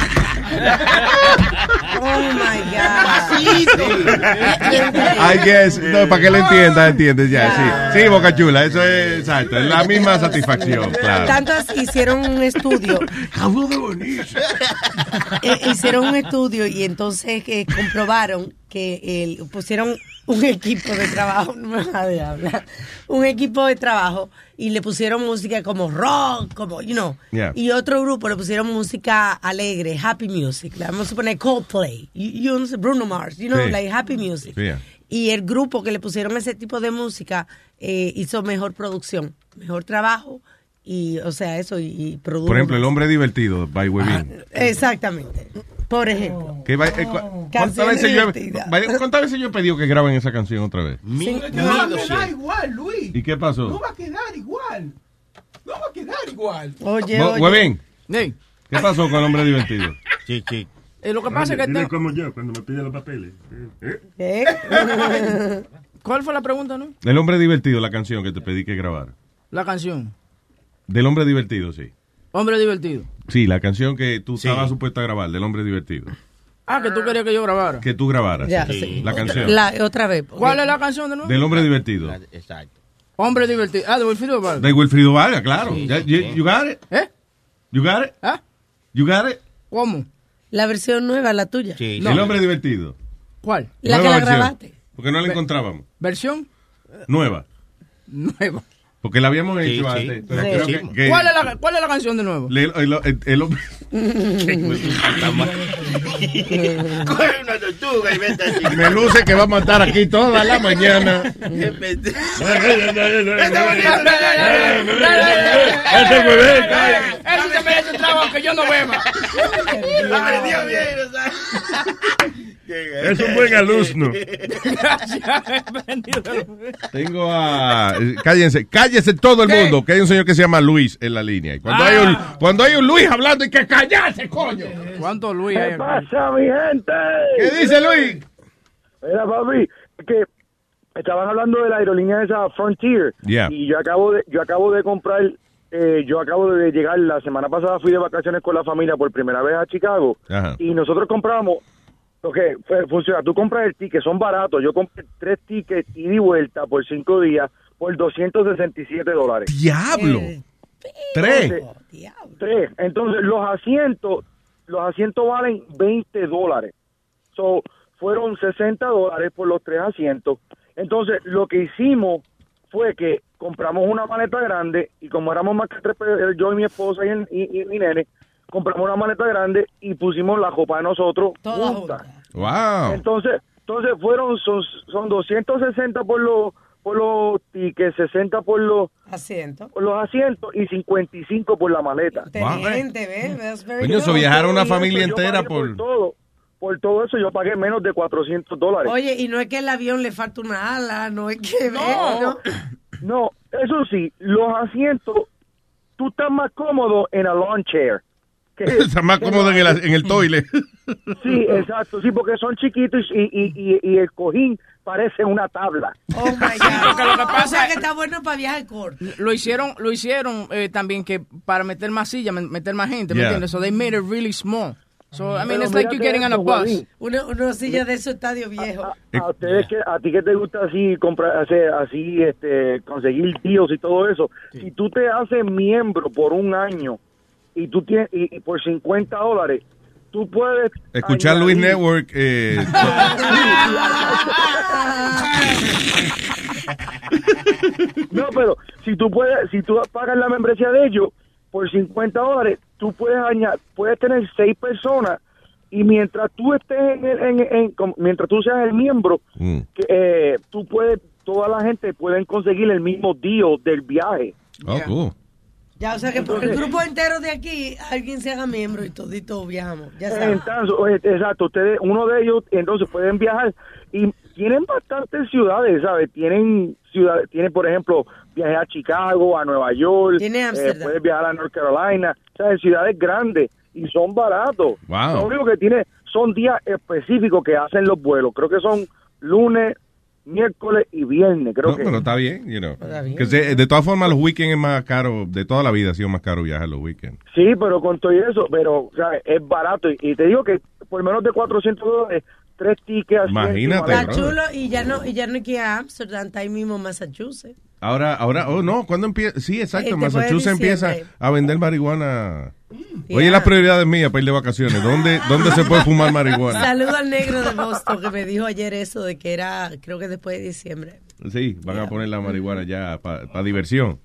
Speaker 20: Oh my
Speaker 4: I guess, no, para que lo entienda, entiendes ya, sí. Sí, Boca Chula, eso es exacto, es la misma satisfacción, claro.
Speaker 20: Tanto así, hicieron un estudio.
Speaker 4: Hablo de
Speaker 20: Eh, hicieron un estudio y entonces eh, comprobaron que el- pusieron un equipo de trabajo, no me deja de hablar, un equipo de trabajo y le pusieron música como rock, como, you know,
Speaker 2: Yeah.
Speaker 20: y otro grupo le pusieron música alegre, happy music, le vamos a poner Coldplay, y- y un Bruno Mars, you know,
Speaker 2: Sí.
Speaker 20: like happy music. Y el grupo que le pusieron ese tipo de música eh, hizo mejor producción, mejor trabajo y, o sea, eso, y, y produjo
Speaker 4: Por ejemplo,
Speaker 20: más.
Speaker 4: el hombre divertido, by Webin.
Speaker 20: Exactamente. Por ejemplo.
Speaker 4: Que va- eh, cu- ¿Cuántas
Speaker 20: Ah. Canción
Speaker 4: veces, yo,
Speaker 20: divertida.
Speaker 4: va- cuántas veces yo he pedido que graben esa canción otra vez?
Speaker 17: No va a quedar igual, Luis.
Speaker 4: ¿Y qué pasó?
Speaker 17: No va a quedar igual. No va a quedar igual.
Speaker 4: Bo- Webin, ¿qué pasó con el hombre divertido?
Speaker 9: Sí, sí.
Speaker 3: Eh, lo que pasa es que
Speaker 12: Dile
Speaker 3: tengo-
Speaker 12: como yo, cuando me piden los papeles. ¿Eh?
Speaker 3: ¿Cuál fue la pregunta, no?
Speaker 4: El hombre divertido, la canción que te pedí que grabara.
Speaker 3: La canción.
Speaker 4: Del hombre divertido, sí.
Speaker 3: Hombre divertido.
Speaker 4: Sí, la canción que tú estabas supuesta a grabar, del hombre divertido.
Speaker 3: Ah, que tú querías que yo grabara.
Speaker 4: Que tú grabaras.
Speaker 3: Ya,
Speaker 4: sí.
Speaker 3: sí.
Speaker 4: La canción.
Speaker 20: La, otra vez.
Speaker 3: ¿Cuál es la canción de nuevo?
Speaker 4: Del hombre divertido.
Speaker 3: Hombre divertido. Ah, de Wilfrido Vargas.
Speaker 4: De Wilfrido Vargas, claro. Ya- you, you got it?
Speaker 3: ¿Eh? Ah,
Speaker 4: You got it? You got it?
Speaker 3: ¿Cómo?
Speaker 20: La versión nueva, la tuya.
Speaker 4: El hombre divertido.
Speaker 3: ¿Cuál?
Speaker 20: La que
Speaker 4: Nueva versión.
Speaker 20: la grabaste.
Speaker 4: Porque no la
Speaker 3: Ve-
Speaker 4: encontrábamos.
Speaker 3: ¿Versión?
Speaker 4: Nueva.
Speaker 3: Nueva.
Speaker 4: Porque la habíamos
Speaker 9: Sí,
Speaker 4: hecho
Speaker 9: sí.
Speaker 4: antes. pero
Speaker 9: Sí.
Speaker 4: creo
Speaker 9: Sí.
Speaker 4: que- que-
Speaker 3: ¿Cuál, es la, ¿Cuál es la canción de nuevo?
Speaker 4: le- el, el- el hombre.
Speaker 2: Coge una tortuga y vete así.
Speaker 4: Me luce que va a matar aquí toda la mañana.
Speaker 2: Ese
Speaker 4: huevén.
Speaker 3: Él sí se merece un trago aunque yo no beba.
Speaker 2: Aprendió bien, o sea.
Speaker 12: Es un buen alumno.
Speaker 3: Gracias, he aprendido.
Speaker 4: Tengo a. eh, Cállense, cállese todo el mundo. Que hay un señor que se llama Luis en la línea. Y cuando, hay,
Speaker 3: Ah.
Speaker 4: un, cuando hay un Luis hablando, hay que callarse, coño.
Speaker 3: ¿Cuánto Luis
Speaker 7: ¿Qué pasa, mi gente?
Speaker 4: ¿Qué dice Luis?
Speaker 7: Mira, papi, que estaban hablando de la aerolínea esa Frontier.
Speaker 2: Yeah.
Speaker 7: Y yo acabo de, yo acabo de comprar, eh, yo acabo de llegar, la semana pasada fui de vacaciones con la familia por primera vez a Chicago.
Speaker 2: Ajá.
Speaker 7: Y nosotros compramos, lo que fue- funciona, tú compras el ticket, son baratos. Yo compré tres tickets y di vuelta por cinco días por 267 dólares.
Speaker 4: Diablo. Tres.
Speaker 7: Entonces, Tres. Entonces, los asientos, los asientos valen 20 dólares. So, fueron 60 dólares por los tres asientos. Entonces, lo que hicimos fue que compramos una maleta grande y como éramos más que tres, pe- yo y mi esposa y, el- y- y mi nene, compramos una maleta grande y pusimos la copa de nosotros juntas.
Speaker 4: Wow.
Speaker 7: Entonces, entonces fueron son, son 260 por los por los tickets, 60 por los
Speaker 20: Asiento.
Speaker 7: por los asientos y 55 por la maleta.
Speaker 20: Inteligente, ¿ves? That's very
Speaker 4: Coño,
Speaker 20: good.
Speaker 4: eso viajaron una
Speaker 7: Yo
Speaker 4: familia
Speaker 7: pagué
Speaker 4: entera
Speaker 7: por
Speaker 4: por.
Speaker 7: todo, por todo eso yo pagué menos de 400 dólares.
Speaker 20: Oye, y no es que el avión le falta una ala, no es que...
Speaker 7: No. No, eso sí, los asientos tú estás más cómodo en a lawn chair. que-
Speaker 4: Está más
Speaker 7: que
Speaker 4: cómodo en el, en el toile.
Speaker 7: Sí, exacto, sí, porque son chiquitos y, y, y, y el cojín parece una tabla.
Speaker 3: Porque lo que
Speaker 20: O sea,
Speaker 3: pasa
Speaker 20: que está bueno para viajar corto.
Speaker 3: lo hicieron, lo hicieron eh, también que para meter más sillas, men- meter más gente, ¿me
Speaker 7: Yeah.
Speaker 3: entiendes? So they made it really small. So I mean,
Speaker 7: Pero
Speaker 3: it's like you
Speaker 7: mírate
Speaker 3: getting on a
Speaker 7: esto,
Speaker 3: bus.
Speaker 7: Guavín.
Speaker 20: Una, una silla de esos estadios viejos.
Speaker 7: A ustedes que a ti que te gusta así comprar hacer así este conseguir tíos y todo eso. Si tú te haces miembro por un año y tú tienes y, y por 50 dólares, tú puedes
Speaker 4: Escuchar Luis Network. eh,
Speaker 7: No, pero si tú puedes si tú pagas la membresía de ellos por 50 dólares, tú puedes añadir puedes tener seis personas y mientras tú estés en, el- en- en- como- mientras tú seas el miembro
Speaker 4: Mm.
Speaker 7: que, eh, tú puedes toda la gente pueden conseguir el mismo deal del viaje.
Speaker 4: Oh, cool.
Speaker 20: Ya, o sea, que por el grupo entero de aquí, alguien se haga miembro y todito viajamos. Ya sabes.
Speaker 7: Entonces, oye, exacto, ustedes, uno de ellos, entonces pueden viajar y tienen bastantes ciudades, ¿sabes? Tienen ciudades, tienen por ejemplo viaje a Chicago, a Nueva York,
Speaker 20: Tiene Ámsterdam.
Speaker 7: puedes viajar a North Carolina, ¿sabes? Ciudades grandes y son baratos.
Speaker 4: Wow.
Speaker 7: Lo único que tiene son días específicos que hacen los vuelos, creo que son lunes, miércoles y viernes, creo
Speaker 4: No,
Speaker 7: que.
Speaker 4: pero está bien, you know.
Speaker 7: Está bien.
Speaker 4: Que se- de todas formas, los weekends es más caro. De toda la vida ha sido más caro viajar los weekends.
Speaker 7: Sí, pero con todo eso, pero o sea, es barato. Y, y te digo que por menos de 400 dólares, tres tickets. así,
Speaker 4: Imagínate,
Speaker 7: encima.
Speaker 4: bro.
Speaker 20: Ah, Chulo, y ya no, y ya no hay que ir a Amsterdam, está ahí mismo en Massachusetts.
Speaker 4: Ahora, ahora, oh no, ¿cuándo empieza? Sí, exacto,
Speaker 20: Este fue
Speaker 4: Massachusetts empieza
Speaker 20: diciembre. Mm,
Speaker 4: a vender marihuana. Oye, las prioridades mías para ir de vacaciones. ¿Dónde, dónde se puede fumar marihuana?
Speaker 20: Saludo al negro de Boston que me dijo ayer eso de que era, creo que después de diciembre.
Speaker 4: Sí, van a poner
Speaker 20: Mm.
Speaker 4: la marihuana ya para diversión.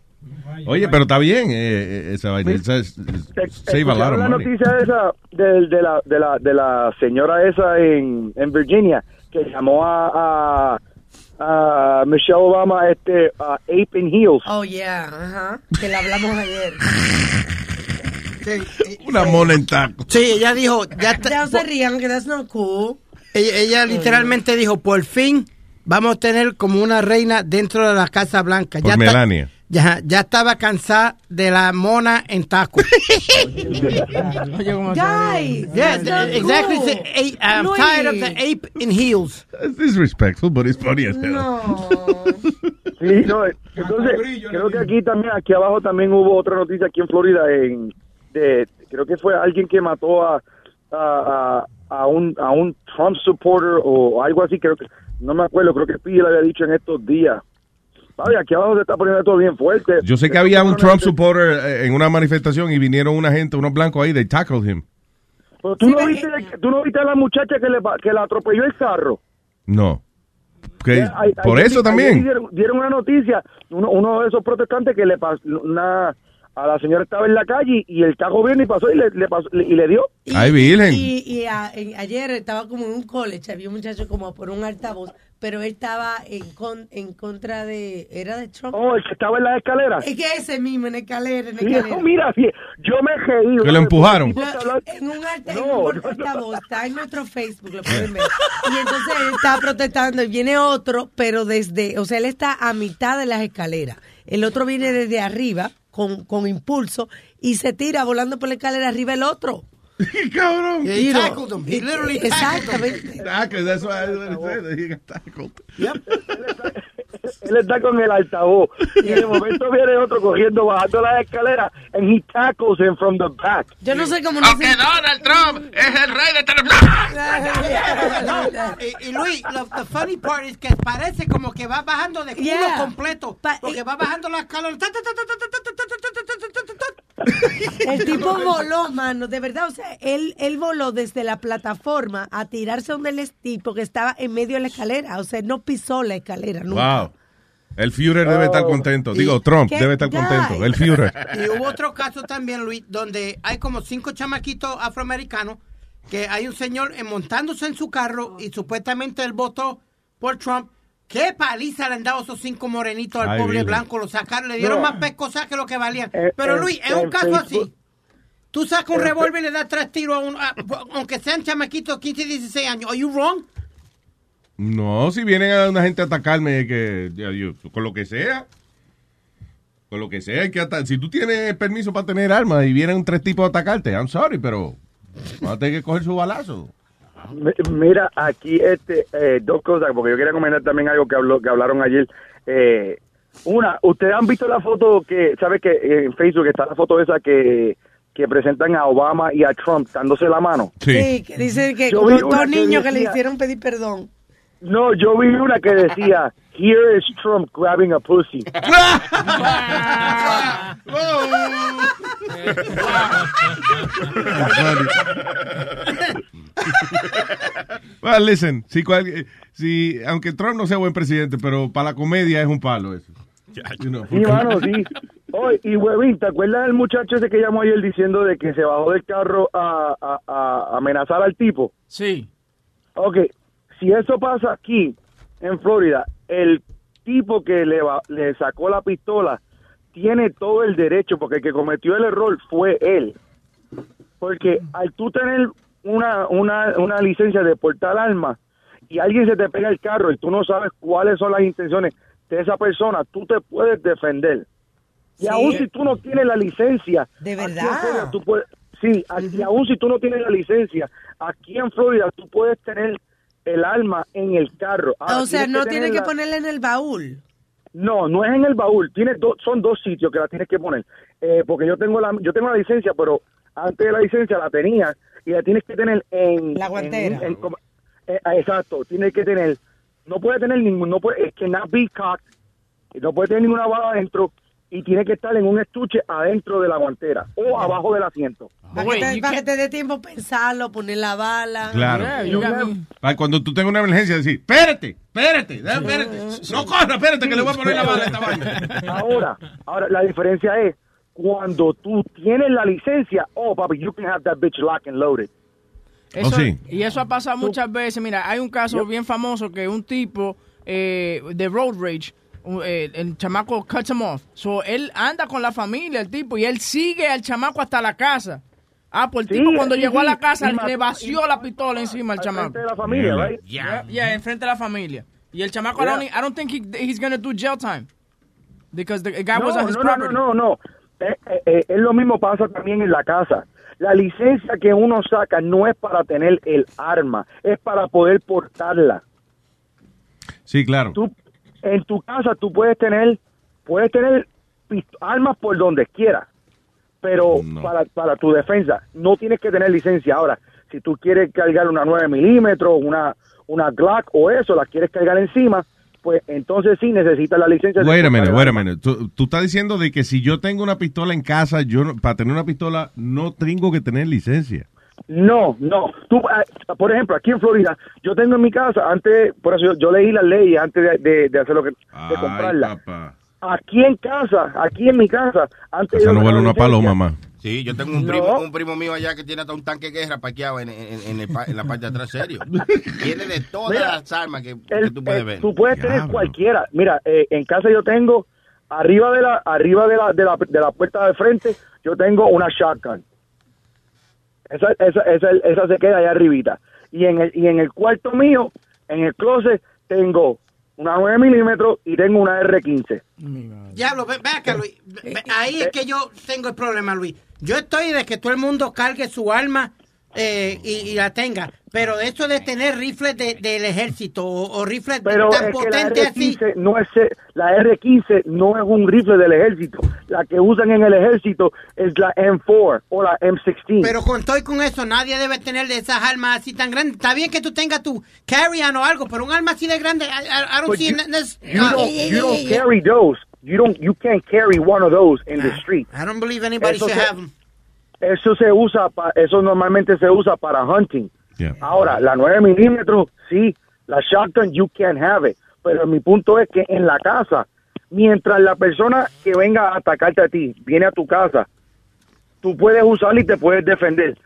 Speaker 4: Oye, pero está bien eh, eh, esa vaina.
Speaker 6: Pues-
Speaker 4: Esa es- Save a lot
Speaker 7: Escucharon
Speaker 4: of
Speaker 7: la
Speaker 4: money.
Speaker 7: noticia esa de, de la, de, la, de la señora esa en, en Virginia que llamó a, a, a Michelle Obama este, a Ape in Heels.
Speaker 20: Oh, yeah, ajá. Que la hablamos ayer.
Speaker 4: Una mona en taco.
Speaker 6: Sí, ella dijo, ya está.
Speaker 20: Ya se rían, que that's not cool.
Speaker 6: Ella, ella literalmente dijo, por fin vamos a tener como una reina dentro de la Casa Blanca.
Speaker 4: Por
Speaker 6: Ya, está-
Speaker 4: Melania.
Speaker 6: ya, ya estaba cansada de la mona en taco.
Speaker 20: Guys,
Speaker 6: Yeah,
Speaker 20: that's not
Speaker 6: exactly.
Speaker 20: cool.
Speaker 6: Say, "A- I'm tired of the ape in heels.
Speaker 4: It's disrespectful, but it's funny as hell.
Speaker 7: Sí, no, entonces creo que aquí también, aquí abajo también hubo otra noticia aquí en Florida, en, de, creo que fue alguien que mató a, a, a- a un, a un Trump supporter o algo así, creo que, no me acuerdo, creo que Pilla le había dicho en estos días. Vaya, aquí abajo se está poniendo todo bien fuerte.
Speaker 4: Yo sé que había un Trump supporter eh, en una manifestación y vinieron una gente, unos blancos ahí, they tackled him.
Speaker 7: Pero tú, no viste, tú no viste a la muchacha que, le, pa- que la atropelló el carro.
Speaker 4: No. Que-
Speaker 7: Ay-
Speaker 4: por
Speaker 7: ayer-
Speaker 4: eso
Speaker 7: ayer
Speaker 4: también.
Speaker 7: Dieron, dieron una noticia, uno, uno de esos protestantes que le pasó una... A la señora estaba en la calle y el carro viene y pasó y le, le pasó- y le dio.
Speaker 4: Ay, virgen.
Speaker 20: Y, y a- en- ayer estaba como en un college, había un muchacho como por un altavoz, pero él estaba en, con- en contra de, era de Trump.
Speaker 7: Oh, el que estaba en la escalera.
Speaker 20: Es que ese mismo, en escalera, en
Speaker 7: Sí,
Speaker 20: escalera.
Speaker 7: eso, mira, sí, yo me reí.
Speaker 4: Que lo empujaron.
Speaker 20: Lo- en un alta, en un altavoz, está en nuestro Facebook, lo pueden ver. Y entonces él está protestando y viene otro, pero desde, o sea, él está a mitad de las escaleras. El otro viene desde arriba con, con impulso y se tira volando por la escalera arriba el otro. Eh,
Speaker 4: ¡Qué cabrón!
Speaker 6: He tackled him. He literally tackled him.
Speaker 20: Exactamente.
Speaker 4: that's why I said he got tackled.
Speaker 7: Él está con el altavoz. Y de momento viene otro corriendo, bajando las escaleras. And he tackles him from the back.
Speaker 20: Yo no sé cómo no Aunque
Speaker 2: Donald Trump es el rey de
Speaker 6: No, y, y Luis, lo, the funny part is que parece como que va bajando de culo
Speaker 20: Yeah.
Speaker 6: completo, porque va bajando las calor. ta, ta, ta, ta, ta, ta, ta, ta, ta, ta, ta, ta, ta, ta.
Speaker 20: El tipo voló, mano, de verdad. O sea, él, él voló desde la plataforma a tirarse donde el tipo que estaba en medio de la escalera. O sea, no pisó la escalera nunca.
Speaker 4: Wow. El Führer debe estar contento. Digo, Trump
Speaker 6: ¿Qué?
Speaker 4: debe estar contento. El Führer.
Speaker 6: Y hubo otro caso también, Luis, donde hay como cinco chamaquitos afroamericanos que hay un señor eh, montándose en su carro y supuestamente él votó por Trump. ¿Qué paliza le han dado esos cinco morenitos al
Speaker 4: Ay,
Speaker 6: pobre
Speaker 4: Virgen.
Speaker 6: blanco? Lo sacaron, le
Speaker 4: No.
Speaker 6: dieron más pescosas que lo que valían.
Speaker 4: Eh,
Speaker 6: Pero
Speaker 4: eh,
Speaker 6: Luis, es un
Speaker 4: eh,
Speaker 6: caso así.
Speaker 4: Facebook-
Speaker 6: Tú sacas un
Speaker 4: eh,
Speaker 6: revólver y le das tres tiros a uno, a- aunque sean chamaquitos 15 y 16 años. ¿Are you wrong?
Speaker 4: No, si vienen a una gente a atacarme, que, ya, yo, con lo que sea. Con lo que sea, hay que ata- Si tú tienes permiso para tener armas y vienen tres tipos a atacarte, I'm sorry, pero vas a tener que coger su balazo.
Speaker 7: Mi- Mira, aquí este, eh, dos cosas, porque yo quería comentar también algo que, habló, que hablaron ayer. Eh, una, ustedes han visto la foto que, ¿sabes que en Facebook está la foto esa que, que presentan a Obama y a Trump dándose la mano?
Speaker 20: Sí, que dicen que
Speaker 7: Yo
Speaker 20: como
Speaker 7: vi una
Speaker 20: dos
Speaker 7: que
Speaker 20: niños que le
Speaker 7: decía-
Speaker 20: hicieron pedir perdón.
Speaker 7: No, yo vi una que decía, here is Trump grabbing a pussy.
Speaker 4: Well, listen, si cual- eh, si, aunque Trump no sea buen presidente, pero para la comedia es un palo eso. You know,
Speaker 7: Sí, mano, sí. Oye, y huevín, ¿te acuerdas del muchacho ese que llamó ayer diciendo de que se bajó del carro a, a- a amenazar al tipo?
Speaker 3: Sí.
Speaker 7: Ok, si eso pasa aquí, en Florida, el tipo que le, va- le sacó la pistola tiene todo el derecho, porque el que cometió el error fue él. Porque al tú tener una, una, una licencia de portar armas y alguien se te pega el carro y tú no sabes cuáles son las intenciones de esa persona, tú te puedes defender. Y
Speaker 20: Sí.
Speaker 7: aún si tú no tienes la licencia,
Speaker 20: De
Speaker 7: aquí en
Speaker 20: verdad.
Speaker 7: Florida tú puedes- sí, aquí- aún si tú no tienes la licencia, aquí en Florida tú puedes tener el alma en el carro. Ahora,
Speaker 20: o sea,
Speaker 7: "Ah, tienes
Speaker 20: no tiene que
Speaker 7: tenerla-
Speaker 20: ponerla en el baúl.
Speaker 7: No, no es en el baúl. Tiene dos, son dos sitios que la tienes que poner. Eh, porque yo tengo la, yo tengo la licencia, pero antes de la licencia la tenía y la tienes que tener en
Speaker 20: La guantera.
Speaker 7: en- en como- eh, ah, exacto, tienes que tener. No puede tener ningún, no puede, es que not be cocked, no puede tener ninguna bala adentro y tiene que estar en un estuche adentro de la guantera o abajo del asiento.
Speaker 20: Para que, te, para que te dé tiempo pensarlo, poner la bala.
Speaker 4: Claro. Para Ah, cuando tú tengas una emergencia, decir, espérate, espérate, da- espérate. No corra, espérate que le voy a poner la bala a esta vaina.
Speaker 7: Ahora, ahora la diferencia es cuando tú tienes la licencia, oh papi, you can have that bitch locked and loaded.
Speaker 3: Eso-
Speaker 7: Oh, sí.
Speaker 3: Y eso ha pasado muchas veces. Mira, hay un caso bien famoso que un tipo eh, de road rage, un- eh, el chamaco cuts him off. So, él anda con la familia, el tipo, y él sigue al chamaco hasta la casa. Ah, pues el
Speaker 7: Sí,
Speaker 3: tipo cuando
Speaker 7: sí,
Speaker 3: llegó a
Speaker 7: sí.
Speaker 3: la casa
Speaker 7: Y
Speaker 3: le
Speaker 7: mató-
Speaker 3: vació la pistola encima al chamaco.
Speaker 7: frente de la familia, Mierda. right?
Speaker 3: Yeah, yeah, enfrente de la familia. Y el chamaco,
Speaker 7: Yeah.
Speaker 3: I, don't, e, I don't think he- he's gonna do jail time. Because the guy
Speaker 7: no,
Speaker 3: was on his
Speaker 7: no, no,
Speaker 3: property.
Speaker 7: no, no, no. Eh, eh, eh, es lo mismo pasa también en la casa. La licencia que uno saca no es para tener el arma, es para poder portarla.
Speaker 4: Sí, claro.
Speaker 7: Tú, en tu casa tú puedes tener, puedes tener pist- armas por donde quieras, pero para, para tu defensa no tienes que tener licencia. Ahora, si tú quieres cargar una 9 milímetros, una, una Glock o eso, la quieres cargar encima, pues entonces sí necesitas la licencia. de
Speaker 4: Wait a minute,
Speaker 7: portar
Speaker 4: wait a
Speaker 7: el arma.
Speaker 4: minute. Tú, tú estás diciendo de que si yo tengo una pistola en casa, yo no- para tener una pistola no tengo que tener licencia.
Speaker 7: No, no. Tú, ah, por ejemplo, aquí en Florida, yo tengo en mi casa, antes, por eso yo, yo leí las leyes antes de, de- de hacer lo que, de comprarla. Aquí en casa, aquí en mi casa, antes
Speaker 4: Esa
Speaker 7: yo
Speaker 4: no
Speaker 7: tenía
Speaker 4: huele una
Speaker 7: licencia.
Speaker 4: paloma, mamá.
Speaker 19: Sí, yo tengo un,
Speaker 7: No.
Speaker 19: primo, un primo mío allá que tiene hasta un tanque de guerra parqueado en, en- en el pa- en la parte de atrás, serio. Tiene de todas
Speaker 7: Mira,
Speaker 19: las armas que, que
Speaker 7: El-
Speaker 19: tú puedes
Speaker 7: eh,
Speaker 19: ver.
Speaker 7: tú puedes tener cualquiera. Mira, eh, en casa yo tengo, arriba de la arriba de la, de la, de la puerta de frente, yo tengo una shotgun. Esa, esa, esa, esa se queda allá arribita. Y en, el, y en el cuarto mío, en el closet, tengo una 9 milímetros y tengo una R15.
Speaker 6: Diablo, ve, ve acá, Luis. Ve-
Speaker 7: Eh,
Speaker 6: ve- ahí es que yo tengo el problema, Luis. Yo estoy de que todo el mundo cargue su arma eh, y, y la tenga. Pero de eso de tener rifles de- del ejército o, o rifles
Speaker 7: Pero es
Speaker 6: tan
Speaker 7: que la
Speaker 6: potentes así.
Speaker 7: R15 no es la R15 no es un rifle del ejército. La que usan en el ejército es la M4 o la M16.
Speaker 6: Pero con todo y con eso, nadie debe tener de esas armas así tan grandes. Está bien que tú tengas tu carry-on o algo, pero un arma así de grande, I, I- I don't
Speaker 7: But
Speaker 6: see
Speaker 7: you-
Speaker 6: n- n-
Speaker 7: you
Speaker 6: ah.
Speaker 7: don't, you don't carry those. You don't you can't carry one of those in
Speaker 6: Ah.
Speaker 7: the street.
Speaker 6: I don't believe anybody
Speaker 7: Eso
Speaker 6: should
Speaker 7: se-
Speaker 6: have 'em.
Speaker 7: Eso se usa pa- eso normalmente se usa para hunting. Ahora la 9 milímetros sí, la shotgun you can't have it. Pero mi punto es que en la casa, mientras la persona que venga a atacarte a ti viene a tu casa, tú puedes usarla y te puedes defender.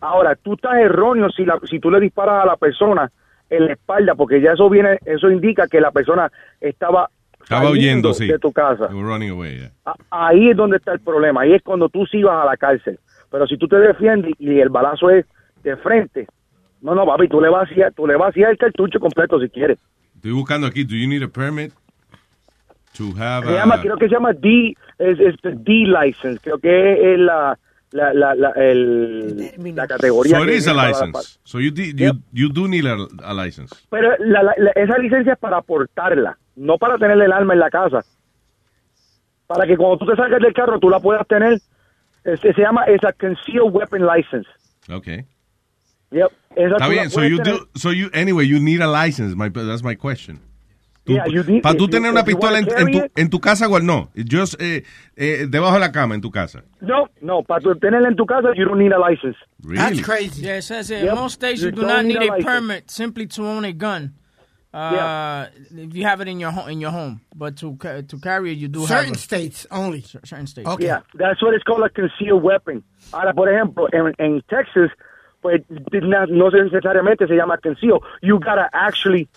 Speaker 7: Ahora, tú estás erróneo si, la- si tú le disparas a la persona en la espalda, porque ya eso viene, eso indica que la persona estaba,
Speaker 4: Estaba
Speaker 7: saliendo
Speaker 4: huyendo, sí.
Speaker 7: de tu casa.
Speaker 4: You were running away, yeah.
Speaker 7: A- Ahí es donde está el problema, ahí es cuando tú sí vas a la cárcel. Pero si tú te defiendes y el balazo es de frente, no, no, papi, tú le vas a vaciar- tú le vas a vaciar el cartucho completo si quieres.
Speaker 4: Estoy buscando aquí, do you need a permit to have
Speaker 7: Se llama,
Speaker 4: a...
Speaker 7: creo que se llama D, es, es the D license, creo que es la, la, la, la, el- la categoría.
Speaker 4: So it
Speaker 7: que
Speaker 4: is a
Speaker 7: es para-
Speaker 4: license. So you, did- you, you do need a, a license.
Speaker 7: Pero la- la- la- esa licencia es para portarla, no para tener el arma en la casa. Para que cuando tú te salgas del carro tú la puedas tener. Este, se llama esa Concealed Weapon License.
Speaker 4: Okay.
Speaker 7: Yep. Esa
Speaker 4: Está
Speaker 7: tú la
Speaker 4: bien, so
Speaker 7: puedes
Speaker 4: you
Speaker 7: tener.
Speaker 4: do, so you, anyway, you need a license. My, that's my question.
Speaker 7: Yeah, you need-
Speaker 4: para tú
Speaker 7: if
Speaker 4: tener
Speaker 7: you-
Speaker 4: una
Speaker 7: if you
Speaker 4: pistola en,
Speaker 7: wanna
Speaker 4: en tu,
Speaker 7: carry it-
Speaker 4: en tu casa, igual no. Just, eh, eh, debajo de la cama, en tu casa.
Speaker 7: No, no, para tú tenerla en tu casa you don't need a license.
Speaker 4: Really?
Speaker 6: crazy.
Speaker 3: Yeah, it says here,
Speaker 7: Yep.
Speaker 3: most states
Speaker 7: You
Speaker 3: you do
Speaker 7: don't
Speaker 3: not
Speaker 7: need
Speaker 3: need
Speaker 7: a
Speaker 3: a
Speaker 7: license.
Speaker 3: permit simply to own a gun. Uh, If you have it in your home, in your home, but to ca- to carry it, you do have
Speaker 6: Certain
Speaker 3: it.
Speaker 6: states only.
Speaker 3: Certain states.
Speaker 7: Yeah, that's what it's called a concealed weapon. Ahora, por ejemplo, en, en Texas, pues na- no sé necesariamente se llama concealed. You gotta actually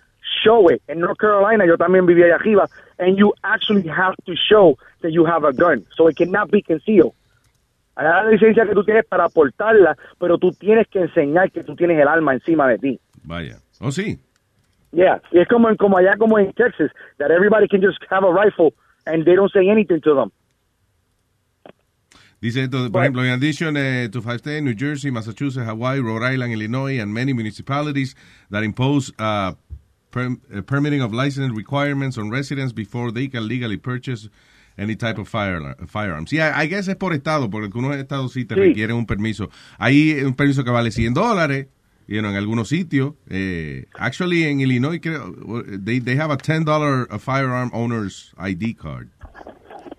Speaker 7: show it. En North Carolina, yo también vivía allá arriba, and you actually have to show that you have a gun, so it cannot be concealed. Ahora, La licencia que tú tienes para portarla, pero tú tienes que enseñar que tú tienes el arma encima de ti.
Speaker 4: Vaya. Oh, sí.
Speaker 7: Yeah, y es como, en- como allá como en Texas, that everybody can just have a rifle and they don't say anything to them.
Speaker 4: Dice esto, por ejemplo, in addition eh, to five states, New Jersey, Massachusetts, Hawaii, Rhode Island, Illinois, and many municipalities that impose uh, perm- uh, permitting of license requirements on residents before they can legally purchase any type of fire, firearms. Yeah, I guess es por estado, porque algunos estados sí te
Speaker 14: Sí.
Speaker 4: requieren un permiso. Hay un permiso que vale 100 dólares, you know, en algunos sitios. Eh, actually, en Illinois, creo, they, they have a $10 firearm owner's ID card.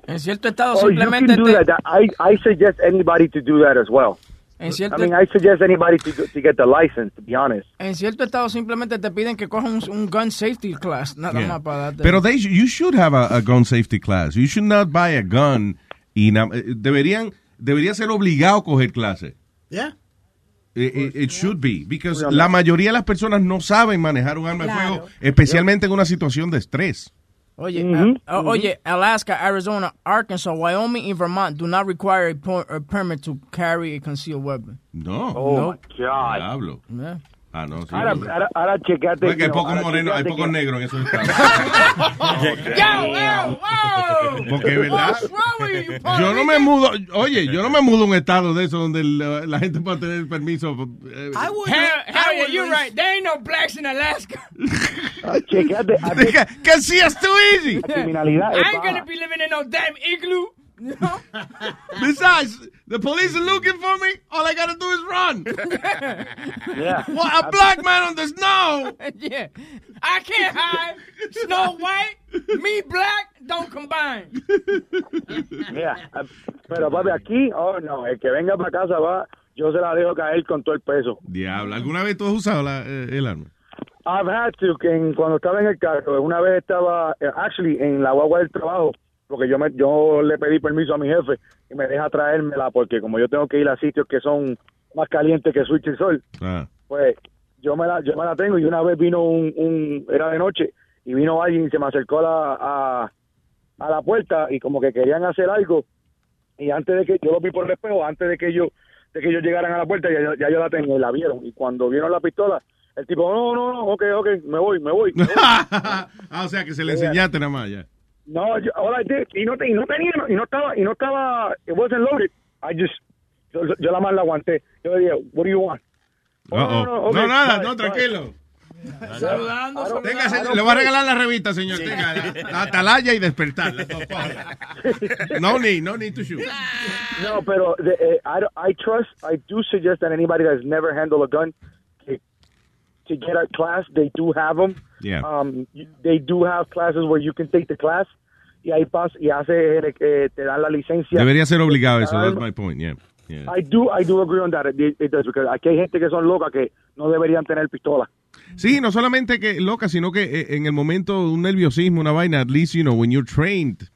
Speaker 3: En cierto estado
Speaker 7: Oh, you can
Speaker 3: simplemente
Speaker 7: do
Speaker 3: te-
Speaker 7: that. I, I suggest anybody to do that as well.
Speaker 3: En cierto-
Speaker 7: I mean, I suggest anybody to, go- to get the license, to be honest.
Speaker 3: en cierto estado simplemente te piden que cojas un, un gun safety class nada
Speaker 4: Yeah.
Speaker 3: más para darte.
Speaker 4: Pero they, sh- you should have a, a gun safety class. You should not buy a gun. Y na- eh, deberían, debería ser obligado a coger clase.
Speaker 6: Yeah.
Speaker 4: It, it- it should be. Because
Speaker 6: Obviamente.
Speaker 4: la mayoría de las personas no saben manejar un arma de
Speaker 3: Claro.
Speaker 4: fuego, especialmente en una situación de estrés.
Speaker 3: Oye,
Speaker 6: Mm-hmm.
Speaker 4: Ujú.
Speaker 3: a- o- oye, Alaska, Arizona, Arkansas, Wyoming y Vermont do not require a, po- a permit to carry a concealed weapon.
Speaker 4: No.
Speaker 3: No.
Speaker 7: Oh, God.
Speaker 4: Diablo.
Speaker 3: Yeah.
Speaker 4: Ah, no. sí.
Speaker 7: Ahora, ahora, ahora checate.
Speaker 4: No, es que hay
Speaker 7: no,
Speaker 4: pocos
Speaker 7: ahora
Speaker 4: morenos, hay
Speaker 7: checate
Speaker 4: pocos
Speaker 7: que-
Speaker 4: negros en esos
Speaker 2: Yo,
Speaker 4: estados. Porque, ¿verdad?
Speaker 2: What's wrong with you,
Speaker 4: Yo no me mudo, oye, yo no me mudo a un estado de eso donde la, la gente pueda tener permiso. eh,
Speaker 2: Har- Harriet, you're right. There ain't no blacks in Alaska.
Speaker 7: Ah, Chequeate. ah,
Speaker 4: ¿Qué hacías tú, Easy?
Speaker 7: La criminalidad es
Speaker 2: I ain't gonna
Speaker 7: baja.
Speaker 2: be living in no damn igloo. No.
Speaker 4: Besides, the police are looking for me. All I gotta do is run.
Speaker 2: Yeah.
Speaker 4: Well, a black man on the snow.
Speaker 2: yeah. I can't hide. Snow White, me black, don't combine.
Speaker 7: Mira, ah, pero papi, aquí, oh no, el que venga para casa va, yo se la dejo caer con todo el peso.
Speaker 4: Diablo, ¿alguna vez tú has usado la, eh, el arma?
Speaker 7: I've had to, que en- cuando estaba en el carro, una vez estaba, eh, actually, en la guagua del trabajo, porque yo me, yo le pedí permiso a mi jefe y me deja traérmela, porque como yo tengo que ir a sitios que son más calientes que Switch y Sol,
Speaker 4: Ah.
Speaker 7: pues yo me la, yo me la tengo y una vez vino un, un era de noche y vino alguien y se me acercó a la, a, a la puerta y como que querían hacer algo y antes de que yo lo vi por el espejo antes de que yo de que ellos llegaran a la puerta ya, yo- ya yo la tenía y la vieron y cuando vieron la pistola el tipo no no no ok ok me voy me voy, me voy".
Speaker 4: Ah, o sea, que se le enseñaste nada más ya.
Speaker 7: no yo, all I did- y no te- y no tenía y no estaba y no estaba it wasn't loaded I just yo, yo la más la aguanté yo le dije what do you want "Oh,
Speaker 4: Uh-oh.
Speaker 7: ok,
Speaker 4: No, nada,
Speaker 7: bye,
Speaker 4: no,
Speaker 7: bye.
Speaker 4: tranquilo.
Speaker 7: Saludando, saludando.
Speaker 4: Tenga, señor, le voy a regalar la revista, señor. Tenga, la, la atalaya y despertar. las dos cosas. No need, no need to shoot.
Speaker 7: No, pero the, eh, I, don't- I trust, I do suggest that anybody that's never handled a gun to, to get a class, they do have them.
Speaker 2: Yeah.
Speaker 7: Um, you- they do have classes where you can take the class y ahí pas, y hace, eh, te dan la licencia.
Speaker 4: Debería ser obligado eso, that's my point, yeah. yeah.
Speaker 7: I do, I do agree on that. It, it does, because aquí hay gente que son locas que no deberían tener pistola.
Speaker 4: Sí, no solamente que loca, sino que eh, en el momento un nerviosismo, una vaina, at least, you know, when you're trained,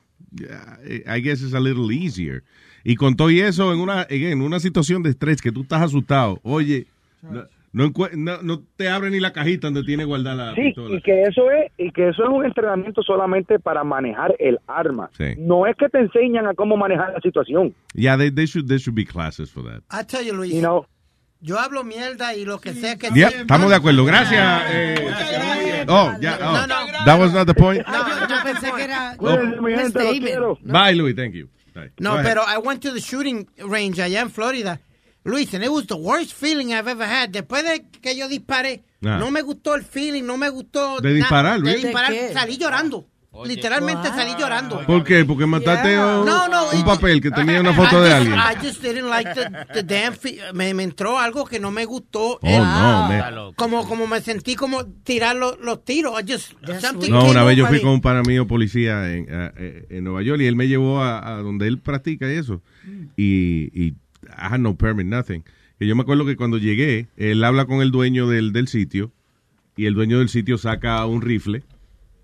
Speaker 4: eh, I guess it's a little easier. Y con todo y eso, en una, en una situación de estrés que tú estás asustado, oye, no, no encue- no- no te abre ni la cajita donde tiene guardada la
Speaker 7: Sí,
Speaker 4: pistola.
Speaker 7: y que eso es y que eso es un entrenamiento solamente para manejar el arma.
Speaker 4: Sí.
Speaker 7: No es que te enseñan a cómo manejar la situación.
Speaker 4: Yeah, they, they should, there should be classes for that.
Speaker 6: I tell you, Luis.
Speaker 7: Yo hablo mierda y lo que sea que
Speaker 4: Yeah, estamos de acuerdo. Gracias. eh. oh, ya. oh.
Speaker 6: No, no.
Speaker 4: That was not the point.
Speaker 6: No, yo pensé que era.
Speaker 4: Cuídense, mi gente, los
Speaker 6: quiero.
Speaker 4: Bye, Louis. Thank you. Bye. Go
Speaker 6: No,
Speaker 4: ahead.
Speaker 6: pero I went to the shooting range allá en Florida. Luis, and it was the worst feeling I've ever had. Después de que yo disparé,
Speaker 4: Ah.
Speaker 6: no me gustó el feeling, no me gustó.
Speaker 4: ¿De
Speaker 6: na-
Speaker 4: disparar, Luis?
Speaker 6: De disparar,
Speaker 4: ¿De qué?
Speaker 6: salí llorando. Literalmente salí llorando.
Speaker 4: ¿Por qué? Porque mataste
Speaker 6: Yeah.
Speaker 4: un,
Speaker 6: No, no,
Speaker 4: un
Speaker 6: it-
Speaker 4: papel que tenía una
Speaker 6: I
Speaker 4: foto de
Speaker 6: just-
Speaker 4: alguien.
Speaker 6: I just didn't like the, the damn fe- me, me entró algo que no me gustó.
Speaker 4: Oh, no, me- Está loco.
Speaker 6: Como, como me sentí como tirar los, los tiros. I just, something
Speaker 4: No,
Speaker 6: came
Speaker 4: una vez yo
Speaker 6: over
Speaker 4: fui
Speaker 6: me.
Speaker 4: con un pana mío policía en, a- eh, en Nueva York y él me llevó a, a donde él practica eso. Y, y I had no permit, nothing. Que yo me acuerdo que cuando llegué, él habla con el dueño del, del sitio y el dueño del sitio saca un rifle,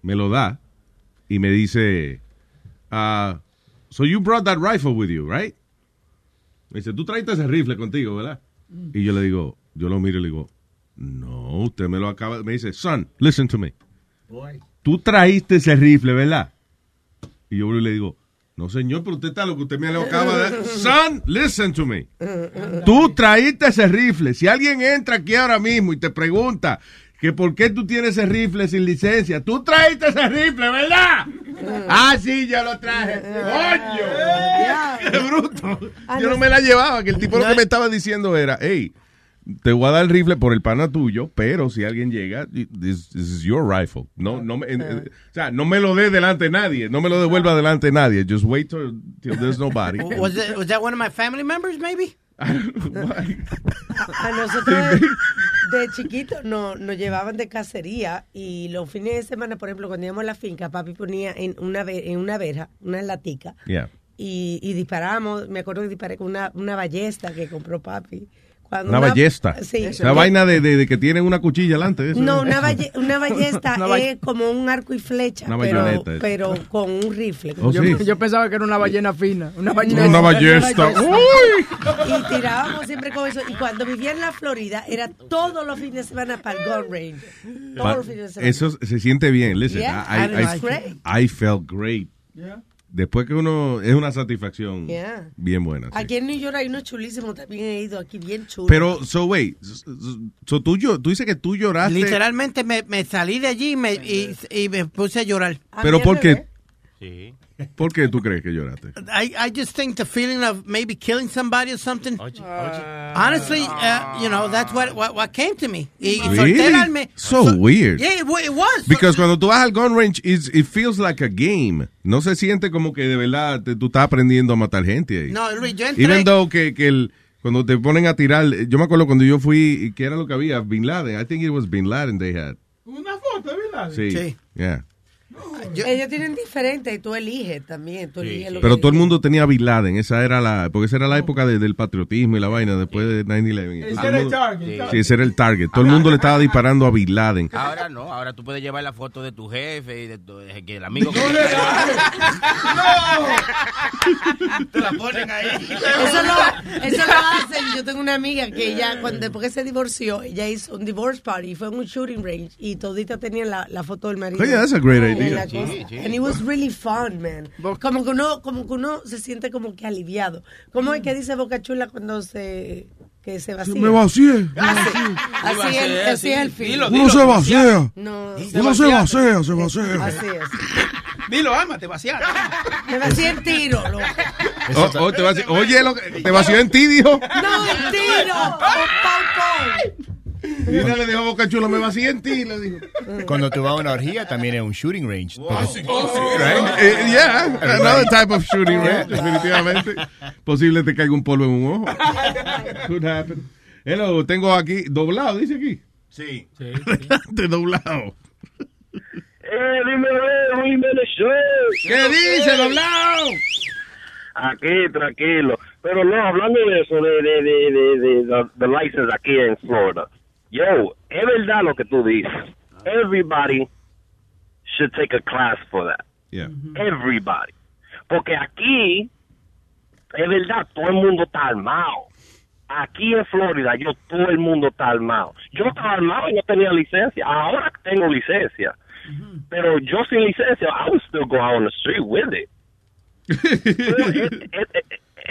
Speaker 4: me lo da y me dice, ah, so you brought that rifle with you, right? Me dice, tú traiste ese rifle contigo, ¿verdad? Y yo le digo, yo lo miro y le digo, no, usted me lo acaba, me dice, son, listen to me tú traíste ese rifle, ¿verdad? Y yo le digo, no señor, pero usted está lo que usted me lo acaba de dar. Son, listen to me. Tú traíste ese rifle. Si alguien entra aquí ahora mismo y te pregunta que por qué tú tienes ese rifle sin licencia, tú traíste ese rifle, ¿verdad? Ah, sí, yo lo traje. ¡Coño! ¡Qué bruto!
Speaker 20: Ah,
Speaker 2: Ah,
Speaker 4: Yo no me la llevaba, que el tipo lo que me estaba diciendo era, hey, te voy a dar el rifle por el pana tuyo, pero si alguien llega, this, this is your rifle.
Speaker 20: Ah,
Speaker 4: No, no me, en- en- o sea, no me lo dé delante de nadie, no me lo devuelva delante de nadie. Just wait till, till there's nobody.
Speaker 6: Was, it, was that one of my family members, maybe?
Speaker 20: A nosotros de, de chiquitos no- nos llevaban de cacería y los fines de semana, por ejemplo, cuando íbamos a la finca, papi ponía en una, ve- en una verja, una latica,
Speaker 4: Yeah.
Speaker 20: y, y disparamos. Me acuerdo que disparé con una, una ballesta que compró papi. Cuando
Speaker 4: Una ballesta.
Speaker 20: Sí.
Speaker 4: La vaina de, de- de que tienen una cuchilla delante. eso,
Speaker 20: No,
Speaker 4: ¿eh?
Speaker 20: una, balle- una ballesta
Speaker 3: Una ball-
Speaker 20: es como un arco y flecha,
Speaker 4: Una
Speaker 20: pero,
Speaker 4: bayoneta.
Speaker 20: pero con un rifle.
Speaker 4: Oh,
Speaker 3: yo,
Speaker 4: sí.
Speaker 3: yo pensaba que era una ballena fina. Una ballena.
Speaker 4: Una ballesta.
Speaker 20: Y tirábamos siempre con eso. Y cuando vivía en la Florida, era todos los fines de semana para el Gun Range. Todos los fines de semana.
Speaker 4: Eso se siente bien. Listen,
Speaker 20: Yeah,
Speaker 4: I,
Speaker 20: I
Speaker 4: I-
Speaker 20: like it.
Speaker 4: I felt great.
Speaker 20: Yeah.
Speaker 4: Después que uno es una satisfacción
Speaker 20: Yeah.
Speaker 4: bien buena. sí.
Speaker 20: Aquí en New York hay unos chulísimos, también he ido aquí bien chulos.
Speaker 4: Pero, so wait, so, so tú, llo- tú dices que tú lloraste.
Speaker 6: Literalmente me, me salí de allí y me, y, y me puse a llorar.
Speaker 4: Pero ¿por qué? ¿Por qué tú crees que lloraste?
Speaker 6: I, I just think the feeling of maybe killing somebody or something.
Speaker 4: Ah.
Speaker 6: Honestly, uh, you know, that's what, what, what came to me. Y, y solté el alma.
Speaker 4: Really? So weird.
Speaker 6: Yeah, it, wa- it was.
Speaker 4: Because cuando tú vas al gun range, it's- it feels like a game. No se siente como que de verdad te- tú estás aprendiendo a matar gente ahí.
Speaker 6: No, Luis, yo entré.
Speaker 4: Even though que, que el, cuando te ponen a tirar, yo me acuerdo cuando yo fui, ¿qué era lo que había? Bin Laden. I think it was Bin Laden they had.
Speaker 20: Una foto, ¿verdad?
Speaker 4: Sí. Yeah.
Speaker 20: Ellos tienen diferentes y tú eliges también. Tú eliges lo
Speaker 4: Pero
Speaker 20: que-
Speaker 4: todo el mundo tenía a Bin Laden. Esa era la, porque esa era la época de- del patriotismo y la vaina después de 9-11.
Speaker 19: Ese
Speaker 4: Todo
Speaker 19: era el
Speaker 4: mundo-
Speaker 19: target. Ah.
Speaker 4: Sí, ese era el target. Todo el mundo le estaba disparando a Bin Laden.
Speaker 19: Ahora no, ahora tú puedes llevar la foto de tu jefe y de tu, de que el amigo que
Speaker 2: Te la ponen ahí.
Speaker 20: Eso lo, eso lo hacen. Yo tengo una amiga que ella, cuando, después que se divorció, ella hizo un divorce party. Fue en un shooting range y todita tenía la, la foto del marido.
Speaker 4: Oye, that's a great
Speaker 20: en
Speaker 4: idea.
Speaker 20: la
Speaker 4: Sí,
Speaker 20: cosa.
Speaker 4: sí.
Speaker 20: And it was really fun, man. Como que uno, como que uno se siente como que aliviado. ¿Cómo es que dice Boca Chula cuando se, que se vacía? Ah,
Speaker 4: Me vacié.
Speaker 20: Así,
Speaker 2: Iba a
Speaker 20: así, es,
Speaker 2: ser,
Speaker 20: así
Speaker 2: sí.
Speaker 20: es el fin.
Speaker 2: Dilo,
Speaker 4: Uno se vacía.
Speaker 20: No. Ah,
Speaker 4: Uno se vacía, se vacía.
Speaker 20: Así es.
Speaker 17: Dilo, ama, te vaciaron.
Speaker 20: Me vacié en tiro, loco.
Speaker 4: Oh, oh, te vaci- Oye, lo que- te vació en ti, dijo.
Speaker 20: No, en tiro.
Speaker 4: Mira, le dijo Boca Chula, me vacié en ti, le dijo.
Speaker 8: Mm. Cuando tú vas a una orgía también es un shooting range. Porque-
Speaker 4: Oh, Eh, yeah, another type of shooting, right? Definitivamente. Pues Posible te caiga un polvo en un ojo. Could happen. Hello, tengo aquí doblado, dice aquí.
Speaker 19: Sí.
Speaker 4: Te doblado.
Speaker 2: Eh, dímelo, Luis Jiménez Show.
Speaker 4: ¿Qué dice, doblado?
Speaker 2: Aquí, tranquilo. Pero no, hablando de eso, de, de, de, de, de, de- de license aquí en Florida. Yo, es verdad lo que tú dices.
Speaker 4: Ah.
Speaker 2: Everybody should take a class for that.
Speaker 4: Yeah.
Speaker 2: Everybody. Porque aquí, es verdad, todo el mundo está armado. Aquí en Florida, yo, todo el mundo está armado. Yo estaba armado y no tenía licencia. Ahora tengo licencia. Pero yo sin licencia, I would still go out on the street with it.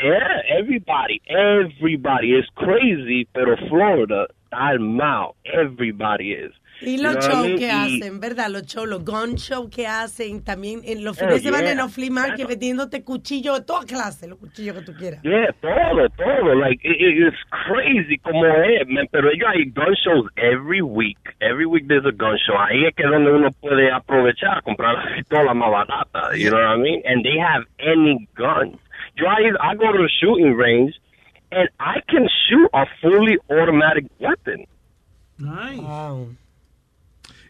Speaker 2: Yeah, everybody, everybody is crazy, pero Florida, está armado. Everybody is.
Speaker 20: Y
Speaker 2: You know
Speaker 20: los
Speaker 2: what I
Speaker 20: shows
Speaker 2: mean?
Speaker 20: que
Speaker 2: Y-
Speaker 20: hacen, ¿verdad? Los shows, los gun show que hacen también en los
Speaker 2: Oh,
Speaker 20: fines de semana
Speaker 2: yeah.
Speaker 20: en los flea market vendiéndote cuchillos de toda clase, los cuchillos que tú quieras.
Speaker 2: Yeah, todo, todo. Like it, it- it's crazy como es, man. Pero ellos hay gun shows every week. Every week there's a gun show. Ahí es que es donde uno puede aprovechar, comprar la pistola más barata. You know what I mean? And they have any gun. Yo ahí, I go to the shooting range, and I can shoot a fully automatic weapon.
Speaker 16: Nice.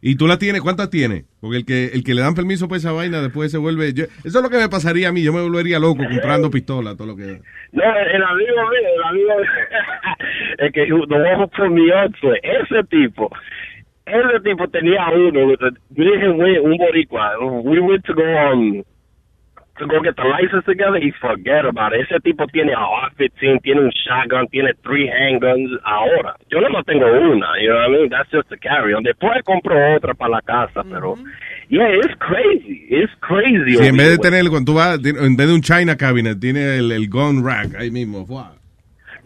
Speaker 4: ¿Y tú la tienes? ¿Cuántas tienes? Porque el que, el que le dan permiso para esa vaina después se vuelve... yo- eso es lo que me pasaría a mí. Yo me volvería loco comprando pistolas, todo lo que...
Speaker 2: No, el, el amigo mío, el amigo el que the one who put me on to it, ese tipo, ese tipo tenía uno, dije un boricua, we went to go um, to go get the license together, he forget about it. Ese tipo tiene a R15, tiene un shotgun, tiene three handguns ahora. Yo no tengo una, you know what I mean? That's just a carry on. Después compro otra para la casa, pero yeah, it's crazy, it's crazy.
Speaker 4: Si en vez de
Speaker 2: over here.
Speaker 4: tener, cuando tú vas, en vez de un China cabinet, tiene el, el gun rack ahí mismo. Fuá.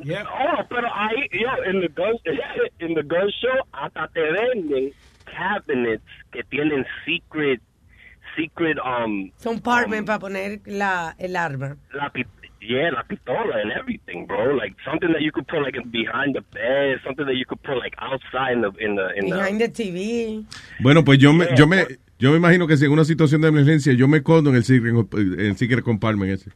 Speaker 2: Oh, pero ahí, yo, en the gun, en the gun show, hasta te venden cabinets que tienen secret, secret um
Speaker 20: Son apartment para poner la, el arma.
Speaker 2: la pi- yeah, la pistola and everything, bro. Like something that you could put like in- behind the bed, something that you could put like outside in the in the in
Speaker 20: Behind the TV.
Speaker 4: Bueno, pues yo me, yo me, yo me imagino que si en una situación de emergencia yo me escondo en el secret, en el secret compartment ese.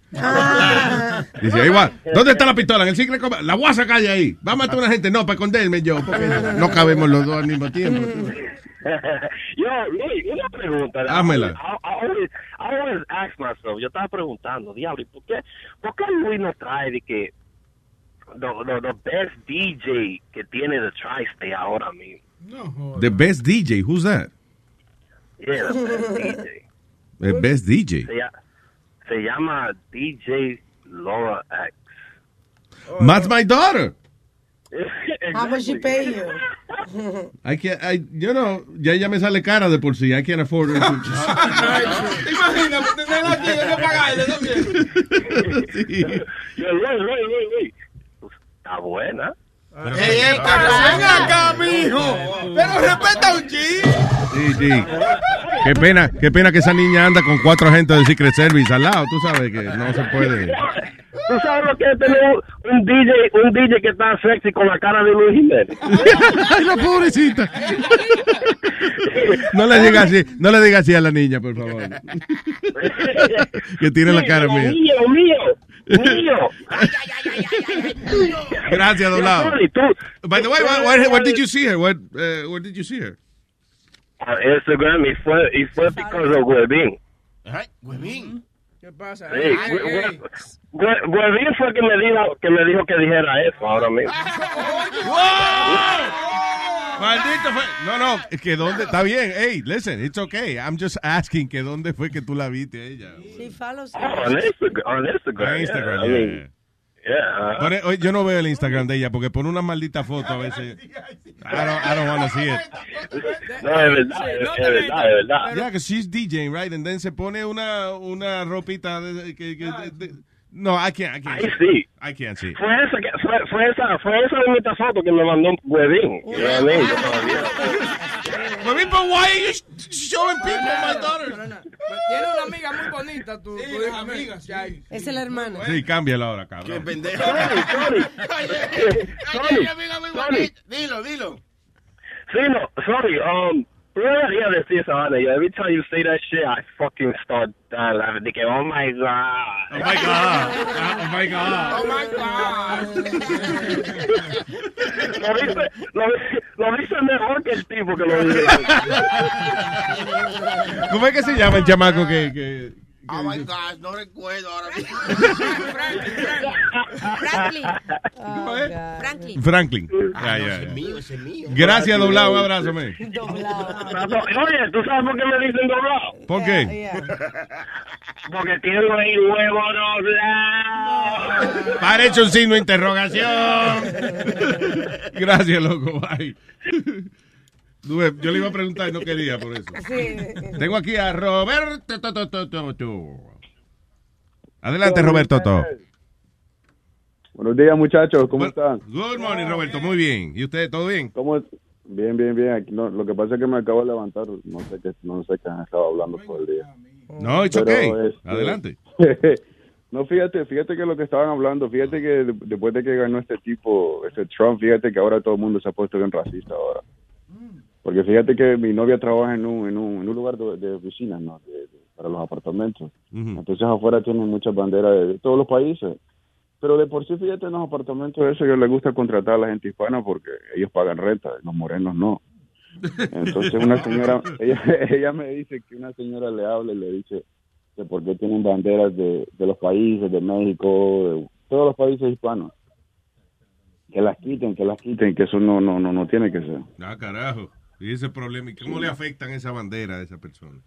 Speaker 4: Dice, ahí va, ¿dónde está la pistola? En el secret compartment. La voy a sacar de ahí. Va a matar a una gente. No, para esconderme yo, porque no cabemos los dos al mismo tiempo.
Speaker 2: the Yo, Luis, una pregunta.
Speaker 4: Hámela.
Speaker 2: I, I always, I always ask myself, yo estaba preguntando, diablo, ¿y ¿por qué, por qué Luis no trae de que the, the, the best DJ que tiene the tri-state ahora mismo?
Speaker 4: The best DJ, who's that?
Speaker 2: Yeah, the best DJ.
Speaker 4: The best DJ.
Speaker 2: Se, lla- se llama DJ Laura X.
Speaker 4: That's my daughter.
Speaker 20: How much she pay you?
Speaker 4: I can't, I, you know, ya ella me sale cara de por sí. I can't afford her. to-
Speaker 17: ¿Te imaginas? Tenerla aquí, hay que pagarle también.
Speaker 2: Yo, Luis, Luis, Luis, Luis. Está buena.
Speaker 17: Ey, ey, pero Ah, ven acá, mijo. Pero respeta un chiste.
Speaker 4: Sí, sí. Qué pena, qué pena que esa niña anda con cuatro agentes del Secret Service al lado. Tú sabes que no se puede.
Speaker 2: ¿Tú sabes lo que es tener un, un DJ, un DJ que está sexy con la cara de Luis Jiménez?
Speaker 4: Ay, la pobrecita. No le digas así, no le digas así a la niña, por favor. Que tiene la cara mía.
Speaker 2: mío, mío, mío.
Speaker 4: Gracias, doblado.
Speaker 2: Yo, Luis, tú-
Speaker 4: By the way, what, what- what did you see her? What, uh, what did you see her?
Speaker 2: A Instagram y fue, y fue because of Huevín.
Speaker 19: Huevín.
Speaker 3: ¿Qué pasa?
Speaker 2: Sí, Hue- Hue- Hue- Huevín fue que me, dijo, que me dijo que dijera eso ahora mismo.
Speaker 4: Ah, Maldito fue. No, no, es que dónde. Está bien. Hey, listen, it's okay. I'm just asking que dónde fue que tú la viste a ella.
Speaker 20: She follows
Speaker 2: Ah, On Instagram. On Instagram.
Speaker 4: En Instagram,
Speaker 2: yeah, I
Speaker 4: yeah.
Speaker 2: mean, yeah.
Speaker 4: Pone- eh, oye, yo no veo el Instagram de ella porque pone una maldita foto a veces. I don't, I don't wanna see it.
Speaker 2: No, es verdad, es- es verdad, es verdad.
Speaker 4: Yeah, 'cause she's DJing, right? And then se pone una, una ropita de- que- que- de- de- no, I can't, I can't.
Speaker 2: Ahí sí.
Speaker 4: I can't see.
Speaker 2: Fue esa, que, fue, fue esa, fue esa bonita foto que me mandó un Huevín. You know what I mean? Yo todavía-
Speaker 17: Huevín, but why are you sh- showing people my daughter?
Speaker 3: Tiene una amiga muy bonita, tú. tú
Speaker 17: las
Speaker 3: dime.
Speaker 17: amigas,
Speaker 3: Ya,
Speaker 20: Esa es la hermana.
Speaker 4: Sí, cámbiala ahora, cabrón.
Speaker 2: Sorry, sorry. Sorry, sorry.
Speaker 17: Dilo, dilo.
Speaker 2: Sí, no, sorry. Um, yo debería decir esa vaina. yo. Every time you say that shit, I fucking start uh, laughing. De que, oh my god.
Speaker 4: Oh my god. Oh my god.
Speaker 17: Oh my God.
Speaker 2: Lo dice, lo, lo dice mejor que el tipo que lo dice.
Speaker 4: ¿Cómo es que se llama el chamaco que, que-
Speaker 19: Oh my gosh, no recuerdo ahora mismo.
Speaker 14: Franklin.
Speaker 19: Oh,
Speaker 4: Franklin.
Speaker 14: Franklin.
Speaker 4: Ah, ya, ya.
Speaker 19: mío, ese es mío.
Speaker 4: Gracias, doblado. Un abrazo, man.
Speaker 2: Oye, ¿tú sabes por qué me dicen doblado?
Speaker 4: ¿Por qué?
Speaker 2: Porque tiene ahí huevo doblado.
Speaker 4: Parece un signo de interrogación. Gracias, loco. Bye. Dude, Yo le iba a preguntar y no quería por eso. Tengo aquí a Roberto. to, to, to, to, to. Adelante, Roberto. to.
Speaker 18: Buenos días, muchachos. ¿Cómo están?
Speaker 4: Good morning, Roberto. Muy bien. ¿Y usted, todo bien?
Speaker 18: ¿Cómo es? Bien, bien, bien. Aquí no- lo que pasa es que me acabo de levantar. No sé qué, no sé qué han estado hablando todo el día.
Speaker 4: No, it's
Speaker 18: Pero,
Speaker 4: okay.
Speaker 18: este,
Speaker 4: Adelante.
Speaker 18: no, fíjate, fíjate que lo que estaban hablando, fíjate que de- después de que ganó este tipo, este Trump, fíjate que ahora todo el mundo se ha puesto bien racista ahora. Porque fíjate que mi novia trabaja en un, en un, en un lugar de, de oficinas, ¿no? De- de- para los apartamentos. Entonces afuera tienen muchas banderas de, de todos los países. Pero de por sí, fíjate, en los apartamentos eso yo les gusta contratar a la gente hispana porque ellos pagan renta, los morenos no. Entonces una señora, ella, ella me dice que una señora le habla y le dice que por qué tienen banderas de, de los países, de México, de todos los países hispanos. Que las quiten, que las quiten, que eso no, no, no, no tiene que ser.
Speaker 4: Ah, carajo. Y ese problema. ¿Y cómo le afectan esa bandera a esa persona?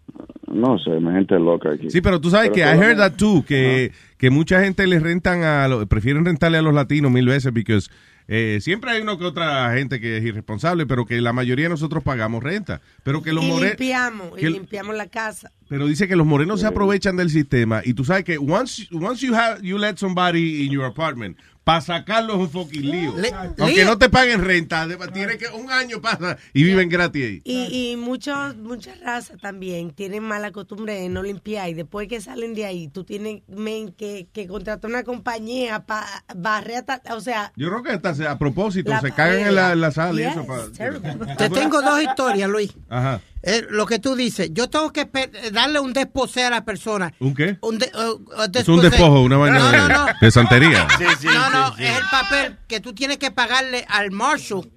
Speaker 18: No sé, hay gente loca aquí.
Speaker 4: Sí, pero tú sabes que I
Speaker 18: todo-
Speaker 4: heard that too, que, que mucha gente les rentan a los, prefieren rentarle a los latinos mil veces because eh, siempre hay uno que otra gente que es irresponsable, pero que la mayoría de nosotros pagamos renta, pero que los
Speaker 20: y
Speaker 4: morenos
Speaker 20: limpiamos, y
Speaker 4: que-
Speaker 20: limpiamos la casa.
Speaker 4: pero dice que los morenos se aprovechan del sistema y tú sabes que once once you have you let somebody in your apartment, Para sacarlo es un fucking lío.
Speaker 20: Le-
Speaker 4: Aunque
Speaker 20: lío.
Speaker 4: no te paguen renta, de- tiene que un año pasa y viven gratis ahí.
Speaker 20: Y, y muchos, muchas razas también tienen mala costumbre de no limpiar y después que salen de ahí, tú tienes men, que, que contratar una compañía para barrer, hasta- o sea...
Speaker 4: Yo creo que hasta se- a propósito,
Speaker 20: La
Speaker 4: se cagan en la, en la sala y
Speaker 20: Yes,
Speaker 4: eso. pa-
Speaker 20: terrible.
Speaker 6: Te tengo dos historias, Luis.
Speaker 4: Ajá.
Speaker 6: Eh, lo que tú dices, yo tengo que esper- darle un desposé a la persona.
Speaker 4: ¿Un qué?
Speaker 6: Un de- uh, uh,
Speaker 4: Es un
Speaker 6: desposé.
Speaker 4: despojo, una vaina
Speaker 6: No,
Speaker 4: de,
Speaker 6: no, no.
Speaker 4: de santería.
Speaker 6: no, no, es el papel que tú tienes que pagarle al marshal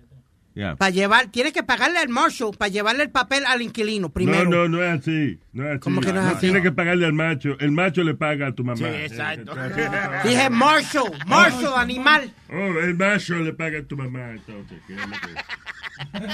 Speaker 4: Yeah.
Speaker 6: para llevar, tienes que pagarle al marshal para llevarle el papel al inquilino primero.
Speaker 12: No, no, no es así. No es así.
Speaker 6: ¿Cómo que no es así?
Speaker 12: Tiene que pagarle al macho. El macho le paga a tu mamá.
Speaker 6: Sí, exacto.
Speaker 12: Entonces-
Speaker 6: Dije marshal, marshal, animal.
Speaker 12: Oh, el macho le paga a tu mamá. Entonces, ¿qué es lo que-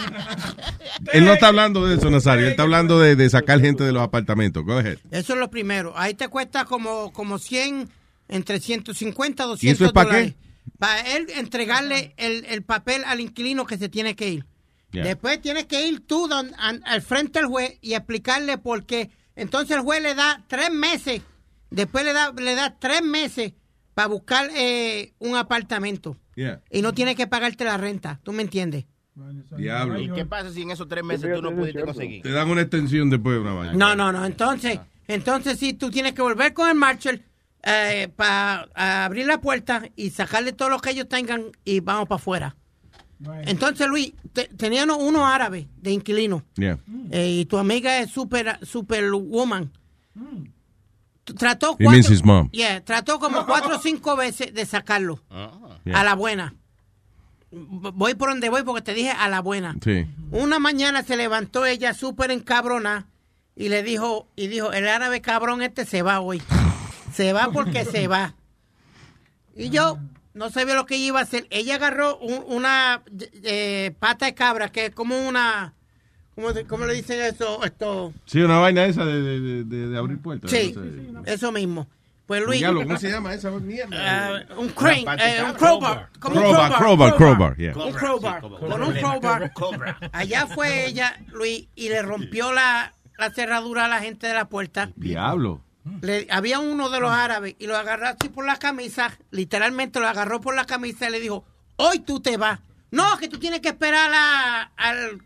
Speaker 4: Él no está hablando de eso, Nazario. Él está hablando de, de sacar gente de los apartamentos. Go ahead.
Speaker 6: Eso es lo primero. Ahí te cuesta como, como 100, entre 150, 200
Speaker 4: ¿Y eso es pa' qué?
Speaker 6: dólares. Para él entregarle el, el papel al inquilino que se tiene que ir.
Speaker 4: Yeah.
Speaker 6: Después tienes que ir tú don- an- al frente del juez y explicarle por qué. Entonces el juez le da tres meses. Después le da, le da tres meses para buscar eh, un apartamento.
Speaker 4: Yeah.
Speaker 6: Y no tiene que pagarte la renta. ¿Tú me entiendes?
Speaker 4: Diablo.
Speaker 19: ¿Y qué pasa si en esos tres meses tú no pudiste conseguir?
Speaker 4: Te dan una extensión después de una vaina.
Speaker 6: No, no, no. Entonces, entonces sí, tú tienes que volver con el Marshall para abrir la puerta y sacarle todo lo que ellos tengan y vamos para afuera. Entonces, Luis, te- tenían uno árabe de inquilino
Speaker 4: Yeah.
Speaker 6: eh, y tu amiga es super, superwoman. T- Trató
Speaker 4: It means his mom.
Speaker 6: Yeah, trató como cuatro o cinco veces de sacarlo
Speaker 4: Ah. Yeah.
Speaker 6: a la buena. V- Voy por donde voy porque te dije a la buena.
Speaker 4: Sí.
Speaker 6: Una mañana se levantó ella súper encabrona y le dijo, y dijo, el árabe cabrón este se va hoy. Se va porque se va. Y yo no sabía lo que iba a hacer. Ella agarró un- una eh, pata de cabra, que es como una, ¿cómo, se- cómo le dicen eso? Esto,
Speaker 4: Sí, una vaina esa de, de- de- de abrir puertas.
Speaker 6: sí,
Speaker 4: No sé.
Speaker 6: eso mismo. Pues Luis,
Speaker 4: Diablo, ¿cómo se llama esa
Speaker 6: mierda? un
Speaker 4: Una
Speaker 6: crane,
Speaker 4: pata de
Speaker 6: eh, un
Speaker 4: cabra.
Speaker 6: crowbar. como un
Speaker 4: Crowbar, crowbar, crowbar, yeah.
Speaker 6: Un crowbar, con un crowbar. Allá fue ella, Luis, y le rompió la, la cerradura a la gente de la puerta.
Speaker 4: Diablo.
Speaker 6: Le- había uno de los árabes y lo agarró así por la camisa, literalmente lo agarró por la camisa y le dijo, hoy tú te vas. No, que tú tienes que esperar a- al,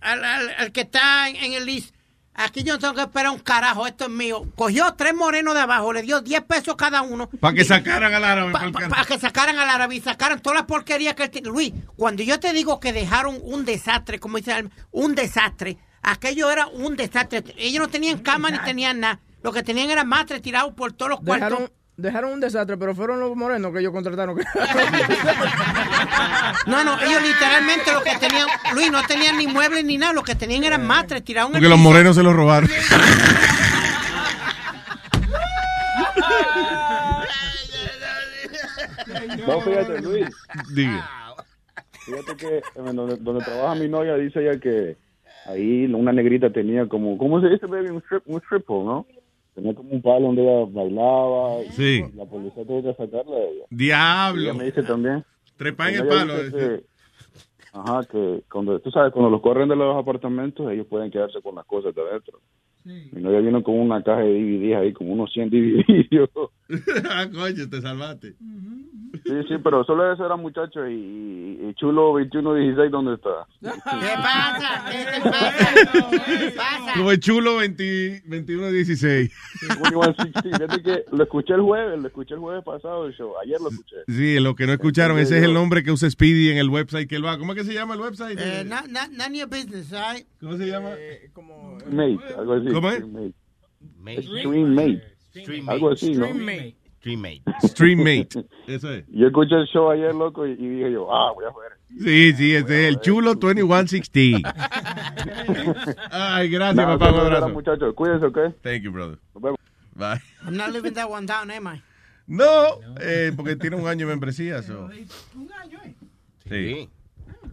Speaker 6: al- al- al que está en, en el list. Aquí yo no tengo que esperar un carajo, esto es mío. Cogió tres morenos de abajo, le dio 10 pesos cada uno.
Speaker 4: Para que sacaran al árabe.
Speaker 6: Para
Speaker 4: pa'l car-
Speaker 6: que sacaran al árabe y sacaran todas las porquerías que él tiene. Luis, cuando yo te digo que dejaron un desastre, como dice Alma, un desastre, aquello era un desastre. Ellos no tenían cama ni tenían nada. Lo que tenían era matres tirados por todos los
Speaker 3: Dejaron,
Speaker 6: cuartos.
Speaker 3: dejaron un desastre, pero fueron los morenos que ellos contrataron.
Speaker 6: No, no, ellos literalmente lo que tenían, Luis, no tenían ni muebles ni nada. Lo que tenían eran matres tirados en el
Speaker 4: Porque los
Speaker 6: piso.
Speaker 4: morenos se los robaron.
Speaker 18: No, fíjate, Luis.
Speaker 4: Diga.
Speaker 18: Fíjate que en donde, donde trabaja mi novia dice ella que ahí una negrita tenía como, ¿cómo se dice, baby? Un, strip, un strip pole, ¿no? Tenía como un palo donde ella bailaba. y
Speaker 4: Sí.
Speaker 18: La policía tuvo que sacarla de ella.
Speaker 4: Diablo.
Speaker 18: Ella me dice también.
Speaker 4: Trepa en el
Speaker 18: Ella
Speaker 4: palo. eh.
Speaker 18: dice que- ajá, que cuando, tú sabes, cuando los corren de los apartamentos, ellos pueden quedarse con las cosas de adentro. Mi novia vino con una caja de DVDs ahí, como unos 100 DVDs.
Speaker 4: ah, coño, te salvaste.
Speaker 18: Sí, sí, pero solo eso era muchacho y, y- y chulo 2116, ¿dónde está?
Speaker 6: ¿Qué pasa? ¿Qué te pasa? ¿Qué pasa?
Speaker 4: Tuve chulo 20 21-16.
Speaker 18: 2116, fíjate que lo escuché el jueves, lo escuché el jueves pasado el show, ayer lo escuché.
Speaker 4: Sí, lo que no escucharon, ese es el nombre que usa Speedy en el website que él va. ¿Cómo es que se llama el website?
Speaker 6: Eh, na- na- none of your business, all right? Eh,
Speaker 4: ¿Cómo se llama?
Speaker 18: Mate, algo así.
Speaker 4: ¿Cómo es?
Speaker 18: Streammate. Streammate. Algo así, ¿no?
Speaker 19: Streammate. Streammate.
Speaker 4: Streammate. Eso es.
Speaker 18: Yo escuché el show ayer, loco, y, y dije yo, ah, voy a ver.
Speaker 4: Sí, sí, ese es el chulo 2116. Ay, gracias,
Speaker 18: Nada,
Speaker 4: papá. Un
Speaker 18: saludos,
Speaker 4: abrazo.
Speaker 18: Muchachos, cuídense, ¿ok?
Speaker 4: Thank you, brother.
Speaker 18: Nos vemos.
Speaker 4: Bye.
Speaker 6: I'm not living that one down, am I?
Speaker 4: No, eh, porque tiene un año de membresía. so. Sí.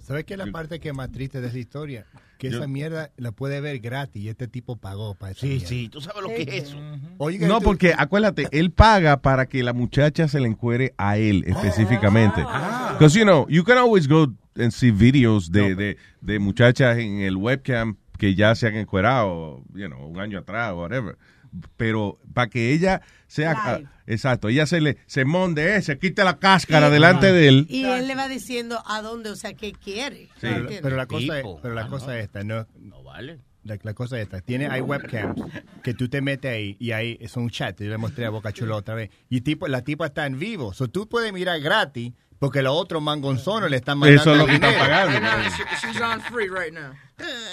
Speaker 8: ¿Sabes qué es la parte que más triste de esa historia? Que
Speaker 4: Yo-
Speaker 8: esa mierda la puede ver gratis y este tipo pagó para esa
Speaker 19: Sí,
Speaker 8: mierda.
Speaker 19: sí, tú sabes lo que es eso.
Speaker 8: Oiga,
Speaker 4: No,
Speaker 8: tú-
Speaker 4: porque acuérdate, él paga para que la muchacha se le encuere a él específicamente. Because, you know, you can always go and see videos de, de, de muchachas en el webcam que ya se han encuerado, you know, un año atrás, whatever. Pero para que ella sea, ah, exacto, ella se le se monde, eh, se quite la cáscara delante de él.
Speaker 20: Y él le va diciendo a dónde, o sea, qué quiere.
Speaker 8: Sí, pero, pero la cosa, es, pero la cosa es esta, no,
Speaker 19: vale.
Speaker 8: La, la cosa es esta, tiene, hay webcams que tú te metes ahí y ahí es un chat, yo le mostré a Boca Chula otra vez, y tipo, la tipa está en vivo, so, tú puedes mirar gratis porque los otros mangonzones le están mandando
Speaker 4: Eso es lo que están
Speaker 8: dinero.
Speaker 4: pagando.
Speaker 3: She's on free right now.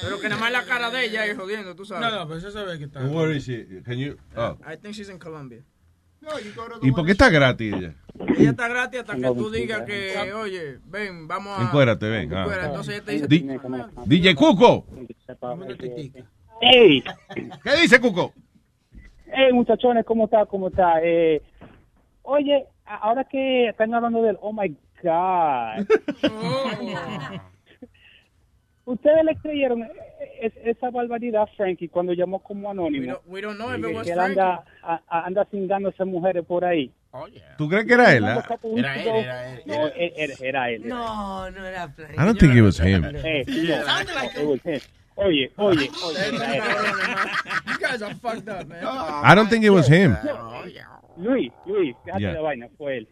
Speaker 3: Pero que nada más la cara de ella es jodiendo, tú sabes.
Speaker 6: No, no, pero eso se ve que está.
Speaker 4: Where is she? Can you- oh.
Speaker 3: I think she's in Colombia.
Speaker 4: ¿Y por qué está gratis ella?
Speaker 3: Ella está gratis hasta que tú digas que, oye, ven, vamos a...
Speaker 4: Encuérdate, ven. ah.
Speaker 3: Encuérdate, Entonces ella te dice...
Speaker 4: Di- DJ Cuco.
Speaker 2: Hey,
Speaker 4: ¿Qué dice Cuco?
Speaker 2: hey, Eh, muchachones, ¿cómo está? ¿Cómo está? Eh, oye, a- ahora que están hablando del Oh My God,
Speaker 3: Oh.
Speaker 2: ¿ustedes le creyeron eh, es- esa barbaridad a Frankie cuando llamó como anónimo?
Speaker 3: We don't know if it
Speaker 2: Que
Speaker 3: was
Speaker 2: él
Speaker 3: Frankie. Oh,
Speaker 2: anda, a- a- anda cingando a esas mujeres por ahí.
Speaker 4: ¿Tú crees que era él? ah?
Speaker 2: Era él, era él. No, e- era, era él.
Speaker 20: No, no era
Speaker 4: I don't think it was him.
Speaker 2: Eh, no, it was him. Oye, oye, oye. era él.
Speaker 3: You guys are fucked up, man.
Speaker 4: I don't think it was him.
Speaker 2: Luis, Luis, déjate
Speaker 4: Yeah.
Speaker 2: de vaina, fue él.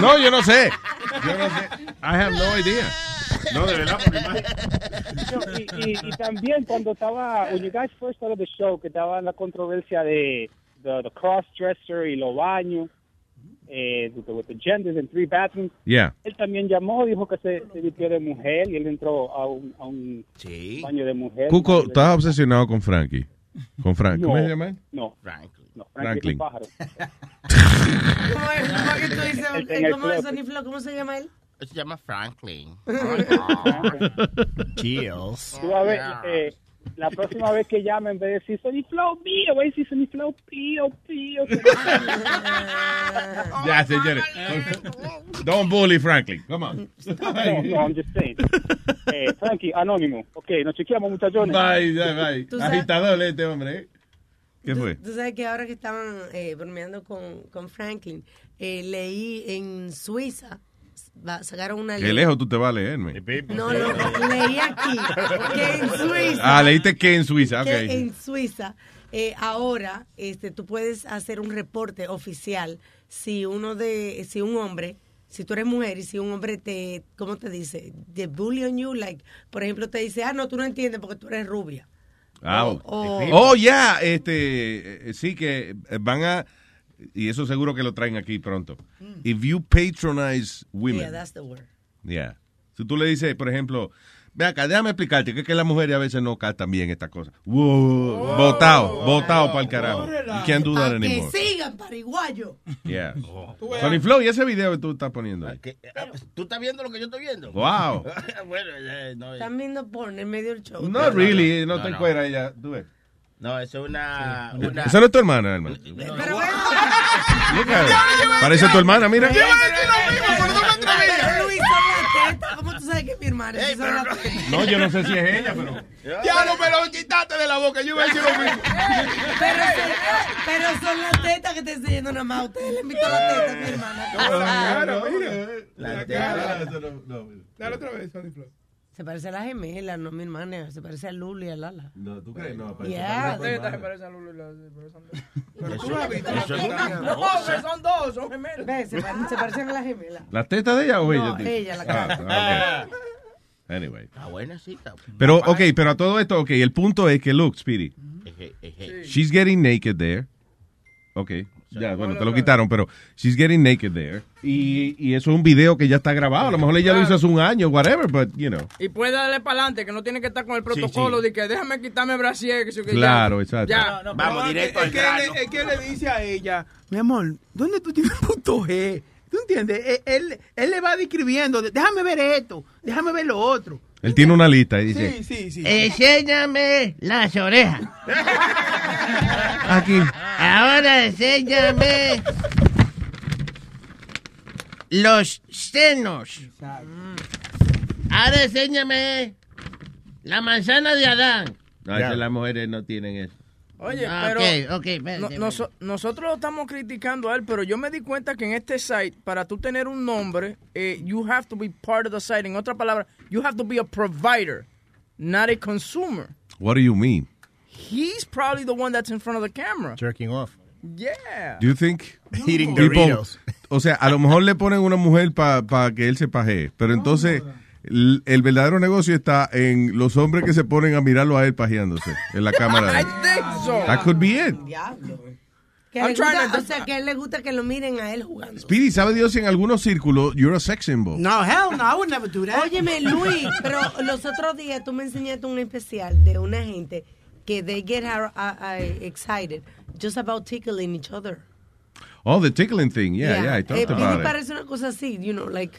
Speaker 4: No, yo no sé. Yo no sé. I have no idea. No, de verdad, por
Speaker 2: No, y, y- y también cuando estaba, when you guys first started the show, que estaba la controversia de the, the cross-dresser y los baños, eh, with, the, with the genders and three bathrooms,
Speaker 4: Yeah.
Speaker 2: él también llamó, dijo que se, se vistió de mujer y él entró a un, a un baño de mujer.
Speaker 4: Cuco,
Speaker 2: Baño de-
Speaker 4: estás obsesionado con Frankie. Con Frankie.
Speaker 2: No,
Speaker 4: ¿Cómo se llama él?
Speaker 2: No, No, Franklin.
Speaker 4: Franklin.
Speaker 2: es un pájaro.
Speaker 20: ¿Cómo es? ¿Cómo es que tú dices?
Speaker 19: El-
Speaker 20: eh,
Speaker 19: en el
Speaker 20: ¿Cómo es
Speaker 19: club.
Speaker 20: Sonny Flow? ¿Cómo se llama él?
Speaker 19: Se llama Franklin.
Speaker 8: Chills.
Speaker 2: Tú vas a ver, eh, la próxima vez que llame, en vez de decir Sony Flow mío, voy a decir Sony Flow pío, pío.
Speaker 4: Ya, señores. Don't bully Franklin. Come on.
Speaker 2: No, no, I'm just saying. Eh, Frankie, anónimo. Ok, nos chequeamos, muchachones.
Speaker 4: Bye, bye, bye.
Speaker 2: Tú
Speaker 20: sabes-
Speaker 4: Agitador este hombre. ¿eh? ¿Qué fue?
Speaker 20: Tú sabes que ahora que estaban eh, bromeando con, con Franklin, eh, leí en Suiza, va- sacaron una
Speaker 4: Qué
Speaker 20: ley.
Speaker 4: lejos tú te vas a leerme.
Speaker 20: No, no, leí aquí que en Suiza.
Speaker 4: Ah, leíste que en Suiza. Ok.
Speaker 20: que en Suiza eh, ahora este tú puedes hacer un reporte oficial si uno de si un hombre si tú eres mujer y si un hombre te cómo te dice de bully on you like por ejemplo te dice ah no tú no entiendes porque tú eres rubia
Speaker 4: Ah, oh,
Speaker 20: o-
Speaker 4: Oh, ya, este, eh, sí que eh, van a, y eso seguro que lo traen aquí pronto. If you patronize
Speaker 20: yeah
Speaker 4: women,
Speaker 20: that's the word
Speaker 4: yeah. Si tú le dices, por ejemplo, ve acá, déjame explicarte que, es que las mujeres a veces no captan bien esta cosa. Wow, botado, botado para el carajo. Oh. You can't do that
Speaker 20: que
Speaker 4: anymore.
Speaker 20: sigan pariguayo
Speaker 4: Yeah.
Speaker 19: Tú ves-
Speaker 4: Sonny Flow, y ese video que tú estás poniendo ahí.
Speaker 19: ¿Tú estás viendo lo que yo estoy viendo?
Speaker 4: Wow.
Speaker 19: bueno, eh, no, eh.
Speaker 20: están viendo porn en medio del show
Speaker 4: No, really, no, te encueras ella, tú ves.
Speaker 19: No, eso es una... una-
Speaker 4: Esa no es tu hermana, hermano. Look at her. Parece tu hermana, mira.
Speaker 20: pero Luis son las tetas cómo tú sabes que es mi hermana Si son las tetas.
Speaker 4: No, yo no sé si es ella, pero...
Speaker 26: Ya no me lo quitaste de la boca, yo iba a decir lo mismo.
Speaker 20: Pero, son- pero son las tetas que te estoy enseñando nada más. Ustedes le invitó las tetas, mi hermana. Ah,
Speaker 26: Claro, mira. La cara. Dale otra vez, Sonny Flow.
Speaker 20: Se parece a la gemela, no mi hermana. Se parece a Lulu y a Lala.
Speaker 4: No, ¿tú crees? No,
Speaker 20: parece- Yeah.
Speaker 3: Las tetas se parecen a Lulu y las- pero son dos.
Speaker 20: Pero
Speaker 4: tú la viste, eso es una
Speaker 3: No,
Speaker 20: cosa.
Speaker 3: que son dos, son gemelas.
Speaker 20: Ve, se, pare- se parecen a la gemela.
Speaker 4: ¿La teta de ella o ella?
Speaker 20: No,
Speaker 4: tuya?
Speaker 20: ella, la cara.
Speaker 4: Ah, ok. Anyway.
Speaker 19: Está buena, sí, está buena.
Speaker 4: Pero, ok, pero a todo esto, ok, el punto es que, look, Speedy,
Speaker 19: Eje, eje.
Speaker 4: she's getting naked there. Ok, ya, bueno, te lo quitaron, pero she's getting naked there. Y, y eso es un video que ya está grabado. A lo mejor ella lo hizo hace un año, whatever, but, you know.
Speaker 3: Y puede darle para adelante, que no tiene que estar con el protocolo de que déjame quitarme el brasier. Que sí, que ya.
Speaker 4: Claro, exacto.
Speaker 3: Ya.
Speaker 19: Vamos directo al
Speaker 6: Es que,
Speaker 19: grano.
Speaker 6: le, es que le dice a ella, mi amor, ¿dónde tú tienes punto G? ¿Tú entiendes? Eh, Él, él le va describiendo, déjame ver esto, déjame ver lo otro.
Speaker 4: Él tiene una lista y dice,
Speaker 6: Sí, sí, sí.
Speaker 17: Enséñame las orejas.
Speaker 4: aquí,
Speaker 17: Ahora enséñame los senos. Ahora enséñame la manzana de Adán.
Speaker 4: No, a veces las mujeres no tienen eso.
Speaker 3: Oye,
Speaker 17: Ah,
Speaker 3: pero
Speaker 17: ok, ok, espérate,
Speaker 3: no-
Speaker 17: espérate.
Speaker 3: noso- nosotros lo estamos criticando a él, pero yo me di cuenta que en este site, para tú tener un nombre, eh, you have to be part of the site. En otra palabra, you have to be a provider. not a consumer.
Speaker 4: What do you mean?
Speaker 3: He's probably the one that's in front of the camera.
Speaker 8: Jerking off.
Speaker 3: Yeah.
Speaker 4: Do you think?
Speaker 8: Eating
Speaker 4: Tipo,
Speaker 8: Doritos.
Speaker 4: O sea, a lo mejor le ponen una mujer para que él se pajee, pero entonces l- el verdadero negocio está en los hombres que se ponen a mirarlo a él pajeándose en la cámara. de
Speaker 3: I
Speaker 4: él.
Speaker 3: think so.
Speaker 4: That could be it.
Speaker 20: Diablo. Que
Speaker 3: I'm
Speaker 20: le
Speaker 3: trying
Speaker 20: gusta-
Speaker 3: to-
Speaker 20: o sea, que a él le gusta que lo miren a él jugando.
Speaker 4: Speedy, ¿sabe Dios si en algunos círculos you're a sex symbol?
Speaker 6: No, hell no, I would never do
Speaker 3: ¿Eh?
Speaker 6: that.
Speaker 20: Óyeme, Luis, pero los otros días tú me enseñaste un especial de una gente que they get her, uh, uh, excited just about tickling each other.
Speaker 4: Oh, the tickling thing. Yeah, yeah, I
Speaker 20: Eh,
Speaker 4: talked
Speaker 20: Pidi
Speaker 4: about it.
Speaker 20: parece una cosa así, you know, like,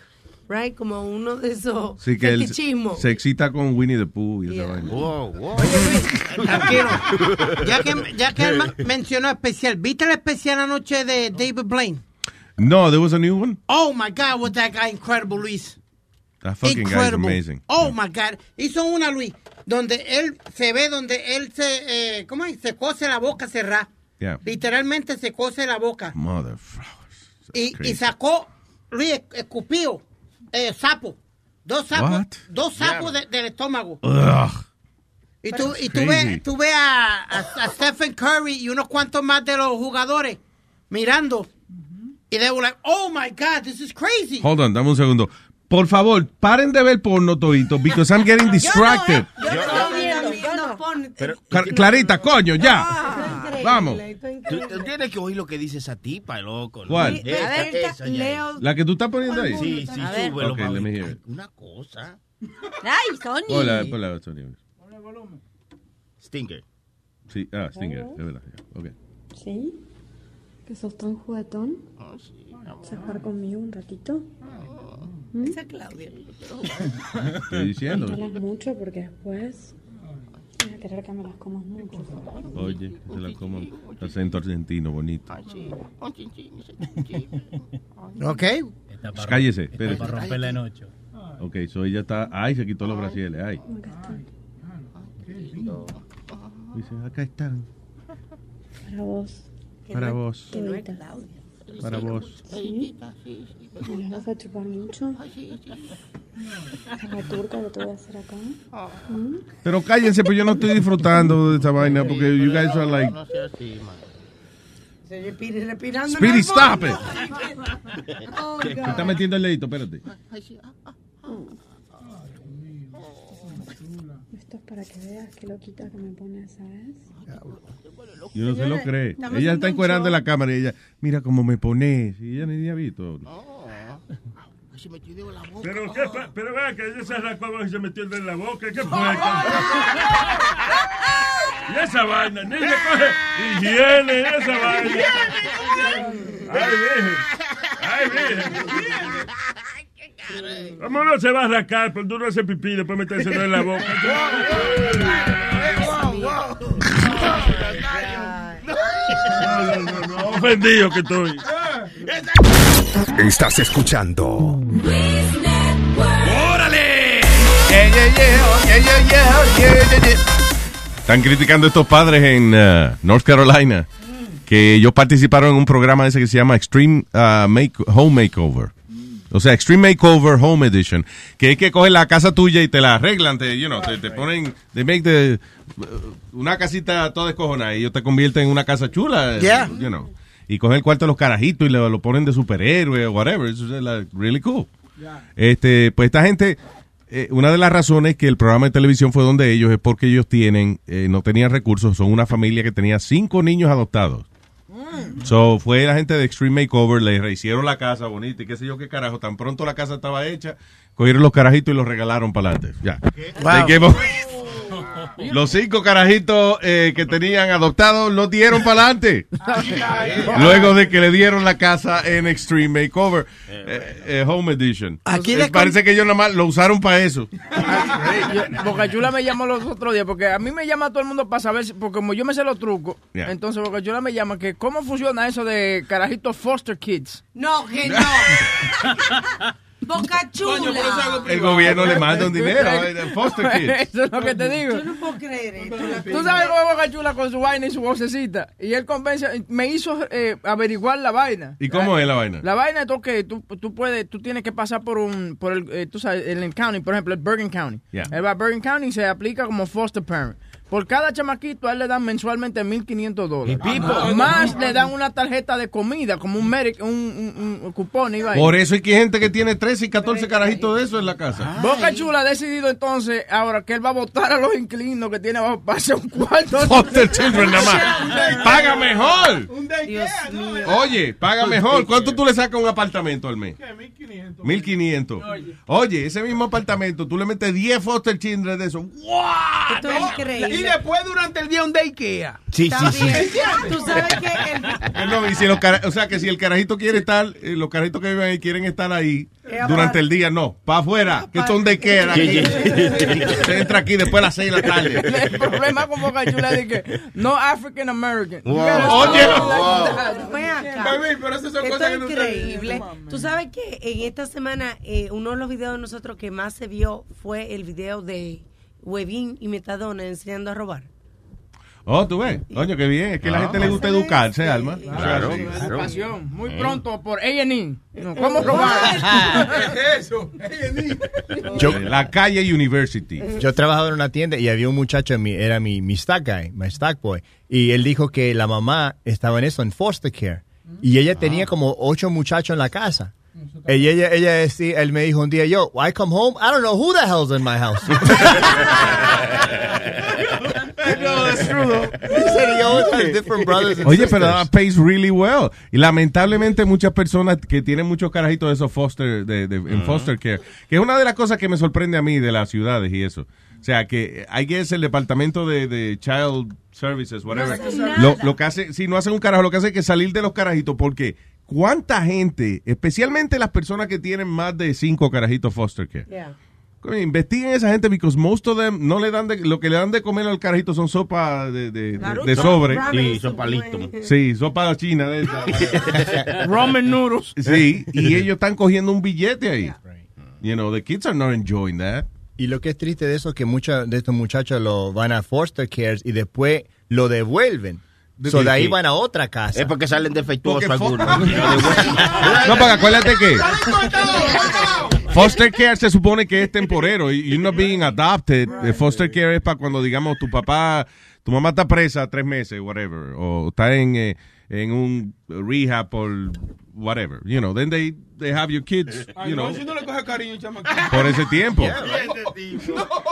Speaker 20: right, como uno de esos
Speaker 4: Sí, que él
Speaker 20: fetichismo.
Speaker 4: se excita con Winnie the Pooh y esa vaina.
Speaker 6: Tranquilo. Ya que, ya que él ma- mencionó especial, ¿viste el especial anoche de David Blaine?
Speaker 4: No, there was a new one.
Speaker 6: Oh my God, was that guy incredible, Luis.
Speaker 4: That fucking guy is
Speaker 6: Incredible.
Speaker 4: amazing.
Speaker 6: Oh my God. Hizo una, Luis, donde él se ve, donde él se, eh, ¿cómo es? Se cose la boca cerrada.
Speaker 4: Yeah.
Speaker 6: Literalmente se cose la boca.
Speaker 4: Motherfucker.
Speaker 6: Y,
Speaker 4: crazy.
Speaker 6: y sacó, Luis, esc- escupió, eh, sapo. Dos sapos,
Speaker 4: What?
Speaker 6: dos sapos de- del estómago.
Speaker 4: Ugh.
Speaker 6: Y tú, y tú
Speaker 4: Crazy.
Speaker 6: ves, tú ves a, a- a Stephen Curry y unos cuantos más de los jugadores mirando. Y they were like, oh my God, this is crazy.
Speaker 4: Hold on, dame un segundo. Por favor, paren de ver porno todito because I'm getting distracted.
Speaker 20: Pero- Ah,
Speaker 4: Car- Eh, Clarita, coño, ya. Vamos.
Speaker 19: Tú, tú tienes que oír lo que dice esa tipa, loco.
Speaker 4: ¿Cuál?
Speaker 19: Esa,
Speaker 20: A ver,
Speaker 19: esa,
Speaker 20: ta-
Speaker 19: ya.
Speaker 20: Leo.
Speaker 4: La que tú estás poniendo ahí.
Speaker 19: Sí, sí,
Speaker 20: A ver.
Speaker 19: súbelo,
Speaker 4: Ok,
Speaker 19: pa'
Speaker 4: let me
Speaker 19: ver.
Speaker 4: hear it.
Speaker 19: Una cosa.
Speaker 20: Ay, Sony.
Speaker 4: Hola, hola, Tony.
Speaker 19: Stinker.
Speaker 4: Sí, ah, Stinger, es verdad. Ok.
Speaker 10: Sí. Que sos tan juguetón. ¿Vas a jugar conmigo un ratito? ¿Mm?
Speaker 20: Esa es Claudia.
Speaker 4: Estoy diciendo.
Speaker 10: Contales mucho porque después vas a querer que me las comas mucho.
Speaker 4: Oye, se la coman. Acento argentino, bonito.
Speaker 6: Ok.
Speaker 4: Shh, Pues Cállese, espérese.
Speaker 14: Para romperla en ocho.
Speaker 4: Ok, so ella está. Ay, se quitó los brasiles. Ay.
Speaker 10: Acá están.
Speaker 4: Dice, acá están.
Speaker 10: Para vos.
Speaker 4: Para vos.
Speaker 10: Que no es Claudia.
Speaker 4: Para vos.
Speaker 10: ¿Sí? ¿Me las vas a chupar mucho? ¿La turca que te voy a hacer acá? ¿Mm?
Speaker 4: Pero cállense, pues yo no estoy disfrutando de esta vaina porque you guys are like.
Speaker 20: Se respira- respirando. en
Speaker 4: Speedy,
Speaker 20: el
Speaker 4: stop
Speaker 20: fondo. Oh,
Speaker 4: Te
Speaker 20: God.
Speaker 4: está metiendo el dedito, espérate.
Speaker 10: Ah. Esto es para que veas qué loquita que me pone, ¿sabes?
Speaker 4: Yo no se lo cree.
Speaker 10: Estamos
Speaker 4: Ella
Speaker 10: haciendo
Speaker 4: está
Speaker 10: un
Speaker 4: encuerando
Speaker 10: show.
Speaker 4: la cámara y ella, mira cómo me pones. Y ella ni ha visto.
Speaker 19: Se metió de la boca.
Speaker 12: Pero qué, pa- pero vea que ella se arrancó abajo y se metió el dedo en la boca, qué fue. y esa vaina, ni le coge higiene, esa vaina.
Speaker 17: Ah,
Speaker 12: Ay, virgen. Ay, virgen. Vamos, no se va a arrancar, pero tú no haces pipí, después meterse el dedo en la boca. No, no, no, no, ofendido que estoy.
Speaker 27: Estás escuchando.
Speaker 17: ¡Órale!
Speaker 4: Están criticando a estos padres en uh, North Carolina que ellos participaron en un programa ese que se llama Extreme uh, Make- Home Makeover. O sea, Extreme Makeover Home Edition, que es que cogen la casa tuya y te la arreglan, te, you know, te, te ponen, they make the, uh, una casita toda descojonada y ellos te convierten en una casa chula,
Speaker 6: Yeah.
Speaker 4: you know. Y cogen el cuarto de los carajitos y lo, lo ponen de superhéroe o whatever. It's like really cool. Este, pues esta gente, eh, una de las razones que el programa de televisión fue donde ellos es porque ellos tienen, eh, no tenían recursos, son una familia que tenía cinco niños adoptados. So, fue la gente de Extreme Makeover, les rehicieron la casa bonita y qué sé yo qué carajo. Tan pronto la casa estaba hecha, cogieron los carajitos y los regalaron para adelante. Ya. They gave away- Los cinco carajitos eh, que tenían adoptados los dieron para adelante. Luego de que le dieron la casa en Extreme Makeover, eh, eh, Home Edition.
Speaker 3: Aquí
Speaker 4: Eh,
Speaker 3: le con-
Speaker 4: parece que ellos nada más lo usaron para eso.
Speaker 3: Yo- Bocachula me llamó los otros días porque a mí me llama todo el mundo para saber, si- porque como yo me sé los trucos,
Speaker 4: Yeah.
Speaker 3: entonces Bocachula me llama que cómo funciona eso de carajitos foster kids.
Speaker 20: No, que no. Boca chula.
Speaker 19: Coño, por eso hago
Speaker 4: El gobierno le manda un dinero. eh, Foster kids.
Speaker 3: Eso es lo que te digo.
Speaker 20: Yo no puedo creer esto.
Speaker 3: Tú sabes cómo es Boca Chula con su vaina y su vocecita. Y él convence, me hizo eh, averiguar la vaina.
Speaker 4: ¿Y cómo es la vaina?
Speaker 3: La vaina es que tú, tú puedes, tú tienes que pasar por un, por el, eh, tú sabes, el county, por ejemplo, el Bergen County.
Speaker 4: Yeah.
Speaker 3: Él va a Bergen County y se aplica como foster parent. Por cada chamaquito, a él le dan mensualmente 1.500 dólares.
Speaker 4: pipo.
Speaker 3: Más le dan una tarjeta de comida, como un, medic, un, un- un cupón y vaina.
Speaker 4: Por eso hay que hay gente que tiene 13 y Ah. 14 carajitos de eso en la casa.
Speaker 3: Boca Chula ha decidido entonces ahora que él va a votar a los inquilinos que tiene abajo para hacer un cuarto.
Speaker 4: Foster children nada más. Paga mejor.
Speaker 20: Dios mío.
Speaker 4: Oye, paga mejor. ¿Cuánto tú le sacas a un apartamento al mes? 1500. Oye, ese mismo apartamento, tú le metes 10 foster children de eso.
Speaker 20: Esto es increíble.
Speaker 16: Y después durante el día un de Ikea.
Speaker 4: Sí, sí, Ah, sí.
Speaker 20: Tú sabes que el
Speaker 4: Eh, No, y si los cara- o sea, que si el carajito quiere estar, eh, los carajitos que viven ahí quieren estar ahí durante el día, no. Para afuera, que son de qué era. Se entra aquí después de las 6 de la tarde.
Speaker 3: El problema con Boca Chula es de que no African American.
Speaker 4: Wow.
Speaker 20: Oye,
Speaker 3: Wow.
Speaker 20: Ven acá.
Speaker 3: Baby, pero esas son
Speaker 20: Esto
Speaker 3: cosas
Speaker 20: es
Speaker 3: que no están- este
Speaker 20: increíble. Tú sabes que en esta semana eh, uno de los videos de nosotros que más se vio fue el video de Webin y Metadona enseñando a robar.
Speaker 4: Oh, tú ves. Coño, qué bien. Es que a la
Speaker 19: Ah.
Speaker 4: gente le gusta educarse, Alma.
Speaker 19: Claro,
Speaker 4: Sí.
Speaker 19: claro.
Speaker 3: Pasión, muy
Speaker 19: Eh.
Speaker 3: pronto por A&E. No, ¿Cómo robar?
Speaker 16: Eh, ¿Qué es eso?
Speaker 4: Eh, la calle University.
Speaker 8: Yo trabajaba en una tienda y había un muchacho, en mi- era mi, mi stack guy, my stack boy, y él dijo que la mamá estaba en eso, en foster care, y ella tenía como ocho muchachos en la casa. Y ella, ella decía, él me dijo un día, yo, I come home, I don't know who the hell's in my house.
Speaker 4: No, that's true, though.
Speaker 8: He said he always has different brothers and
Speaker 4: Oye, pero
Speaker 8: sisters.
Speaker 4: that pays really well. Y lamentablemente muchas personas que tienen muchos carajitos de esos foster, de, de- en
Speaker 11: Ujú.
Speaker 4: foster care, que es una de las cosas que me sorprende a mí de las ciudades y eso. O sea, que hay que es el departamento de, de Child Services, whatever.
Speaker 11: No hacen nada.
Speaker 4: Lo, lo que hace, si no hacen un carajo, lo que hace es que salir de los carajitos porque cuánta gente, especialmente las personas que tienen más de cinco carajitos foster care. Coño, investiguen esa gente because most of them no le dan de, lo que le dan de comer al carajito son sopa de, de- de-
Speaker 19: Naruto.
Speaker 4: de sobre.
Speaker 19: Ramen. Sí, sopa listo.
Speaker 4: Sí, sopa china de esa.
Speaker 3: Ramen noodles.
Speaker 4: Sí, y ellos están cogiendo un billete ahí. You know, the kids are not enjoying that.
Speaker 8: Y lo que es triste de eso es que muchos de estos muchachos lo van a foster cares y después lo devuelven. So de ahí van a otra casa.
Speaker 19: Es porque salen defectuosos
Speaker 8: Porque fo-
Speaker 19: algunos. no,
Speaker 4: No, porque acuérdate que foster care se supone que es temporero. y You're not being adopted. The Foster care es para cuando, digamos, tu papá, tu mamá está presa tres meses, whatever. O está en, eh, en un rehab por whatever. You know, then they, they have your kids, you know,
Speaker 17: no le coge cariño, chamaquito.
Speaker 4: por ese tiempo.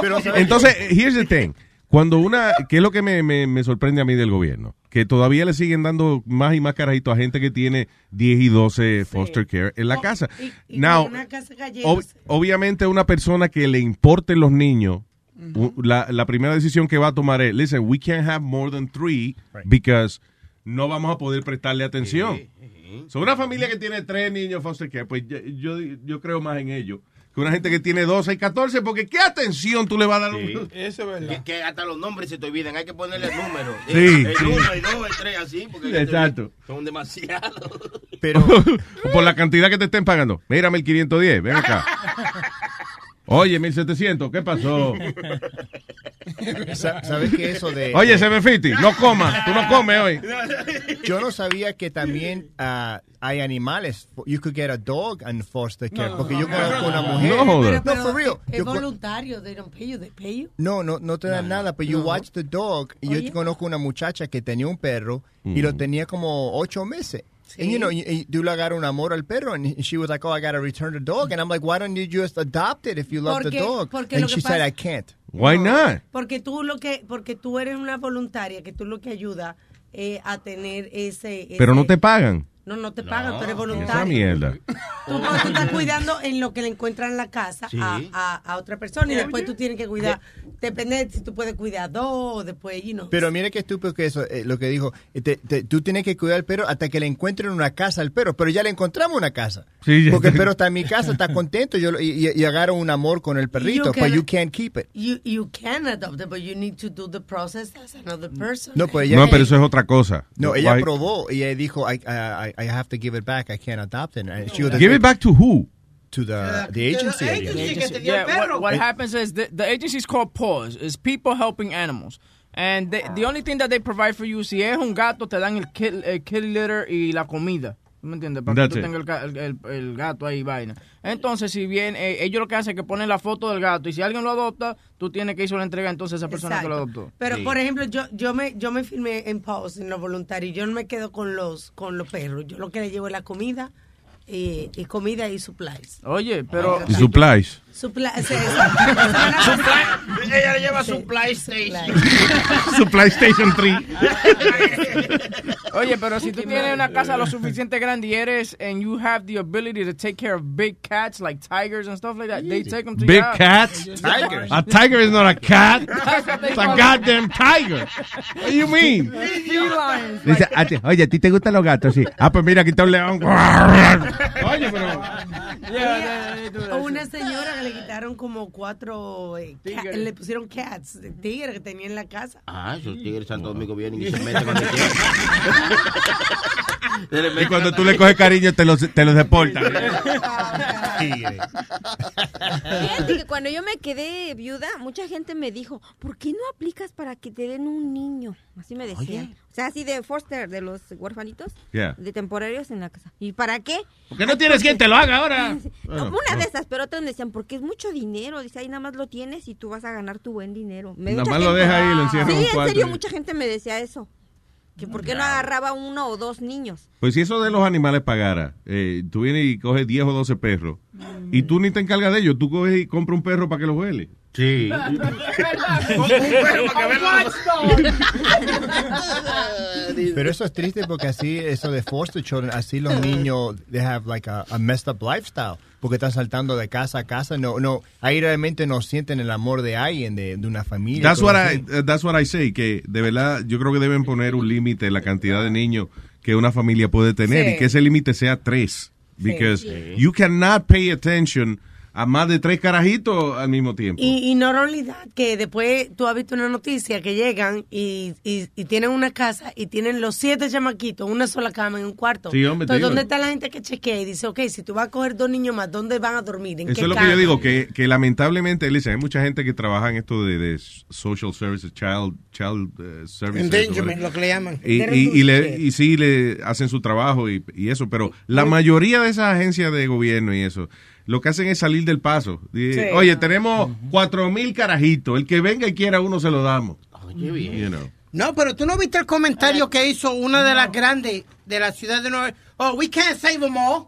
Speaker 17: Pero,
Speaker 4: Entonces, here's the thing. Cuando una, que es lo que me, me- me sorprende a mí del gobierno, que todavía le siguen dando más y más carajitos a gente que tiene 10 y 12 foster care en la casa.
Speaker 20: Oh, Y
Speaker 4: Now,
Speaker 20: con una casa
Speaker 4: ob-
Speaker 20: cayéndose.
Speaker 4: obviamente una persona que le importen los niños, u- la, la primera decisión que va a tomar es, listen, we can't have more than three because no vamos a poder prestarle atención. So, una familia que tiene tres niños foster care, pues yo, yo, yo creo más en ellos que una gente que tiene 12 y 14, porque ¿qué atención tú le vas a dar a un
Speaker 19: Sí.
Speaker 16: Eso es
Speaker 19: Que, que hasta los nombres se te olviden, hay que ponerle el número.
Speaker 4: Sí,
Speaker 19: el, el
Speaker 4: sí.
Speaker 19: uno, el dos, el tres, así. Porque ya te-
Speaker 4: Exacto.
Speaker 19: Son demasiados.
Speaker 4: Por la cantidad que te estén pagando. Mira, 1510, ven acá. Oye, 1700, ¿qué pasó?
Speaker 8: Sa- ¿Sabes qué eso de
Speaker 4: Oye, Sebefiti, no comas, tú no comes hoy.
Speaker 8: Yo no sabía que también ah, hay animales. You could get a dog and foster care. porque yo conozco una mujer.
Speaker 4: No joder.
Speaker 8: No, for real.
Speaker 20: Es
Speaker 8: Yo con-
Speaker 20: voluntario, they don't pay you, they pay you.
Speaker 8: No, no, no te dan nada, pero you watch the dog. Y yo
Speaker 20: Oye.
Speaker 8: conozco una muchacha que tenía un perro y lo tenía como ocho meses. And you know, y- y tú le agarras un amor al perro and she was like, oh, I gotta return the dog. And I'm like, why don't you just adopt it if you love the
Speaker 20: Porque-
Speaker 8: dog?
Speaker 20: porque lo
Speaker 8: and
Speaker 20: que
Speaker 8: she said,
Speaker 20: pasa-
Speaker 8: I can't.
Speaker 4: Why not?
Speaker 20: Porque tú lo que, porque tú eres una voluntaria, que tú lo que ayuda eh, a tener ese,
Speaker 4: Pero
Speaker 20: ese-
Speaker 4: no te pagan.
Speaker 20: No, no te pagan, tú eres
Speaker 4: Esa
Speaker 20: voluntario.
Speaker 4: mierda.
Speaker 20: Tú, porque tú estás cuidando en lo que le encuentran en la casa
Speaker 4: Sí.
Speaker 20: a, a- a otra persona y después tú tienes que cuidar, depende de si tú puedes cuidar dos, o después, you know.
Speaker 8: Pero mira qué estúpido que eso, eh, lo que dijo. Eh, te- te- tú tienes que cuidar al perro hasta que le encuentren una casa al perro, pero ya le encontramos una casa.
Speaker 4: Sí, ya.
Speaker 8: Porque el perro está en mi casa, está contento, yo, lo- y, y- y agarro un amor con el perrito,
Speaker 20: You
Speaker 8: pero
Speaker 20: can-
Speaker 8: you can't keep it.
Speaker 20: You, you can adopt it, but you need to do the process as another person.
Speaker 8: No, pues ella,
Speaker 4: No, pero eso es otra cosa.
Speaker 8: no, ella
Speaker 4: Why-
Speaker 8: probó y ella dijo, I, I, I- I have to give it back, I can't adopt it. And she was-
Speaker 4: Give it back to who?
Speaker 8: to
Speaker 20: Ah,
Speaker 8: the, the agency. I guess.
Speaker 3: Yeah, what, what happens is the, the agency is called PAWS. It's people helping animals. And they, the only thing that they provide for you, si es un gato, te dan el kill, el kill litter y la comida. ¿Tú ¿Me entiendes? Para
Speaker 13: That's
Speaker 3: que tú
Speaker 13: it.
Speaker 3: tengas el ga- el, el- el gato ahí, vaina. Entonces, si bien eh, ellos lo que hacen es que ponen la foto del gato y si alguien lo adopta, tú tienes que irse a la entrega entonces a esa persona que lo
Speaker 20: Exacto.
Speaker 3: adoptó.
Speaker 20: Pero, por ejemplo, yo, yo me yo me firmé en Pause, en los voluntarios. Yo no me quedo con los con los perros. Yo lo que le llevo es la comida y, y comida y supplies.
Speaker 3: Oye, pero.
Speaker 4: Y supplies.
Speaker 20: Supplies.
Speaker 17: Ella le lleva su
Speaker 20: PlayStation.
Speaker 4: Su PlayStation 3.
Speaker 3: Oye, pero si tú tienes una casa lo suficiente grande y eres and you have the ability to take care of big cats like tigers and stuff like that, they take them to
Speaker 13: Big
Speaker 3: your house.
Speaker 13: cats?
Speaker 3: Tigers.
Speaker 13: A tiger is not a cat.
Speaker 3: That's what they
Speaker 13: It's a
Speaker 3: call
Speaker 13: goddamn tiger. What do you mean?
Speaker 3: Sea lions.
Speaker 13: Dice, "A ti- oye, ¿a ti te gustan los gatos? Sí. Ah, pues mira, aquí está un león.
Speaker 3: Oye, pero.
Speaker 20: O una señora que le quitaron como cuatro, eh, ca- le pusieron cats, de tigre que tenía en la casa.
Speaker 19: Ah, esos tigres Santo Domingo vienen y se meten cuando quieran.
Speaker 3: Ah.
Speaker 19: Se le
Speaker 13: Y
Speaker 19: meten
Speaker 13: cuando
Speaker 19: a la-
Speaker 13: tú le coges cariño, te los, te los deportan. eh.
Speaker 19: Tigre.
Speaker 14: Fíjate que cuando yo me quedé viuda, mucha gente me dijo, ¿por qué no aplicas para que te den un niño? Así me decían. O sea, así de foster, de los huerfanitos,
Speaker 13: Yeah.
Speaker 14: de temporarios en la casa. ¿Y para qué?
Speaker 13: ¿Por qué no tienes quien te lo haga ahora?
Speaker 14: Una de esas, pero otras me decían, porque es mucho dinero. Dice, ahí nada más lo tienes y tú vas a ganar tu buen dinero. Me-
Speaker 13: Nada
Speaker 14: mucha
Speaker 13: más lo deja ahí y lo encierra en
Speaker 14: Sí,
Speaker 13: un
Speaker 14: en
Speaker 13: cuarto.
Speaker 14: serio, mucha gente me decía eso. Que por qué no agarraba uno o dos niños.
Speaker 4: Pues si eso de los animales pagara, eh, tú vienes y coges 10 o 12 perros
Speaker 20: Mm.
Speaker 4: y tú ni te encargas de ellos, tú coges y compras un perro para que lo huele.
Speaker 19: Sí.
Speaker 8: Pero eso es triste porque así, eso de foster children, así los niños, they have like a, a messed up lifestyle. Porque están saltando de casa a casa. No, no, ahí realmente no sienten el amor de alguien, de, de una familia.
Speaker 4: That's what,
Speaker 8: cosas
Speaker 4: I,
Speaker 8: así.
Speaker 4: uh, that's what I say, que de verdad yo creo que deben poner un límite en la cantidad de niños que una familia puede tener
Speaker 8: Sí.
Speaker 4: y que ese límite sea tres. Because
Speaker 20: Sí.
Speaker 4: you cannot pay attention a más de tres carajitos al mismo tiempo.
Speaker 20: Y, y no only that, que después tú has visto una noticia que llegan y, y- y tienen una casa y tienen los siete chamaquitos, una sola cama en un cuarto.
Speaker 4: Sí, hombre, te
Speaker 20: Entonces,
Speaker 4: digo.
Speaker 20: ¿dónde está la gente que chequea y dice, ok, si tú vas a coger dos niños más, ¿dónde van a dormir? ¿En
Speaker 4: Eso
Speaker 20: qué
Speaker 4: es lo que
Speaker 20: cama?
Speaker 4: yo digo, que, que lamentablemente, Elisa, hay mucha gente que trabaja en esto de, de social services, child, child eh, services. whatever.
Speaker 6: Endangerment, lo que le llaman.
Speaker 4: Y, y, y le, y sí, le hacen su trabajo y, y eso, pero la mayoría de esas agencias de gobierno y eso, lo que hacen es salir del paso. Y,
Speaker 19: Sí.
Speaker 4: Oye, tenemos cuatro mil carajitos, el que venga y quiera uno se lo damos.
Speaker 19: Qué bien.
Speaker 4: You know.
Speaker 6: No, pero tú no viste el comentario que hizo una de las grandes de la ciudad de Nueva York. Oh, we can't save them all.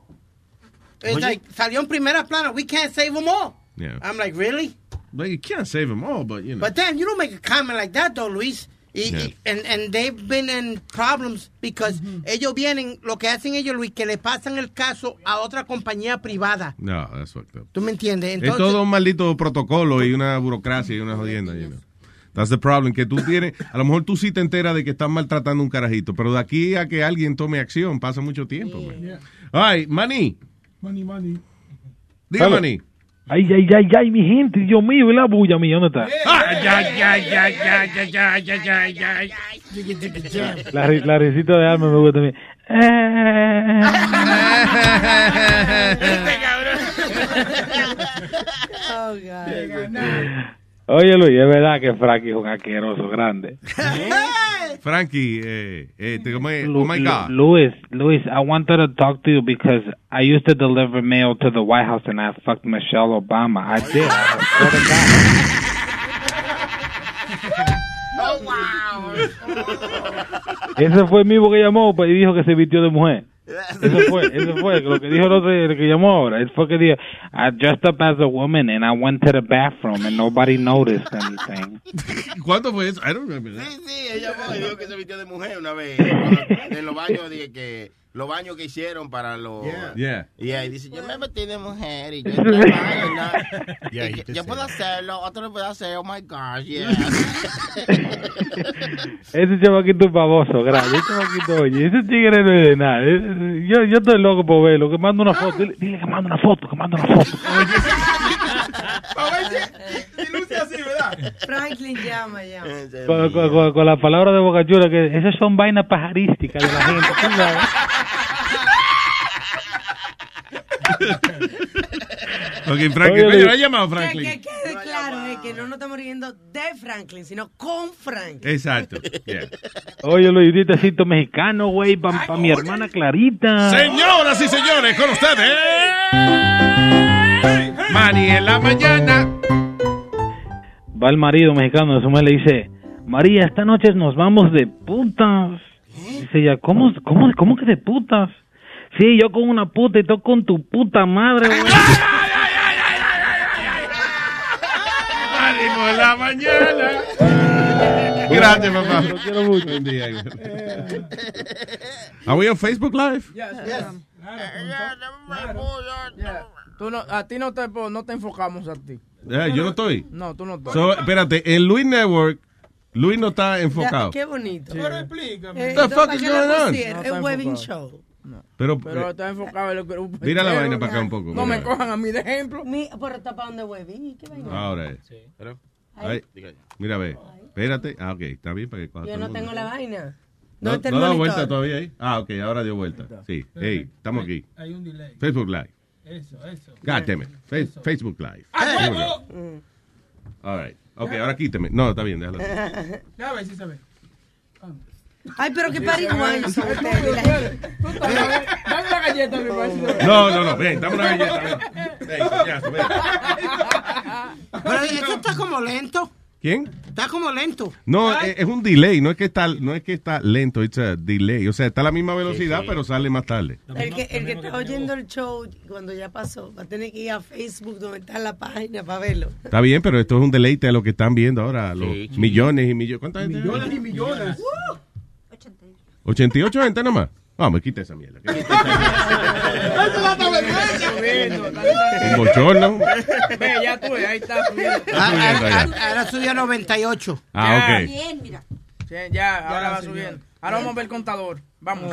Speaker 6: It's
Speaker 4: Oye.
Speaker 6: like, salió en primera plana. We can't save them all.
Speaker 4: Yeah.
Speaker 6: I'm like, really?
Speaker 4: Like, you can't save them all, but you know.
Speaker 6: But then you don't make a comment like that, though, Luis. Y-
Speaker 4: Yeah. Mm-hmm.
Speaker 6: y- and, and they've been in problems because ellos vienen, lo que hacen ellos, Luis, que le pasan el caso a otra compañía privada.
Speaker 4: No, that's fucked up.
Speaker 6: ¿Tú me entiendes?
Speaker 4: es todo un maldito protocolo y una burocracia y una jodienda. you know. That's the problem. Que tú tienes, a lo mejor tú sí te enteras de que están maltratando un carajito, pero de aquí a que alguien tome acción pasa mucho tiempo. man. All right, Manny.
Speaker 27: Money, money.
Speaker 4: Diga,
Speaker 27: Hello.
Speaker 4: Manny.
Speaker 27: Ay, ay, ay, ay, mi gente, Dios mío, y la bulla mía, ¿dónde está? La, re- la risita de alma me gusta a mí.
Speaker 20: Oh, God.
Speaker 27: Oye, Luis, es verdad que Frankie es un asqueroso grande.
Speaker 4: Frankie, eh, eh, te- ¿cómo es?
Speaker 27: Lu-
Speaker 4: oh my God.
Speaker 27: Lu- Luis, Luis, I wanted to talk to you because I used to deliver mail to the White House and I fucked Michelle Obama. I did.
Speaker 17: Oh, wow.
Speaker 27: Ese fue el mismo que llamó pues, y dijo que se vistió de mujer. Eso fue, eso fue lo que dijo el otro el que llamó ahora. Él fue que dijo, I dressed up as a woman and I went to the bathroom and nobody noticed anything.
Speaker 4: ¿Cuánto fue eso? I don't remember that.
Speaker 19: Sí, ella fue, dijo que se vistió de mujer una vez. En los baños, dije que los baños que hicieron para los.
Speaker 4: Yeah.
Speaker 19: Yeah, y dice, yo me metí de mujer y yo estaba en la- y
Speaker 17: Yeah, he
Speaker 19: que-
Speaker 17: did
Speaker 19: yo
Speaker 17: say
Speaker 19: puedo
Speaker 17: that.
Speaker 19: hacerlo, otro lo puede hacer, oh my gosh, yeah.
Speaker 27: Ese chamaquito es baboso, grande. Ese chamaquito, oye, ese tigre no es de nada. Ese- Yo, yo estoy loco por verlo, que manda una foto. Dile, dile que manda una foto, que manda una foto.
Speaker 17: A ver si- si luce así, ¿verdad?
Speaker 20: Franklin llama, llama.
Speaker 27: Con, con, con- con la palabra de Boca Chula, que esas son vainas pajarísticas de la gente. tú sabes.
Speaker 4: Ok, Franklin. Oye,
Speaker 17: Oye, Luis.
Speaker 4: ¿lo has llamado Franklin?
Speaker 20: Que, que quede claro eh, que no nos estamos riendo de Franklin, sino con Franklin.
Speaker 4: Exacto. yeah.
Speaker 27: Oye, lo hiciste acento mexicano, güey, para mi hermana
Speaker 4: Ah.
Speaker 27: Clarita.
Speaker 4: Señoras y señores, con ustedes. Mani en la mañana.
Speaker 27: Va el marido mexicano de su mujer y le dice, María, esta noche nos vamos de putas. Dice ella, ¿cómo, cómo, cómo que de putas? Sí, yo con una puta y tú con tu puta madre, güey.
Speaker 4: Ánimo en la mañana. Gracias, papá. Lo quiero mucho. Buen día. Are we on Facebook Live?
Speaker 3: Tú no, a ti no te, no te enfocamos a ti.
Speaker 4: Yeah, Eh, yo no estoy.
Speaker 3: No, tú no estás.
Speaker 4: So, espérate, en Luis Network, Luis no está enfocado.
Speaker 20: Qué bonito.
Speaker 3: Pero explícame.
Speaker 20: Eh,
Speaker 3: The fuck
Speaker 20: ¿para
Speaker 3: is
Speaker 20: qué la
Speaker 3: going on?
Speaker 20: pusieron?
Speaker 3: No
Speaker 20: Es
Speaker 3: está
Speaker 20: un wedding
Speaker 3: enfocado.
Speaker 20: show.
Speaker 4: Pero,
Speaker 3: Pero
Speaker 4: eh,
Speaker 3: está enfocado en el grupo.
Speaker 4: mira la
Speaker 3: entero,
Speaker 4: vaina para acá
Speaker 3: ya.
Speaker 4: un poco.
Speaker 3: No
Speaker 4: mira.
Speaker 3: me cojan a mí de ejemplo.
Speaker 20: Mi, pero está para donde huevín. ¿Qué vaina?
Speaker 4: Ahora es. Ay, mira, ve. Espérate. Ah, ok, está bien para que coja
Speaker 20: Yo
Speaker 4: todo el
Speaker 20: no
Speaker 4: mundo.
Speaker 20: tengo la vaina.
Speaker 4: No,
Speaker 17: este
Speaker 20: está el
Speaker 4: no da
Speaker 20: monitor?
Speaker 4: vuelta todavía ahí. Ah, ok, ahora dio vuelta. Sí, hey, estamos aquí.
Speaker 20: Hay un delay.
Speaker 4: Facebook Live.
Speaker 20: Eso, eso.
Speaker 4: God damn it. Fe- Facebook Live.
Speaker 20: ¡Ah,
Speaker 4: Here we go.
Speaker 20: Mm.
Speaker 4: All right. Ok, ahora quíteme. No, está bien, déjalo. así.
Speaker 20: Ya ves, sí se ve. Ay, pero qué pariguanos son ustedes. la gente.
Speaker 3: Dame la galleta, mi maestro.
Speaker 4: No, no, no, ven, dame una galleta, ven. Ven, coñazo, ven.
Speaker 6: Pero esto está como lento.
Speaker 4: ¿Quién?
Speaker 6: Está como lento.
Speaker 4: No,
Speaker 20: Ah.
Speaker 4: e- es, un delay, no es que está, no es que está lento, es un delay. O sea, está a la misma velocidad,
Speaker 20: Sí, sí.
Speaker 4: pero sale más tarde.
Speaker 20: El que, el que está oyendo el show cuando ya pasó va a tener que ir a Facebook donde está la página para verlo.
Speaker 4: Está bien, pero esto es un deleite a lo que están viendo ahora, los millones y millones. ¿Cuánta gente? hay?
Speaker 16: Millones y millones.
Speaker 4: 88 gente nomás. Vamos, quita esa mierda. que es Un bochorno.
Speaker 3: Ve, ya tú, ahí está.
Speaker 4: subiendo
Speaker 6: Ahora
Speaker 4: ya.
Speaker 6: Ah, ahora subió a 98.
Speaker 4: Ah, ok.
Speaker 3: Bien, mira. ya, ahora va subiendo. Ahora vamos a ver el contador.
Speaker 20: Oh,
Speaker 3: Vamos.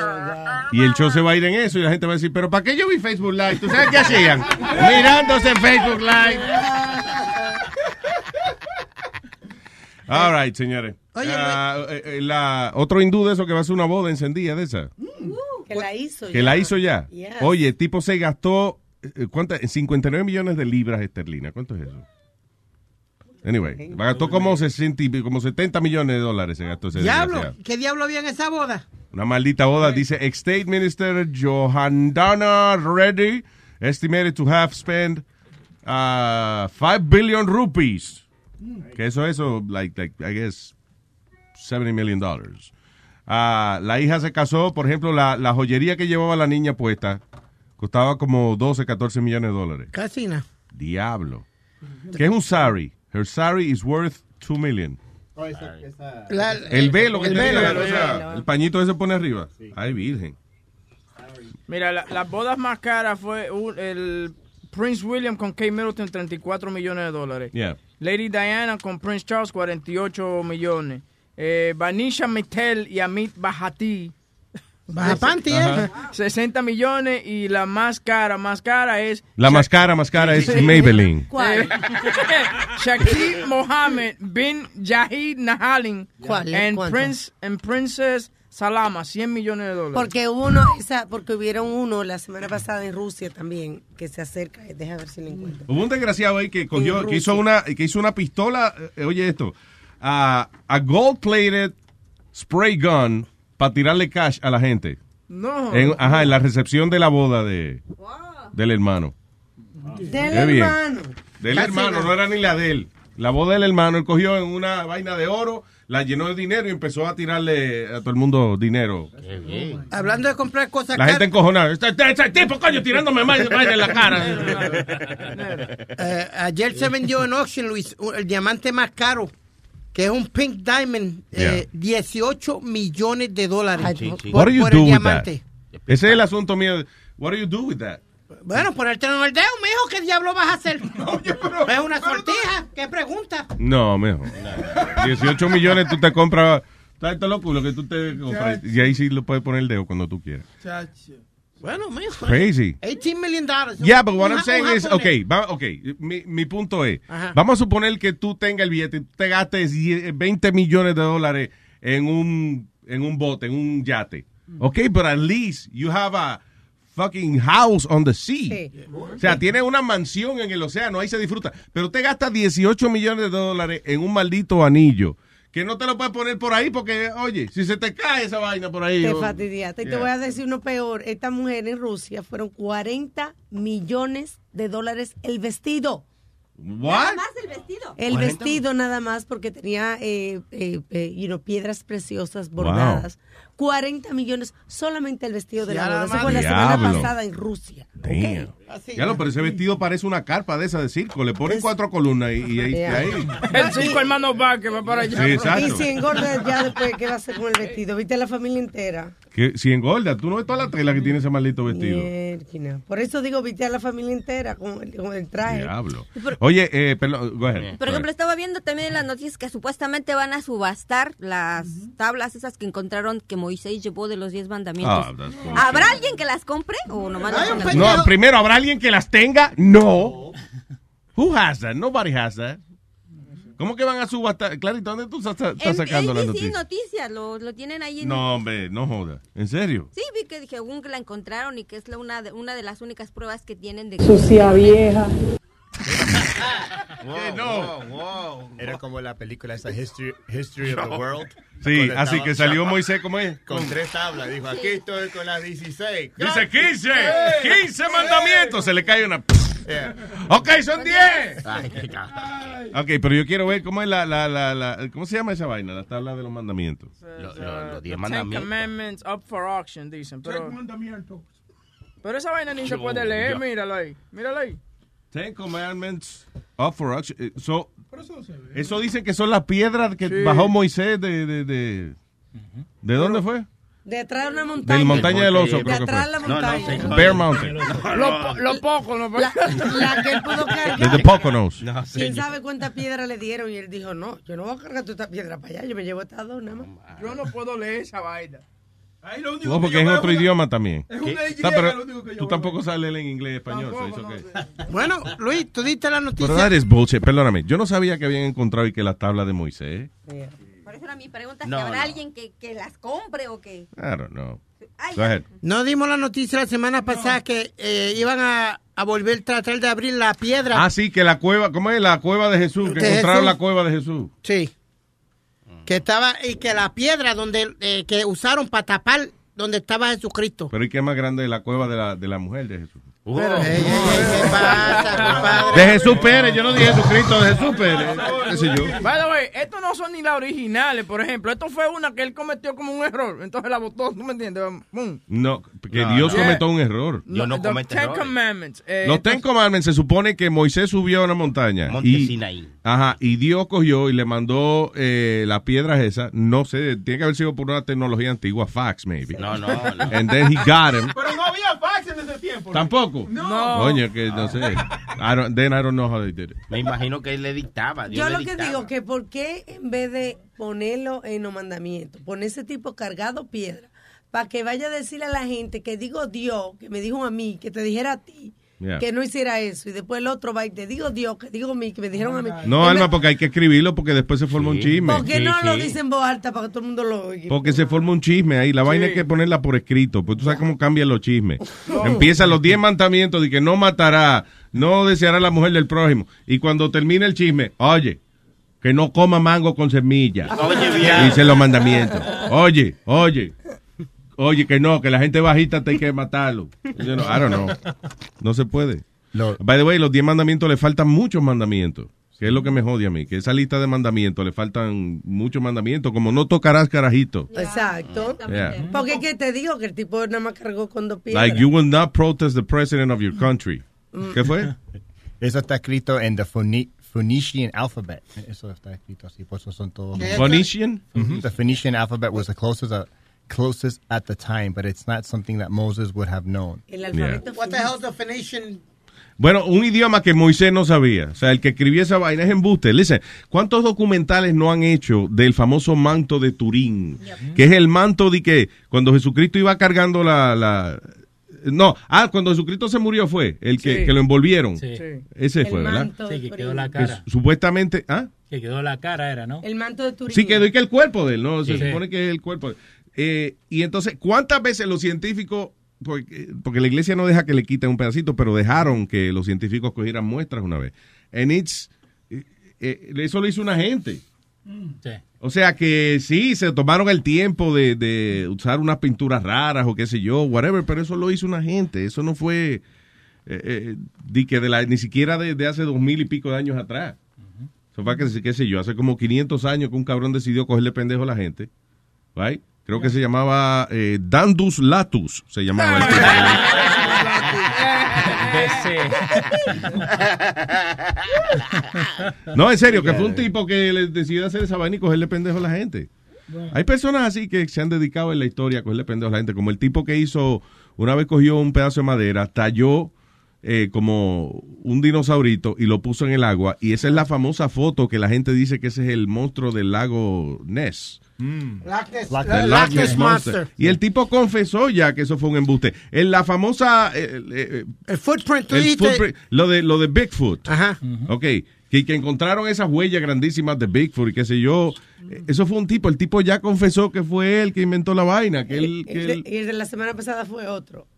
Speaker 4: Y el show se va a ir en eso y la gente va a decir, pero ¿para qué yo vi Facebook Live? ¿Tú sabes qué hacían? Mirándose en Facebook Live. All right, señores.
Speaker 20: Oye,
Speaker 4: Ah, eh, eh, la, otro hindú de eso que va a hacer una boda encendida de esa.
Speaker 20: Que la hizo
Speaker 4: Que la hizo ya.
Speaker 20: Yes.
Speaker 4: Oye, el tipo se gastó eh, ¿cuánta? 59 millones de libras esterlinas. ¿Cuánto es eso? Anyway, gastó como, 60, y- como 70 millones de dólares. Se gastó ese
Speaker 6: Diablo,
Speaker 4: desgraciado.
Speaker 6: ¿qué diablo había en esa boda?
Speaker 4: Una maldita boda, dice ex State Minister Johandana Reddy, estimated to have spent uh, 5 billion rupees.
Speaker 6: Mm.
Speaker 4: Que eso, eso, like, like, I guess, 70 million dollars. Ah, la hija se casó, por ejemplo, la, la joyería que llevaba la niña puesta costaba como 12, 14 millones de dólares.
Speaker 6: Casi nada.
Speaker 4: Diablo. ¿Qué es un sari? Her sari is worth 2 million.
Speaker 6: La-
Speaker 4: El velo que
Speaker 6: Eh, el
Speaker 4: tenía,
Speaker 6: velo.
Speaker 4: o sea, el pañito ese pone arriba. Ay, virgen.
Speaker 3: Mira, la- las bodas más caras fue un- el Prince William con Kate Middleton, 34 millones de dólares.
Speaker 4: Yeah.
Speaker 3: Lady Diana con Prince Charles, 48 millones. Eh, Vanisha Mittel y Amit Bahati.
Speaker 6: Bajapanti, ¿eh? Ajá.
Speaker 3: 60 millones y la más cara, más cara es
Speaker 4: La máscara, máscara es
Speaker 3: Sí.
Speaker 4: Maybelline.
Speaker 3: Eh, Shakib Mohammed bin Jahid Nahalin
Speaker 20: ¿Cuál es?
Speaker 3: and
Speaker 20: ¿Cuánto?
Speaker 3: Prince and Princess Salama, 100 millones de dólares.
Speaker 20: Porque hubo uno, esa, porque hubieron uno la semana pasada en Rusia también que se acerca. Deja ver si lo encuentro.
Speaker 4: Hubo un desgraciado ahí que cogió,
Speaker 20: En
Speaker 4: que hizo una, que hizo una pistola, eh, oye esto, a, a gold plated spray gun para tirarle cash a la gente.
Speaker 3: No.
Speaker 4: En- ajá, en la recepción de la boda de del hermano.
Speaker 20: Del
Speaker 4: Qué bien.
Speaker 20: hermano.
Speaker 4: Del
Speaker 20: Casi
Speaker 4: hermano,
Speaker 20: nada.
Speaker 4: no era ni la de él. La boda del hermano, él cogió en una vaina de oro, la llenó de dinero y empezó a tirarle a todo el mundo dinero.
Speaker 6: Hablando de comprar cosas
Speaker 4: La
Speaker 6: caras.
Speaker 4: gente encojonada. Este, este- este tipo, coño, tirándome más, más en la cara.
Speaker 6: Eh, ayer se vendió en auction, Luis, un- el diamante más caro, que es un pink diamond, eh, 18 millones de dólares por,
Speaker 4: What do you
Speaker 6: por
Speaker 4: do
Speaker 6: el
Speaker 4: with
Speaker 6: diamante.
Speaker 4: that? Ese es el asunto mío. What do you do with that?
Speaker 6: Bueno, ponértelo en el dedo, mijo, ¿qué diablo vas a hacer? es una sortija, ¿qué pregunta?
Speaker 4: No, mejor. 18 millones tú te compras. ¿Sabes todo lo culo que tú te compras? Y ahí sí lo puedes poner el dedo cuando tú quieras.
Speaker 6: Bueno, mijo.
Speaker 4: Crazy.
Speaker 6: 18 million dollars.
Speaker 4: Yeah, but what
Speaker 6: Un
Speaker 4: I'm
Speaker 6: ja-
Speaker 4: saying
Speaker 6: un
Speaker 4: is,
Speaker 6: japonés.
Speaker 4: okay, va- okay. Mi, mi punto es,
Speaker 6: Ajá.
Speaker 4: vamos a suponer que tú tengas el billete, y tú te gastes die- 20 millones de dólares en un en un bote, en un yate. Okay, but at least you have a fucking house on the sea.
Speaker 20: Sí.
Speaker 4: O sea, tiene una mansión en el océano, ahí se disfruta. Pero usted gasta 18 millones de dólares en un maldito anillo. Que no te lo puedes poner por ahí porque, oye, si se te cae esa vaina por ahí.
Speaker 20: Te
Speaker 4: oh.
Speaker 20: fastidiaste. Y te
Speaker 4: Yeah.
Speaker 20: voy a decir uno peor. Esta mujer en Rusia fueron 40 millones de dólares el vestido.
Speaker 4: What?
Speaker 14: el vestido.
Speaker 20: El
Speaker 14: 40.
Speaker 20: vestido nada más porque tenía eh, eh, eh, you know, piedras preciosas bordadas. 40 millones solamente el vestido de
Speaker 6: Ya
Speaker 20: la boda.
Speaker 6: la
Speaker 20: Eso fue la
Speaker 4: madre.
Speaker 20: semana
Speaker 4: Diablo.
Speaker 20: pasada en Rusia.
Speaker 4: Damn.
Speaker 6: Así.
Speaker 4: Ya lo, pero ese vestido parece una carpa de esa de circo. Le ponen cuatro columnas y, y ahí. y
Speaker 20: Yeah.
Speaker 4: ahí.
Speaker 3: El cinco hermanos va que va para allá.
Speaker 4: Sí, exacto.
Speaker 20: Y si engorda ya después, ¿qué va a hacer con el vestido? ¿Viste a la familia entera?
Speaker 4: Que, si engorda, tú no ves toda la tela que tiene ese maldito vestido.
Speaker 20: Mierquina. Por eso digo, viste a la familia entera con el, con el traje.
Speaker 4: Diablo.
Speaker 14: Por-
Speaker 4: Oye, eh, perdón, go ahead.
Speaker 14: Por ejemplo, estaba viendo también en las noticias que supuestamente van a subastar las tablas esas que encontraron que Moisés llevó de los 10 mandamientos.
Speaker 4: Ah, that's bullshit.
Speaker 14: ¿Habrá alguien que las compre o nomás las van a-
Speaker 4: No, primero, ¿habrá alguien que las tenga? No. Who has that? Nobody has that. ¿Cómo que van a subastar? Clarito, ¿dónde tú sa- sa- estás
Speaker 14: En
Speaker 4: sacando las
Speaker 14: ABC
Speaker 4: noticias?
Speaker 14: noticias, lo, lo tienen ahí en...
Speaker 4: No, hombre, no jodas. ¿En serio?
Speaker 14: Sí, vi que dije, "Según que la encontraron y que es la una, de, una de las únicas pruebas que tienen de...
Speaker 20: Sucia vieja.
Speaker 4: no.
Speaker 8: Era como la película esa History, History of the World.
Speaker 4: Sí,
Speaker 8: Cuando
Speaker 4: así
Speaker 8: estaba-
Speaker 4: que salió Moisés, ¿cómo es?
Speaker 8: Con tres tablas. Dijo, aquí estoy con las ¡Eh! 16.
Speaker 4: Dice 15.
Speaker 8: ¡Ey!
Speaker 4: 15 mandamientos. Se le cae una...
Speaker 8: Yeah.
Speaker 4: Ok, son 10.
Speaker 8: Ay, qué ca-
Speaker 4: Ok, pero yo quiero ver cómo es la, la, la, la- ¿Cómo se llama esa vaina? La tabla de los mandamientos.
Speaker 19: Los diez
Speaker 3: Ten
Speaker 19: mandamientos.
Speaker 3: Commandments up for auction, dicen. Pero,
Speaker 16: mandamientos.
Speaker 3: pero esa vaina ni se
Speaker 4: Yo-
Speaker 3: puede leer,
Speaker 4: ya.
Speaker 3: míralo ahí. Míralo ahí.
Speaker 4: Ten Commandments up for auction. Eh, So,
Speaker 3: Pero eso no se ve.
Speaker 4: eso dicen que son las piedras que
Speaker 3: Sí.
Speaker 4: bajó Moisés de... ¿De, de, ¿de dónde fue?
Speaker 20: De atrás de una montaña.
Speaker 4: Del montaña del oso, creo
Speaker 20: De
Speaker 4: que fue.
Speaker 20: atrás de la montaña.
Speaker 4: Bear Mountain.
Speaker 3: Lo, po- lo poco, no
Speaker 20: La, la que él pudo cargar.
Speaker 4: De The Poconos.
Speaker 20: ¿Quién sabe cuántas piedras le dieron? Y él dijo, no, yo no voy a cargar toda esta piedra para allá, yo me llevo estas dos nada más.
Speaker 3: Yo no puedo leer esa vaina.
Speaker 16: Ahí lo único
Speaker 4: No, porque es en otro idioma también.
Speaker 16: Es una
Speaker 4: Está,
Speaker 16: Y,
Speaker 4: pero
Speaker 16: lo único que yo
Speaker 4: tú tampoco sabes leer en inglés español. so it's okay.
Speaker 6: Bueno, Luis, tú diste la
Speaker 4: Pero that
Speaker 6: noticia.
Speaker 4: is bullshit. Perdóname. Yo no sabía que habían encontrado y que la tabla de Moisés.
Speaker 14: Por eso era mi pregunta,
Speaker 4: No,
Speaker 14: si habrá
Speaker 4: no. Ah,
Speaker 14: alguien que, que las compre o que...
Speaker 4: I don't know.
Speaker 14: Ay,
Speaker 4: Go ahead.
Speaker 6: No dimos la noticia la semana pasada que eh, iban a, a volver a tratar de abrir la piedra.
Speaker 4: Ah, sí, que la cueva, ¿cómo es? La cueva de Jesús, que
Speaker 6: De
Speaker 4: encontraron
Speaker 6: Jesús.
Speaker 4: la cueva de Jesús.
Speaker 6: Sí. Que estaba, y que la piedra donde eh, que usaron para tapar donde estaba Jesucristo.
Speaker 4: Pero ¿y qué más grande es la cueva de la, de la mujer de Jesús?
Speaker 6: ¿Qué pasa, compadre?
Speaker 4: De Jesús Pérez, yo no dije Jesucristo, de Jesús Pérez. eh, ¿Qué sé yo?
Speaker 3: By the way, estos no son ni las originales, por ejemplo. Esto fue una que él cometió como un error. Entonces la botó, ¿tú me entiendes? Boom.
Speaker 4: No, que
Speaker 3: No,
Speaker 4: Dios
Speaker 3: no.
Speaker 4: cometió un error.
Speaker 3: The Ten Commandments. eh,
Speaker 4: Los Ten Commandments se supone que Moisés subió a una montaña.
Speaker 19: Monte
Speaker 4: y,
Speaker 19: Sinaí.
Speaker 4: Ajá, y Dios cogió y le mandó eh, las piedras esas. No sé, tiene que haber sido por una tecnología antigua, fax maybe.
Speaker 19: No, no, no.
Speaker 4: And then he got him.
Speaker 16: Pero no había fax en ese tiempo. Luis.
Speaker 4: Tampoco.
Speaker 16: No.
Speaker 4: Coño, que no sé. I don't- then I don't know how they did it.
Speaker 19: Me imagino que él le dictaba. Dios
Speaker 20: Yo
Speaker 19: le
Speaker 20: lo que
Speaker 19: dictaba.
Speaker 20: digo que por qué en vez de ponerlo en los mandamientos, poner ese tipo cargado piedra, para que vaya a decirle a la gente que digo Dios, que me dijo a mí, que te dijera a ti,
Speaker 4: Yeah.
Speaker 20: que no hiciera eso, y después el otro va y te digo Dios, que digo a mí, que me dijeron a mí.
Speaker 4: No,
Speaker 20: Que
Speaker 4: Alma,
Speaker 20: me-
Speaker 4: porque hay que escribirlo porque después se forma un chisme.
Speaker 20: ¿Por qué no lo dicen en voz alta para que todo el mundo lo oiga?
Speaker 4: Porque se forma un chisme ahí. La vaina hay que ponerla por escrito. Pues tú sabes cómo cambian los chismes. Empiezan los 10 mandamientos de que no matará, no deseará la mujer del prójimo. Y cuando termina el chisme, oye, que no coma mango con semilla.
Speaker 19: Oye, bien.
Speaker 4: Dicen los mandamientos. Oye, oye. Oye, que no, que la gente bajita te hay que matarlo. Yo no, I don't know. No se puede. By the way, los 10 mandamientos le faltan muchos mandamientos. Que es lo que me jode a mí. Que esa lista de mandamientos le faltan muchos mandamientos. Como no tocarás carajito.
Speaker 20: Exacto.
Speaker 4: Yeah.
Speaker 20: Porque que te digo que el tipo nada más cargó con dos piedras.
Speaker 4: Like you will not protest the president of your country.
Speaker 5: Mm.
Speaker 4: ¿Qué fue?
Speaker 8: ¡Eh! Eso está escrito en the Phoni- Phoenician alphabet. Eso está escrito así, por eso son todos.
Speaker 4: ¿Qué? Phoenician?
Speaker 8: Mhm. The Phoenician alphabet was the closest, uh, closest at the time, but it's not something that Moses would have known.
Speaker 6: El
Speaker 4: alfabeto
Speaker 6: What the hell definition?
Speaker 4: Bueno, un idioma que Moisés no sabía. O sea, el que escribió esa vaina es embuste. Listen, ¿cuántos documentales no han hecho del famoso manto de Turín? Mm. Que es el manto de que cuando Jesucristo iba cargando la... la- no, ah, cuando Jesucristo se murió fue, el que,
Speaker 5: Sí.
Speaker 4: que lo envolvieron.
Speaker 5: Sí.
Speaker 4: Ese fue, ¿verdad?
Speaker 5: Sí, que quedó la
Speaker 4: Que
Speaker 5: cara.
Speaker 4: supuestamente, ¿ah?
Speaker 5: Que quedó la cara, era, ¿no?
Speaker 20: El manto de Turín.
Speaker 4: Sí, quedó y que el cuerpo de él, ¿no? Se
Speaker 5: Sí.
Speaker 4: supone que es el cuerpo. de él. Eh, y entonces, ¿cuántas veces los científicos porque, porque la iglesia no deja que le quiten un pedacito, pero dejaron que los científicos cogieran muestras una vez. And it's, eh, eh, eso lo hizo una gente.
Speaker 28: Mm.
Speaker 4: O sea que sí, se tomaron el tiempo de, de usar unas pinturas raras o qué sé yo, whatever, pero eso lo hizo una gente. Eso no fue eh, eh, di que de la, ni siquiera de, de hace dos mil y pico de años atrás. Eso fue que, qué sé yo, hace como 500 años que un cabrón decidió cogerle pendejo a la gente. Right? Creo que se llamaba eh, Dandus Latus, se llamaba. el tipo.
Speaker 28: Ah.
Speaker 4: No, en serio, que fue un tipo que le decidió hacer esa vaina y cogerle pendejo a la gente. Hay personas así que se han dedicado en la historia a cogerle pendejo a la gente, como el tipo que hizo, una vez cogió un pedazo de madera, talló eh, como un dinosaurito y lo puso en el agua, y esa es la famosa foto que la gente dice que ese es el monstruo del lago Ness. The Loch Ness Monster. Y el tipo confesó ya que eso fue un embuste. En la famosa. El,
Speaker 6: footprint,
Speaker 4: el
Speaker 6: tuviste.
Speaker 4: footprint, lo, de, lo de Bigfoot.
Speaker 6: Ajá.
Speaker 4: Ok. Que, que encontraron esas huellas grandísimas de Bigfoot y qué sé yo. Eh, Eso fue un tipo. El tipo ya confesó que fue él que inventó la vaina. Que él, que
Speaker 20: El
Speaker 4: él-
Speaker 20: de, y el de la semana pasada fue otro.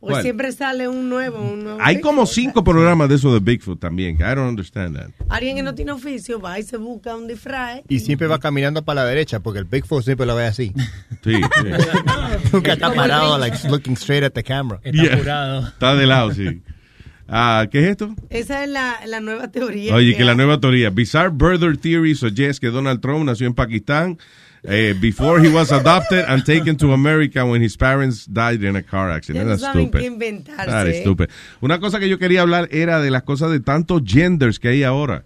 Speaker 20: Porque
Speaker 4: ¿Cuál?
Speaker 20: siempre sale un nuevo, un nuevo.
Speaker 4: Hay como cinco programas de eso de Bigfoot también. I don't understand that.
Speaker 20: Alguien que no tiene oficio va y se busca un disfraz.
Speaker 8: Y siempre va caminando para la derecha porque el Bigfoot siempre lo ve así.
Speaker 4: Sí.
Speaker 8: Nunca está parado, like looking straight at the camera.
Speaker 20: Está Yeah. apurado.
Speaker 4: Está de lado, sí. Ah, ¿Qué es esto?
Speaker 20: Esa es la, la nueva teoría.
Speaker 4: Oye, que la nueva teoría. Bizarre Birther Theory suggests que Donald Trump nació en Pakistán eh, before he was adopted and taken to America when his parents died in a car
Speaker 20: Ya
Speaker 4: accident.
Speaker 20: no
Speaker 4: That's
Speaker 20: saben
Speaker 4: stupid.
Speaker 20: qué inventarse.
Speaker 4: That is
Speaker 20: ¿eh?
Speaker 4: stupid. Una cosa que yo quería hablar era de las cosas de tantos genders que hay ahora.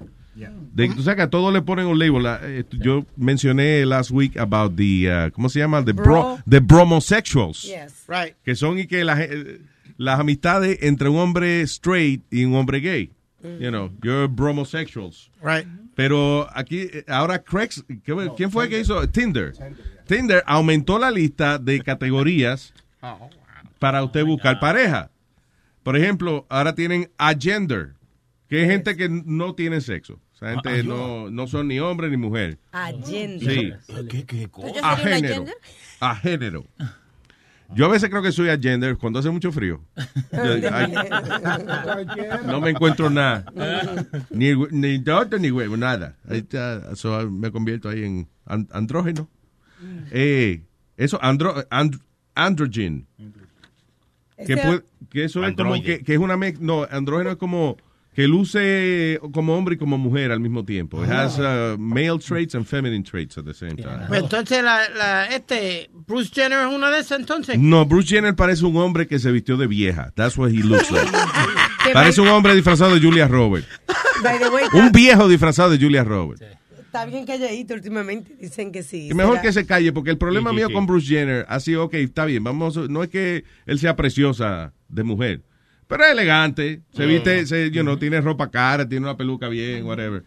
Speaker 4: De, tú sabes que a todos le ponen un label. La- eh, yo mencioné last week about the, uh, ¿cómo se llama? The, bro,
Speaker 6: Bro.
Speaker 4: the bromosexuals.
Speaker 6: Yes. Right.
Speaker 4: Que son y que las, eh, las amistades entre un hombre straight y un hombre gay. You know, you're bromosexuals.
Speaker 6: Right.
Speaker 4: Pero aquí, eh, ahora Craig's, ¿qué- ¿quién fue que hizo? Tinder. Tinder aumentó la lista de categorías para usted buscar pareja. Por ejemplo, ahora tienen agender, que es gente que no tiene sexo. O sea, gente no, no son ni hombre ni mujer.
Speaker 20: Agenda.
Speaker 4: Sí.
Speaker 20: ¿Qué,
Speaker 4: A género. A género. Yo a veces creo que soy agender cuando hace mucho frío. Yo digo, ay, no me encuentro nada. Ni, hue- ni otro ni huevo, nada. Ahí está, so, me convierto ahí en an- andrógeno. Eh, eso, andro, and- androgen. Que,
Speaker 9: Ese-
Speaker 4: puede- que eso es como
Speaker 9: Androide.
Speaker 4: que, que es una mez- no andrógeno es como que luce como hombre y como mujer al mismo tiempo. It has uh, male traits and feminine traits at the same time.
Speaker 6: Pues entonces, la, la, este, Bruce Jenner es una de esas entonces.
Speaker 4: No, Bruce Jenner parece un hombre que se vistió de vieja. That's what he looks like.
Speaker 20: Que
Speaker 4: parece un hombre disfrazado de Julia Roberts.
Speaker 20: By the way,
Speaker 4: Un viejo disfrazado de Julia Roberts.
Speaker 20: está bien calladito últimamente. Dicen que sí.
Speaker 4: Que mejor
Speaker 20: será.
Speaker 4: que se calle, porque el problema
Speaker 20: Sí, sí,
Speaker 4: mío
Speaker 20: sí.
Speaker 4: con Bruce Jenner ha sido, ok, está bien, vamos, no es que él sea preciosa de mujer, pero es elegante, se
Speaker 9: Mm.
Speaker 4: viste, se, you know, tiene ropa cara, tiene una peluca
Speaker 20: Mm.
Speaker 4: bien, whatever.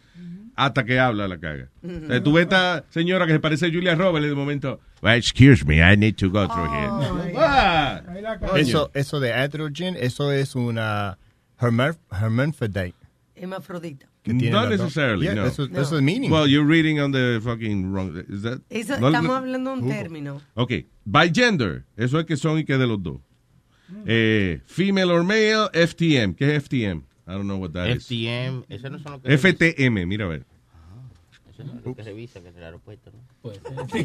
Speaker 4: Hasta que habla la caga. O sea, tú ves esta señora que se parece a Julia Roberts y de momento, well, excuse me, I need to go through
Speaker 20: Oh.
Speaker 4: here. Ah, coño.
Speaker 8: Eso, eso de androgen, eso es una hermaf- hermaphrodite.
Speaker 20: Hemafrodita.
Speaker 8: que tiene
Speaker 4: Not
Speaker 8: las dos.
Speaker 4: necessarily,
Speaker 8: Yeah,
Speaker 4: no.
Speaker 8: eso- eso es el meaning.
Speaker 4: Well, you're reading on the fucking wrong. Is that,
Speaker 20: Eso-
Speaker 4: no-
Speaker 20: estamos hablando de un
Speaker 4: Google.
Speaker 20: término.
Speaker 4: Ok, by gender, eso es que son y que de los dos. Eh, female or male, FTM. ¿Qué es FTM? I don't know what that is.
Speaker 19: FTM, esos no son los que
Speaker 4: FTM, mira a ver.
Speaker 19: Eso no es lo que revisa, que es el aeropuerto, ¿no?
Speaker 4: ¿Qué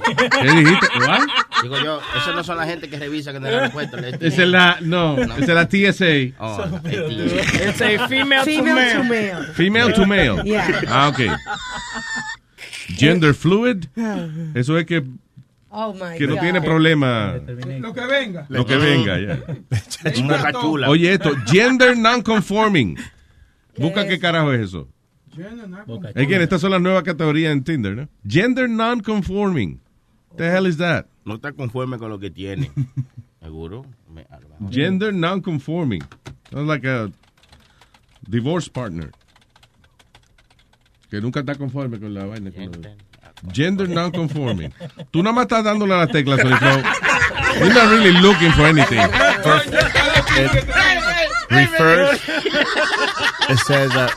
Speaker 4: dijiste? ¿What?
Speaker 19: Digo yo, esas no son la gente que revisa que en el aeropuerto. el FTM.
Speaker 4: Esa es la, no, esa es la TSA.
Speaker 19: Oh, la
Speaker 3: It's a female,
Speaker 20: Female
Speaker 3: to
Speaker 20: to
Speaker 3: male.
Speaker 20: male.
Speaker 4: Female to male.
Speaker 20: Yeah.
Speaker 4: Ah, ok. Gender fluid, eso es que,
Speaker 20: Oh my
Speaker 4: que no
Speaker 20: God.
Speaker 4: tiene problema.
Speaker 16: Lo que venga.
Speaker 4: Lo que venga, ya.
Speaker 16: Boca chula.
Speaker 4: Oye, esto, gender non-conforming. Busca qué carajo es eso. Es que estas son las nuevas categorías en Tinder, ¿no? Gender non-conforming. The hell is that?
Speaker 19: No está conforme con lo que tiene. ¿Seguro? Me- a lo mejor.
Speaker 4: Gender non-conforming. Sounds like a divorce partner. Que nunca está conforme con la vaina. con lo- Gender non-conforming. Tú nada más estás dándole a las teclas, Sony Flow. You're not really looking for anything.
Speaker 8: refers it says uh,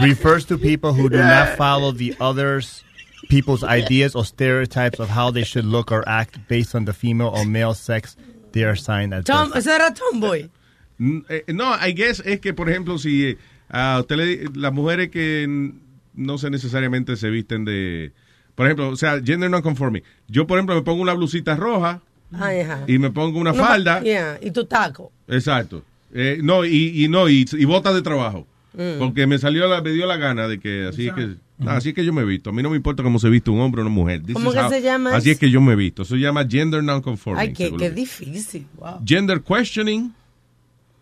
Speaker 8: refers to people who do not follow the others people's ideas or stereotypes of how they should look or act based on the female or male sex they are signed at
Speaker 20: Tom, ¿Eso era Tomboy?
Speaker 4: Mm, eh, No, I guess es que, por ejemplo, si eh, a usted le- las mujeres que mm, no sé necesariamente se visten de. Por ejemplo, o sea, gender nonconforming. Yo, por ejemplo, me pongo una blusita roja
Speaker 20: Ay, ajá.
Speaker 4: y me pongo una
Speaker 20: No,
Speaker 4: falda.
Speaker 20: yeah, y tu taco.
Speaker 4: Exacto. Eh, no, y, y no, y, y botas de trabajo.
Speaker 20: Mm.
Speaker 4: Porque me salió la, me dio la gana de que así es que no, así es que yo me he visto. A mí no me importa cómo se viste un hombre o una mujer. This
Speaker 20: ¿Cómo
Speaker 4: is
Speaker 20: que se llama
Speaker 4: Así
Speaker 20: eso?
Speaker 4: es que yo me he visto. Eso se llama gender nonconforming.
Speaker 20: Ay, qué,
Speaker 4: según
Speaker 20: qué
Speaker 4: lo que-
Speaker 20: difícil. Wow.
Speaker 4: Gender questioning.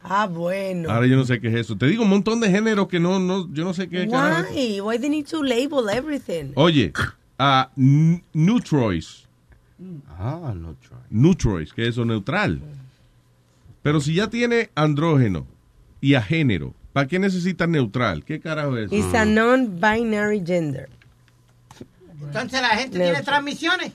Speaker 20: Ah, bueno.
Speaker 4: Ahora yo no sé qué es eso. Te digo un montón de géneros que no, no, yo no sé qué carajo.
Speaker 20: Why? Why they need to label everything?
Speaker 4: Oye, ah, n- neutrois. Ah, neutrois. Neutrois, que es eso, neutral. Pero si ya tiene andrógeno y a género, ¿para qué necesita neutral? ¿Qué carajo es
Speaker 20: It's
Speaker 4: eso?
Speaker 20: a non-binary gender.
Speaker 6: Entonces la gente
Speaker 20: Neutro.
Speaker 6: tiene transmisiones.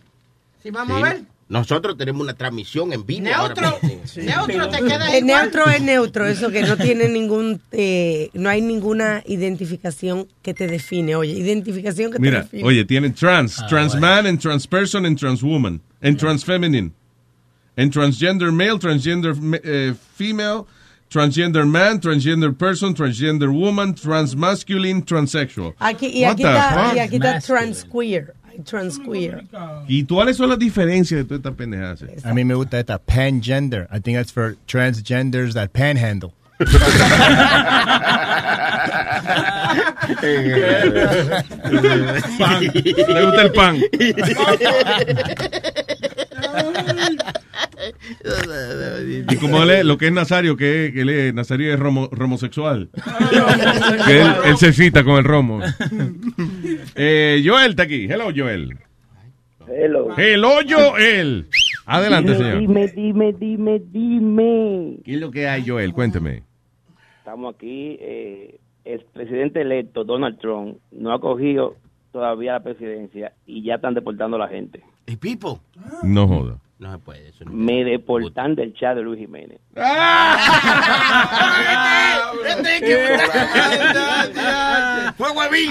Speaker 6: Si vamos
Speaker 19: Sí.
Speaker 6: a ver.
Speaker 19: Nosotros tenemos una transmisión en vivo.
Speaker 6: Neutro.
Speaker 19: ahora mismo.
Speaker 6: Neutro te quedas
Speaker 20: El
Speaker 6: igual.
Speaker 20: neutro es neutro, eso que no tiene ningún, eh, no hay ninguna identificación que te define. Oye, identificación que te
Speaker 4: Mira,
Speaker 20: define.
Speaker 4: oye, tienen trans,
Speaker 20: Ah,
Speaker 4: trans man, and trans person, and trans woman, and trans feminine, and transgender male, transgender m- eh, female, transgender man, transgender person, transgender woman, trans masculine, transsexual.
Speaker 20: Aquí, y
Speaker 4: What
Speaker 20: aquí
Speaker 4: the
Speaker 20: está,
Speaker 4: fuck?
Speaker 20: y aquí está trans queer. Hay trans queer.
Speaker 4: ¿Y cuáles son las diferencias de todas estas pendejadas?
Speaker 8: A mí me gusta esta pangender. I think that's for transgenders that panhandle.
Speaker 4: Pan. Le gusta el pan. Y como él es- lo que es Nazario, que, es- que él es, Nazario es romo- romosexual. que él, él se cita con el romo. Eh, Joel está aquí. Hello, Joel.
Speaker 9: Hello.
Speaker 4: Hello, Joel. Adelante, señor.
Speaker 9: Dime, dime, dime, dime.
Speaker 4: ¿Qué es lo que hay, Joel? Cuénteme.
Speaker 9: Estamos aquí. eh, el presidente electo, Donald Trump, no ha cogido todavía la presidencia y ya están deportando a la gente. ¿Y Pipo?
Speaker 4: No joda.
Speaker 9: No se puede. Me deportan del chat de Luis Jiménez.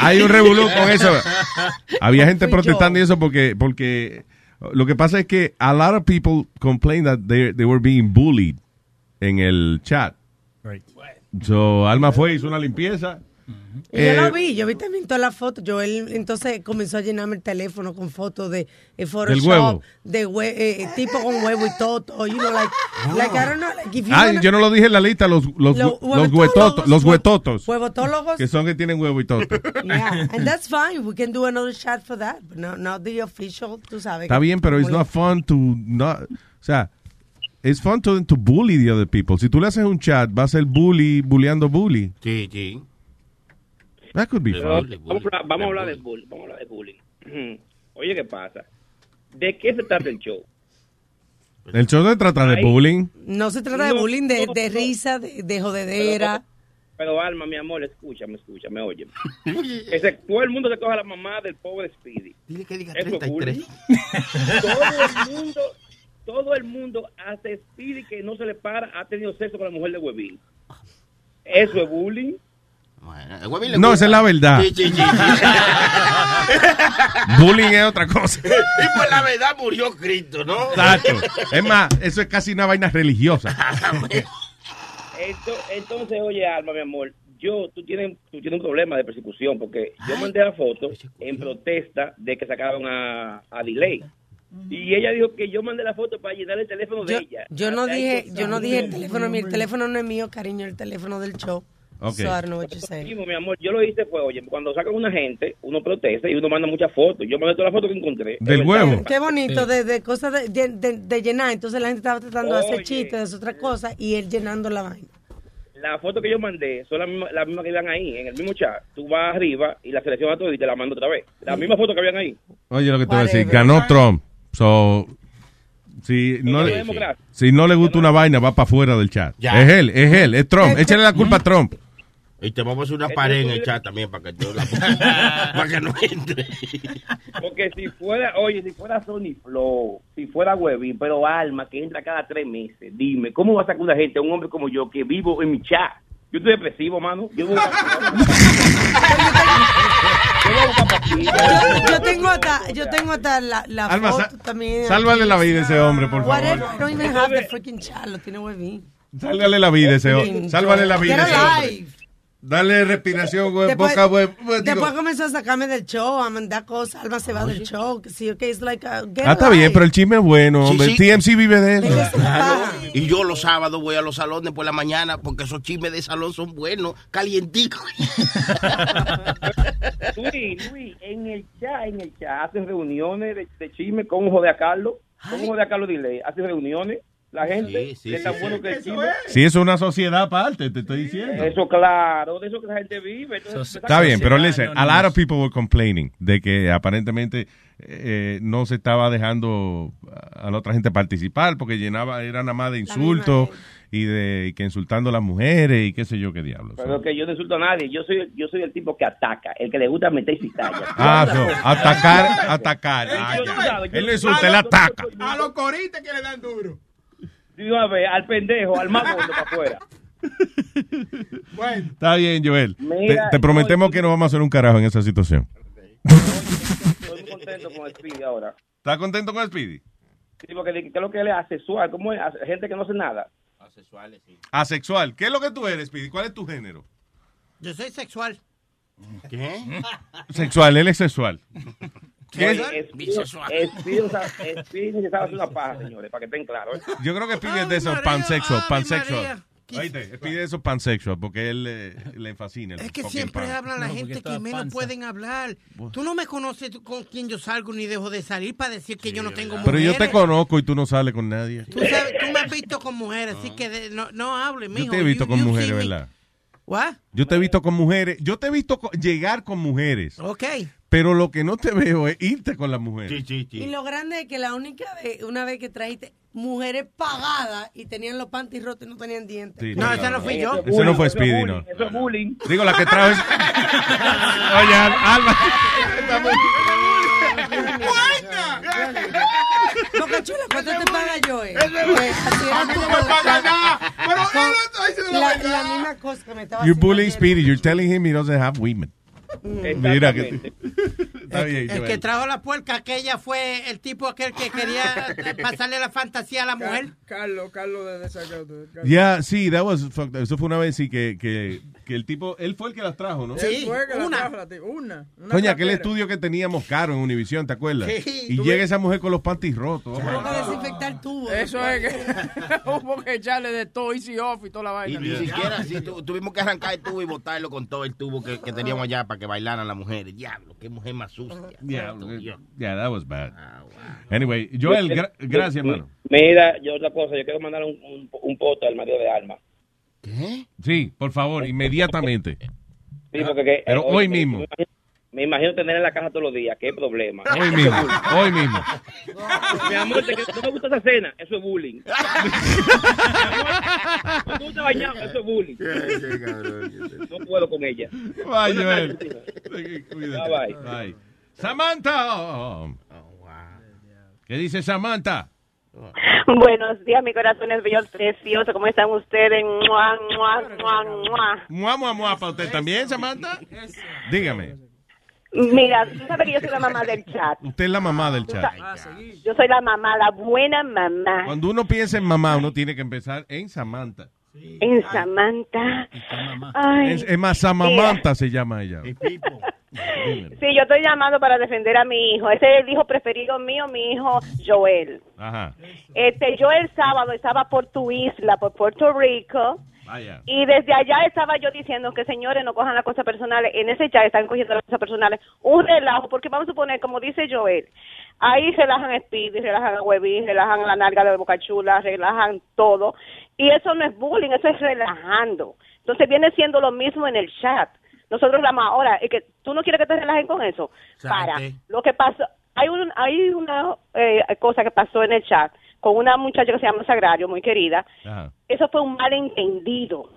Speaker 4: Hay un revolú con eso. Había gente protestando y eso porque, porque lo que pasa es que a lot of people complain that they, they were being bullied en el chat.
Speaker 8: Right.
Speaker 4: So, Alma fue, hizo una limpieza.
Speaker 20: Y yo
Speaker 4: Eh,
Speaker 20: lo vi, yo vi también todas las fotos. Yo él entonces comenzó a llenarme el teléfono con fotos de eh, Photoshop,
Speaker 4: huevo.
Speaker 20: de hue- eh, tipo con huevo y todo. You know, like, like, I don't know, like, if you
Speaker 4: Ah,
Speaker 20: wanna-
Speaker 4: yo no lo dije en la lista, los, los,
Speaker 20: Lo-
Speaker 4: los huetotos. Los huetotos.
Speaker 20: Huevotólogos.
Speaker 4: Que son que tienen huevo y toto.
Speaker 20: Yeah, and that's fine. We can do another chat for that, but no, not the official, tú sabes.
Speaker 4: Está bien, pero it's
Speaker 20: Como
Speaker 4: not fun to not, o sea, it's fun to, to bully the other people. Si tú le haces un chat, va a ser bully, bulleando bully.
Speaker 19: Sí, sí.
Speaker 4: That could be
Speaker 9: Pero
Speaker 4: fun.
Speaker 9: vamos, a hablar- vamos a hablar de bullying. Vamos a hablar de bullying. Oye, ¿qué pasa? ¿De qué se trata el show?
Speaker 4: El show de tratar de
Speaker 9: Ahí.
Speaker 4: bullying.
Speaker 20: No se trata de
Speaker 9: No,
Speaker 20: bullying, de,
Speaker 9: no,
Speaker 20: de risa, de, de jodedera.
Speaker 9: Pero Alma, mi amor, escúchame, escúchame, oye.
Speaker 19: eh,
Speaker 9: Ese, todo el mundo se coge a la mamá del pobre Speedy. Dile que diga
Speaker 17: 33.
Speaker 9: todo el mundo, todo el mundo, hasta Speedy que no se le para, ha tenido sexo con la mujer de Huevín. Eso es bullying.
Speaker 4: No, esa es la verdad.
Speaker 19: Sí, sí, sí,
Speaker 4: Bullying es otra cosa.
Speaker 19: y pues la verdad murió Cristo, ¿no?
Speaker 4: Exacto. Es más, eso es casi una vaina religiosa.
Speaker 9: Ento- Entonces, oye, Alma, mi amor, yo, tú tienes, tú tienes un problema de persecución porque yo mandé la foto en protesta de que sacaron a, a Delay. Y ella dijo que yo mandé la foto para llenar el teléfono de ella.
Speaker 20: Yo no
Speaker 9: Hasta
Speaker 20: dije,
Speaker 9: eso-
Speaker 20: yo no dije el teléfono mío, el teléfono no es mío, cariño, el teléfono del show.
Speaker 9: Ok.
Speaker 20: So I don't know what you're saying.
Speaker 9: Mi amor, yo lo hice fue, oye, cuando sacan una gente, uno protesta y uno manda muchas fotos. Yo mandé todas las fotos que encontré.
Speaker 4: Del
Speaker 9: Es
Speaker 4: huevo.
Speaker 20: Qué bonito,
Speaker 9: Sí.
Speaker 20: de, de cosas de, de- de- de llenar. Entonces la gente estaba tratando de hacer
Speaker 9: Oye.
Speaker 20: chistes, de otras cosas, y él llenando la vaina.
Speaker 9: La foto que yo mandé son las mismas las mismas que iban ahí, en el mismo chat. Tú vas arriba y la seleccionas todo y te la mando otra vez. Las mismas fotos que habían ahí.
Speaker 4: Oye, lo que te voy a decir, ganó Trump. So, si no,
Speaker 9: Sí,
Speaker 4: le-
Speaker 9: sí.
Speaker 4: si no le gusta una vaina, va para afuera del chat.
Speaker 19: Ya.
Speaker 4: Es él, es él, es Trump.
Speaker 19: Este-
Speaker 4: Échale la culpa a Trump.
Speaker 19: Y te vamos a hacer
Speaker 6: Eh,
Speaker 19: una pared en el chat también para que, tú la- para que no entre.
Speaker 9: Porque si fuera, oye, si fuera Sony Flow, si fuera Webin, pero Alma, que entra cada tres meses, dime, ¿cómo va a sacar una gente, un hombre como yo, que vivo en mi chat? Yo estoy depresivo, mano. Yo vivo-
Speaker 20: Yo, yo tengo hasta, yo tengo hasta la, la
Speaker 4: Alma,
Speaker 20: foto
Speaker 4: sa-
Speaker 20: también.
Speaker 4: sálvale la vida a ese hombre, por favor.
Speaker 20: Whatever, I don't even have the freaking child, lo tiene huevín.
Speaker 4: Sálvale la vida a ese hombre. Sálvale la vida a
Speaker 20: Get
Speaker 4: ese hombre. Pues,
Speaker 20: alive.
Speaker 4: Dale respiración, güey,
Speaker 20: Después-
Speaker 4: boca, güey. güey, digo-
Speaker 20: Después comenzó a sacarme del show, a mandar cosas. Alma se va del show. que Sí, ok, it's like a get
Speaker 4: Ah, está bien, pero el chisme es bueno, hombre.
Speaker 19: sí.
Speaker 4: TMC vive de eso.
Speaker 19: Claro. Y yo los sábados voy a los salones por la mañana porque esos chismes de salón son buenos, calienticos.
Speaker 9: Luis, Luis, en el chat, en el chat, hacen reuniones de, de chisme con José Carlos, con José Carlos Dile, hacen reuniones, la gente,
Speaker 4: Sí, sí,
Speaker 9: que está
Speaker 4: sí,
Speaker 9: bueno
Speaker 4: sí.
Speaker 9: que el chisme.
Speaker 4: Sí, es una sociedad aparte, te estoy diciendo.
Speaker 9: Eso claro, de eso que la gente vive. entonces,
Speaker 4: Está bien, pero listen, a lot
Speaker 9: Alaro
Speaker 4: of people were complaining de que aparentemente eh, no se estaba dejando a la otra gente participar porque llenaba, era nada más de insultos y de y que insultando a las mujeres y qué sé yo qué diablos.
Speaker 9: Pero que yo no insulto a nadie, yo soy, yo soy el tipo que ataca, el que le gusta meter cizaña.
Speaker 4: Ah, so, atacar, atacar. Ah, ya. Él no insulta, él ataca.
Speaker 17: A los coristas que le dan duro.
Speaker 9: Digo, a ver, al pendejo, al más gordo para afuera.
Speaker 17: Bueno.
Speaker 4: Está bien, Joel. Te,
Speaker 9: Mira,
Speaker 4: te
Speaker 9: no,
Speaker 4: prometemos que no vamos a hacer un carajo en esa situación.
Speaker 9: Estoy muy contento con Speedy ahora.
Speaker 4: ¿Estás contento con Speedy?
Speaker 9: Sí, porque ¿qué es lo que él es asexual? ¿Cómo es? Gente que no hace nada.
Speaker 19: Asexuales, sí.
Speaker 4: Asexual. ¿Qué es lo que tú eres, Speedy? ¿Cuál es tu género?
Speaker 6: Yo soy sexual.
Speaker 19: ¿Qué?
Speaker 4: Sexual, él es sexual. ¿Qué es?
Speaker 9: Oye, Speedy- Speedy no sabe- Speedy se sabe hacer una paja, señores, para que estén claros. ¿eh?
Speaker 4: Yo creo que Speedy es de esos pansexual, pansexual. Oíste, Speedy es de esos pansexual porque él eh, le fascina. el
Speaker 6: Es que
Speaker 4: fucking
Speaker 6: siempre
Speaker 4: pan.
Speaker 6: habla la gente que menos pueden hablar. Tú no me conoces tú con quién yo salgo ni dejo de salir para decir que yo no tengo
Speaker 4: Pero
Speaker 6: mujeres.
Speaker 4: yo te conozco y tú no sales con nadie.
Speaker 6: Tú, sabes, tú me has visto con mujeres, así que de- no, no hables, mijo.
Speaker 4: Yo te he visto
Speaker 6: You-
Speaker 4: con
Speaker 6: you've
Speaker 4: mujeres,
Speaker 6: seen me.
Speaker 4: ¿verdad?
Speaker 6: What?
Speaker 4: Yo te he visto con mujeres. Yo te he visto co- llegar con mujeres.
Speaker 6: Ok.
Speaker 4: Pero lo que no te veo es irte con las mujeres.
Speaker 20: Y lo grande es que la única vez, una vez que trajiste mujeres pagadas y tenían los panties rotos y no tenían dientes.
Speaker 4: Sí,
Speaker 6: No, esa no fui yo.
Speaker 4: Ese no fue Speedy, no.
Speaker 9: Eso es bullying.
Speaker 4: Digo, la que trajo es... Oye, Alma.
Speaker 20: Porque chula, ¿cuánto te paga yo? eh?
Speaker 17: Ese bullying.
Speaker 20: Eh, así era
Speaker 17: A mí no
Speaker 20: todo.
Speaker 17: me paga nada. Pero él no está diciendo la
Speaker 20: la,
Speaker 17: verdad.
Speaker 20: la misma cosa que me estaba
Speaker 4: You're
Speaker 20: haciendo
Speaker 4: bullying
Speaker 20: ayer.
Speaker 4: Speedy. You're telling him he doesn't have women. Mira que... Está bien,
Speaker 6: Mm. El
Speaker 4: Joel.
Speaker 6: que trajo la puerca aquella fue el tipo aquel que quería eh, pasarle la fantasía a la mujer.
Speaker 3: Carlos, Carlos de desagradable.
Speaker 4: Ya, sí, that was fucked up. Eso fue una vez, sí, que, que, que el tipo, él fue el que las trajo, ¿no?
Speaker 3: Sí,
Speaker 6: una.
Speaker 3: una. Una. una
Speaker 4: Coña, aquel
Speaker 3: cartera.
Speaker 4: estudio que teníamos caro en Univision, ¿te acuerdas?
Speaker 3: Sí.
Speaker 4: Y
Speaker 3: Tú
Speaker 4: llega
Speaker 3: ves-
Speaker 4: esa mujer con los panties rotos.
Speaker 20: Tengo que desinfectar el tubo.
Speaker 3: Eso es que hubo que echarle de todo easy off y toda la
Speaker 19: Y
Speaker 3: vaina.
Speaker 19: ni siquiera así, tu- tuvimos que arrancar el tubo y botarlo con todo el tubo que, que teníamos allá para que bailaran las mujeres. Diablo, qué mujer más sucia.
Speaker 4: Diablo. Yeah, that was bad. Anyway, Joel, gra-
Speaker 9: eh,
Speaker 4: gracias, hermano.
Speaker 9: Mira, yo otra cosa, yo quiero mandar un, un, un poto al marido de Alma. eh.
Speaker 4: Sí, por
Speaker 9: Oh.
Speaker 4: favor, inmediatamente.
Speaker 9: Sí, porque que-
Speaker 4: Ah,
Speaker 9: eh,
Speaker 4: Pero
Speaker 9: oye,
Speaker 4: hoy
Speaker 9: me-
Speaker 4: mismo.
Speaker 9: Me imagino, me imagino tener en la casa todos los días, qué problema.
Speaker 4: Hoy mismo, hoy mismo.
Speaker 9: Mi amor, te- no me gusta esa cena, eso es bullying. Mi amor, no te bañado, eso es bullying. No puedo con ella.
Speaker 4: Bye,
Speaker 9: Buenas
Speaker 4: Joel.
Speaker 9: tardes,
Speaker 4: Cuídate.
Speaker 9: Bye, bye.
Speaker 4: Bye. Samantha. ¿Qué dice Samantha?
Speaker 29: Buenos días, mi corazón es bello, precioso. ¿Cómo están ustedes? Mua, mua, mua, mua.
Speaker 4: Mua, mua, mua, para usted también, Samantha. Dígame,
Speaker 29: Mira, tú sabes que yo soy la mamá del chat.
Speaker 4: usted es la mamá del chat.
Speaker 29: Yo soy la mamá, la buena mamá.
Speaker 4: Cuando uno piensa en mamá, uno tiene que empezar en Samantha.
Speaker 29: En Samantha. Ay,
Speaker 4: Es, es más, Samamanta se llama ella.
Speaker 29: sí, yo estoy llamando para defender a mi hijo. Ese es el hijo preferido mío, mi hijo Joel.
Speaker 4: Ajá.
Speaker 29: Este, yo el sábado estaba por tu isla, por Puerto Rico.
Speaker 4: Vaya.
Speaker 29: Y desde allá estaba yo diciendo que señores no cojan las cosas personales. En ese chat están cogiendo las cosas personales. Un relajo, porque vamos a suponer, como dice Joel, ahí relajan a Speedy, relajan a Webby, relajan la nalga de Bocachula, relajan todo. Y eso no es bullying, eso es relajando. Entonces viene siendo lo mismo en el chat. Nosotros la ahora, es que tú no quieres que te relajen con eso.
Speaker 30: Salte.
Speaker 29: Para. Lo que pasó, hay, un, hay una eh, cosa que pasó en el chat con una muchacha que se llama Sagrario, muy querida, eso fue un malentendido.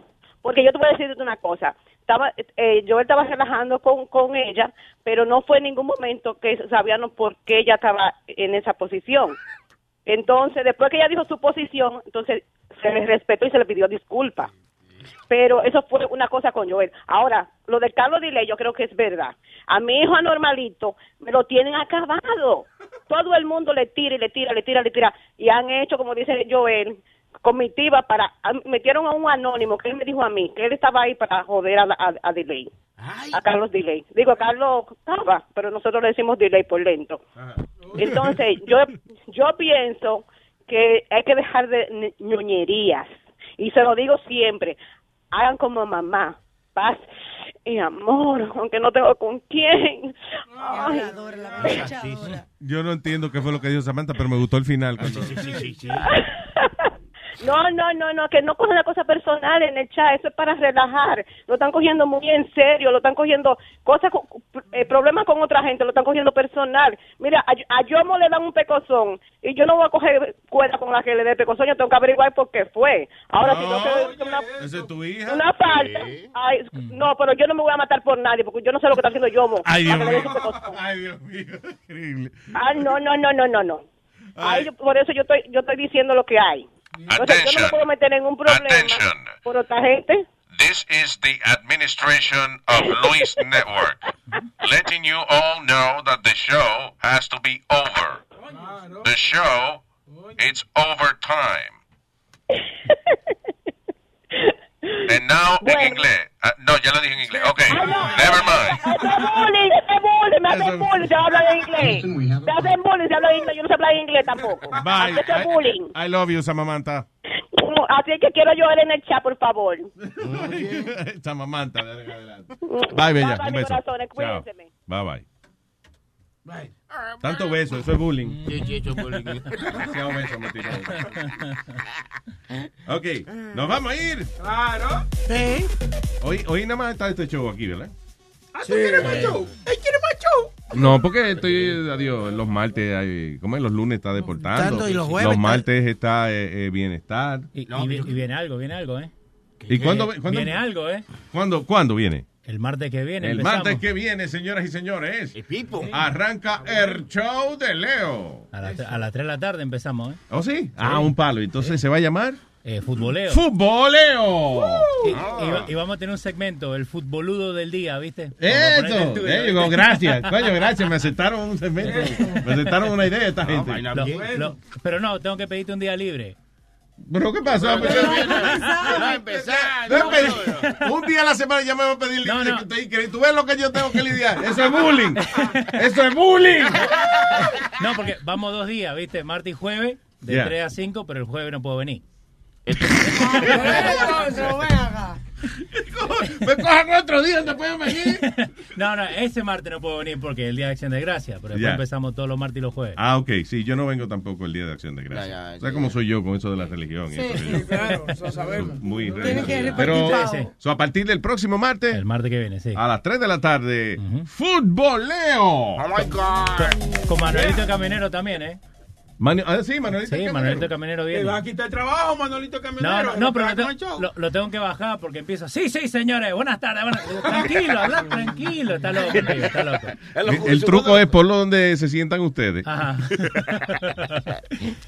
Speaker 29: Porque yo te voy a decirte una cosa. Estaba, eh, yo estaba relajando con, con ella, pero no fue en ningún momento que sabíamos por qué ella estaba en esa posición. Entonces, después que ella dijo su posición, entonces se le respetó y se le pidió disculpa. Pero eso fue una cosa con Joel. Ahora, lo de Carlos Dile, yo creo que es verdad. A mi hijo anormalito me lo tienen acabado. Todo el mundo le tira y le tira, le tira, le tira. Y han hecho, como dice Joel, comitiva para. a- Metieron a un anónimo que él me dijo a mí que él estaba ahí para joder a, la- a, a Delay. A Carlos Delay. Digo, a Carlos Cava, pero nosotros le decimos Delay por lento. Entonces, yo, yo pienso que hay que dejar de ni- ñoñerías. Y se lo digo siempre, hagan como mamá, paz y amor, aunque no tengo con quién. Ay.
Speaker 4: Yo no entiendo qué fue lo que dijo Samantha, pero me gustó el final. cuando-
Speaker 29: No, no, no, no, que no cojan la cosa personal en el chat, eso es para relajar. Lo están cogiendo muy en serio, lo están cogiendo cosas, con- eh, problemas con otra gente, lo están cogiendo personal. Mira, a, a Yomo le dan un pecozón y yo no voy a coger cuerda con la que le dé pecozón, yo tengo que averiguar por qué fue. Ahora, si no, que
Speaker 4: ¿Esa Oh, es tu hija?
Speaker 29: Una falta. Ay, no, pero yo no me voy a matar por nadie, porque yo no sé lo que está haciendo Yomo.
Speaker 4: Mm. Ay, Dios
Speaker 29: Ah, pero
Speaker 4: mío.
Speaker 29: eso te costó.
Speaker 4: Ay, Dios mío. Increíble.
Speaker 29: Ah, no, no, no, no, no, no. Ay, yo- por eso yo estoy, yo estoy diciendo lo que hay. Entonces, yo no me
Speaker 5: Attention.
Speaker 29: puedo meter en un problema
Speaker 5: Attention.
Speaker 29: por otra gente.
Speaker 5: This is the administration of Luis Network, letting you all know that the show has to be over. The show, it's over time. And now en inglés. Ah, no, ya lo dije en inglés. Okay, never mind.
Speaker 29: bullying, hace bullying, me hace bullying, se habla en inglés. Se hace bullying, se habla en inglés, yo no sé hablar inglés tampoco.
Speaker 4: Bye.
Speaker 29: Hace ese bullying.
Speaker 4: I, I love you, Samamanta.
Speaker 29: Así que quiero llorar en el chat, por favor.
Speaker 4: Samamanta, dale adelante. Bye, bella.
Speaker 29: Bye,
Speaker 4: un
Speaker 29: mi
Speaker 4: beso.
Speaker 29: corazón, cuídense.
Speaker 4: Bye, bye. Tanto beso, eso es bullying.
Speaker 31: Sí, sí, eso es bullying.
Speaker 4: Demasiado beso me tiró. Ok,
Speaker 28: Ah.
Speaker 4: nos vamos a ir.
Speaker 17: Claro.
Speaker 4: Sí. Hoy, hoy nada más está este show aquí, ¿verdad?
Speaker 17: Ah, ¿tú quieres más show? ¿Él quiere más show?
Speaker 4: No, porque estoy, adiós, los martes, hay, ¿cómo es? Los lunes está deportando.
Speaker 28: Deportando y los jueves
Speaker 4: Los
Speaker 28: está-
Speaker 4: martes está eh, eh, bienestar.
Speaker 28: Y, y vi- y viene algo, viene algo, ¿eh?
Speaker 4: ¿Y cuándo,
Speaker 28: Eh,
Speaker 4: cuándo-
Speaker 28: Viene algo, ¿eh?
Speaker 4: ¿Cuándo, cuándo viene?
Speaker 28: El martes que viene.
Speaker 4: El
Speaker 28: empezamos.
Speaker 4: martes que viene, señoras y señores, arranca el show de Leo.
Speaker 28: A las, tre- a las 3 de la tarde empezamos, ¿eh?
Speaker 4: ¿Oh, sí? Ah, un palo. Entonces se va a llamar
Speaker 28: Futboleo.
Speaker 4: Futboleo.
Speaker 28: Y,
Speaker 4: Ah.
Speaker 28: y va- y vamos a tener un segmento, el futboludo del día, ¿viste? Vamos a poner el
Speaker 4: Eso,
Speaker 28: tuyo.
Speaker 4: there you go, gracias, coño, gracias, me aceptaron un segmento, me aceptaron una idea esta gente.
Speaker 28: Lo- lo- pero no, tengo que pedirte un día libre.
Speaker 4: Pero ¿qué pasó? No, pero- Un día a la semana ya me va a pedir libre que usted increíble. Tú ves lo que yo tengo que lidiar. Eso es bullying. Eso es bullying.
Speaker 28: No, porque vamos dos días, ¿viste? Martes y jueves, de
Speaker 4: Yeah.
Speaker 28: 3 a 5, pero el jueves no puedo venir.
Speaker 4: Me cojan otro día, no puedo venir.
Speaker 28: No, no, ese martes no puedo venir porque es el día de Acción de Gracia, pero después
Speaker 4: Yeah.
Speaker 28: empezamos todos los martes y los jueves.
Speaker 4: Ah, ok, sí, yo no vengo tampoco el Día de Acción de Gracias.
Speaker 28: Ya, ya,
Speaker 4: ¿Sabes
Speaker 28: ya.
Speaker 4: cómo soy yo con eso de la religión? y
Speaker 28: Sí,
Speaker 4: eso?
Speaker 28: sí,
Speaker 4: Yo-
Speaker 28: claro,
Speaker 32: eso sabemos.
Speaker 4: Muy
Speaker 32: Tiene
Speaker 4: religioso.
Speaker 32: que repartir
Speaker 4: Pero
Speaker 32: pavo.
Speaker 4: so, a partir del próximo martes. El
Speaker 28: martes que viene, sí.
Speaker 4: A las 3 de la tarde, Futboleo. Oh
Speaker 31: my God.
Speaker 28: Con Manuelito Caminero también, ¿eh?
Speaker 4: Manu- ah, sí, Manuelito
Speaker 28: Sí,
Speaker 4: Caminero.
Speaker 28: Manuelito Caminero
Speaker 33: Te va a
Speaker 28: viene.
Speaker 33: quitar el trabajo, Manolito
Speaker 28: No,
Speaker 33: Caminero.
Speaker 28: no, no, pero lo, tengo- lo- lo tengo que bajar porque empieza. Sí, sí, señores, buenas tardes. buenas- Tranquilo, habla tranquilo. Está loco, tío, está loco.
Speaker 4: El, el truco es por lo donde se sientan ustedes.
Speaker 28: Ajá.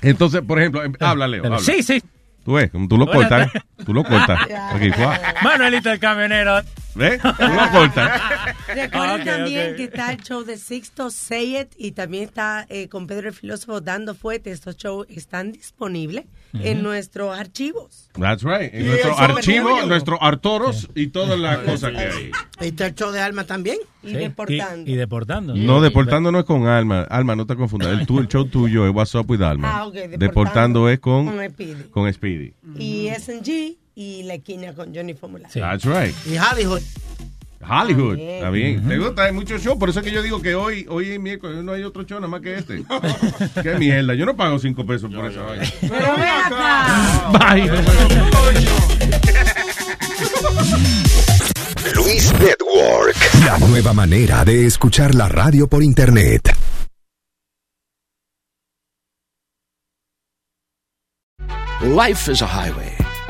Speaker 4: Entonces, por ejemplo, em- habla, Leo. habla.
Speaker 28: Sí, sí.
Speaker 4: Tú ves, como tú lo
Speaker 28: Buenas
Speaker 4: cortas.
Speaker 28: tardes.
Speaker 4: Tú lo cortas. Aquí, guau.
Speaker 28: Manuelito el camionero.
Speaker 4: ¿Ves? Tú lo cortas.
Speaker 28: Ah,
Speaker 20: Recuerden
Speaker 28: ok,
Speaker 20: también
Speaker 28: ok.
Speaker 20: que está el show de Sixto Sayet y también está eh, con Pedro el Filósofo dando fuerte. Estos shows están disponibles en
Speaker 4: Ujú.
Speaker 20: nuestros archivos.
Speaker 4: That's right. En
Speaker 20: Y
Speaker 4: nuestro
Speaker 20: el sobre
Speaker 4: archivo,
Speaker 20: tuyo.
Speaker 4: nuestro Artoros y todas las cosas que hay.
Speaker 6: Ahí está el show de alma también.
Speaker 28: Sí, Y, y deportando.
Speaker 4: No, deportando no es con Alma. Alma, no te confundas. El, tu- el show tuyo es WhatsApp with Alma.
Speaker 20: Ah, ok,
Speaker 4: deportando,
Speaker 20: deportando.
Speaker 4: es con,
Speaker 20: Con Speedy.
Speaker 4: Con Speedy.
Speaker 20: Y SNG y La Esquina con Johnny Formula.
Speaker 4: That's right.
Speaker 20: Y Hollywood.
Speaker 4: Hollywood.
Speaker 20: También.
Speaker 4: Está bien.
Speaker 20: Ujú.
Speaker 4: ¿Te gusta? Hay muchos shows. Por eso es que yo digo que hoy, hoy es miércoles, no hay otro show nada más que este. Qué mierda. Yo no pago cinco pesos por esa vaina.
Speaker 17: Pero ven acá.
Speaker 4: Bye.
Speaker 7: Luis Network. La nueva manera de escuchar la radio por internet.
Speaker 21: Life is a highway,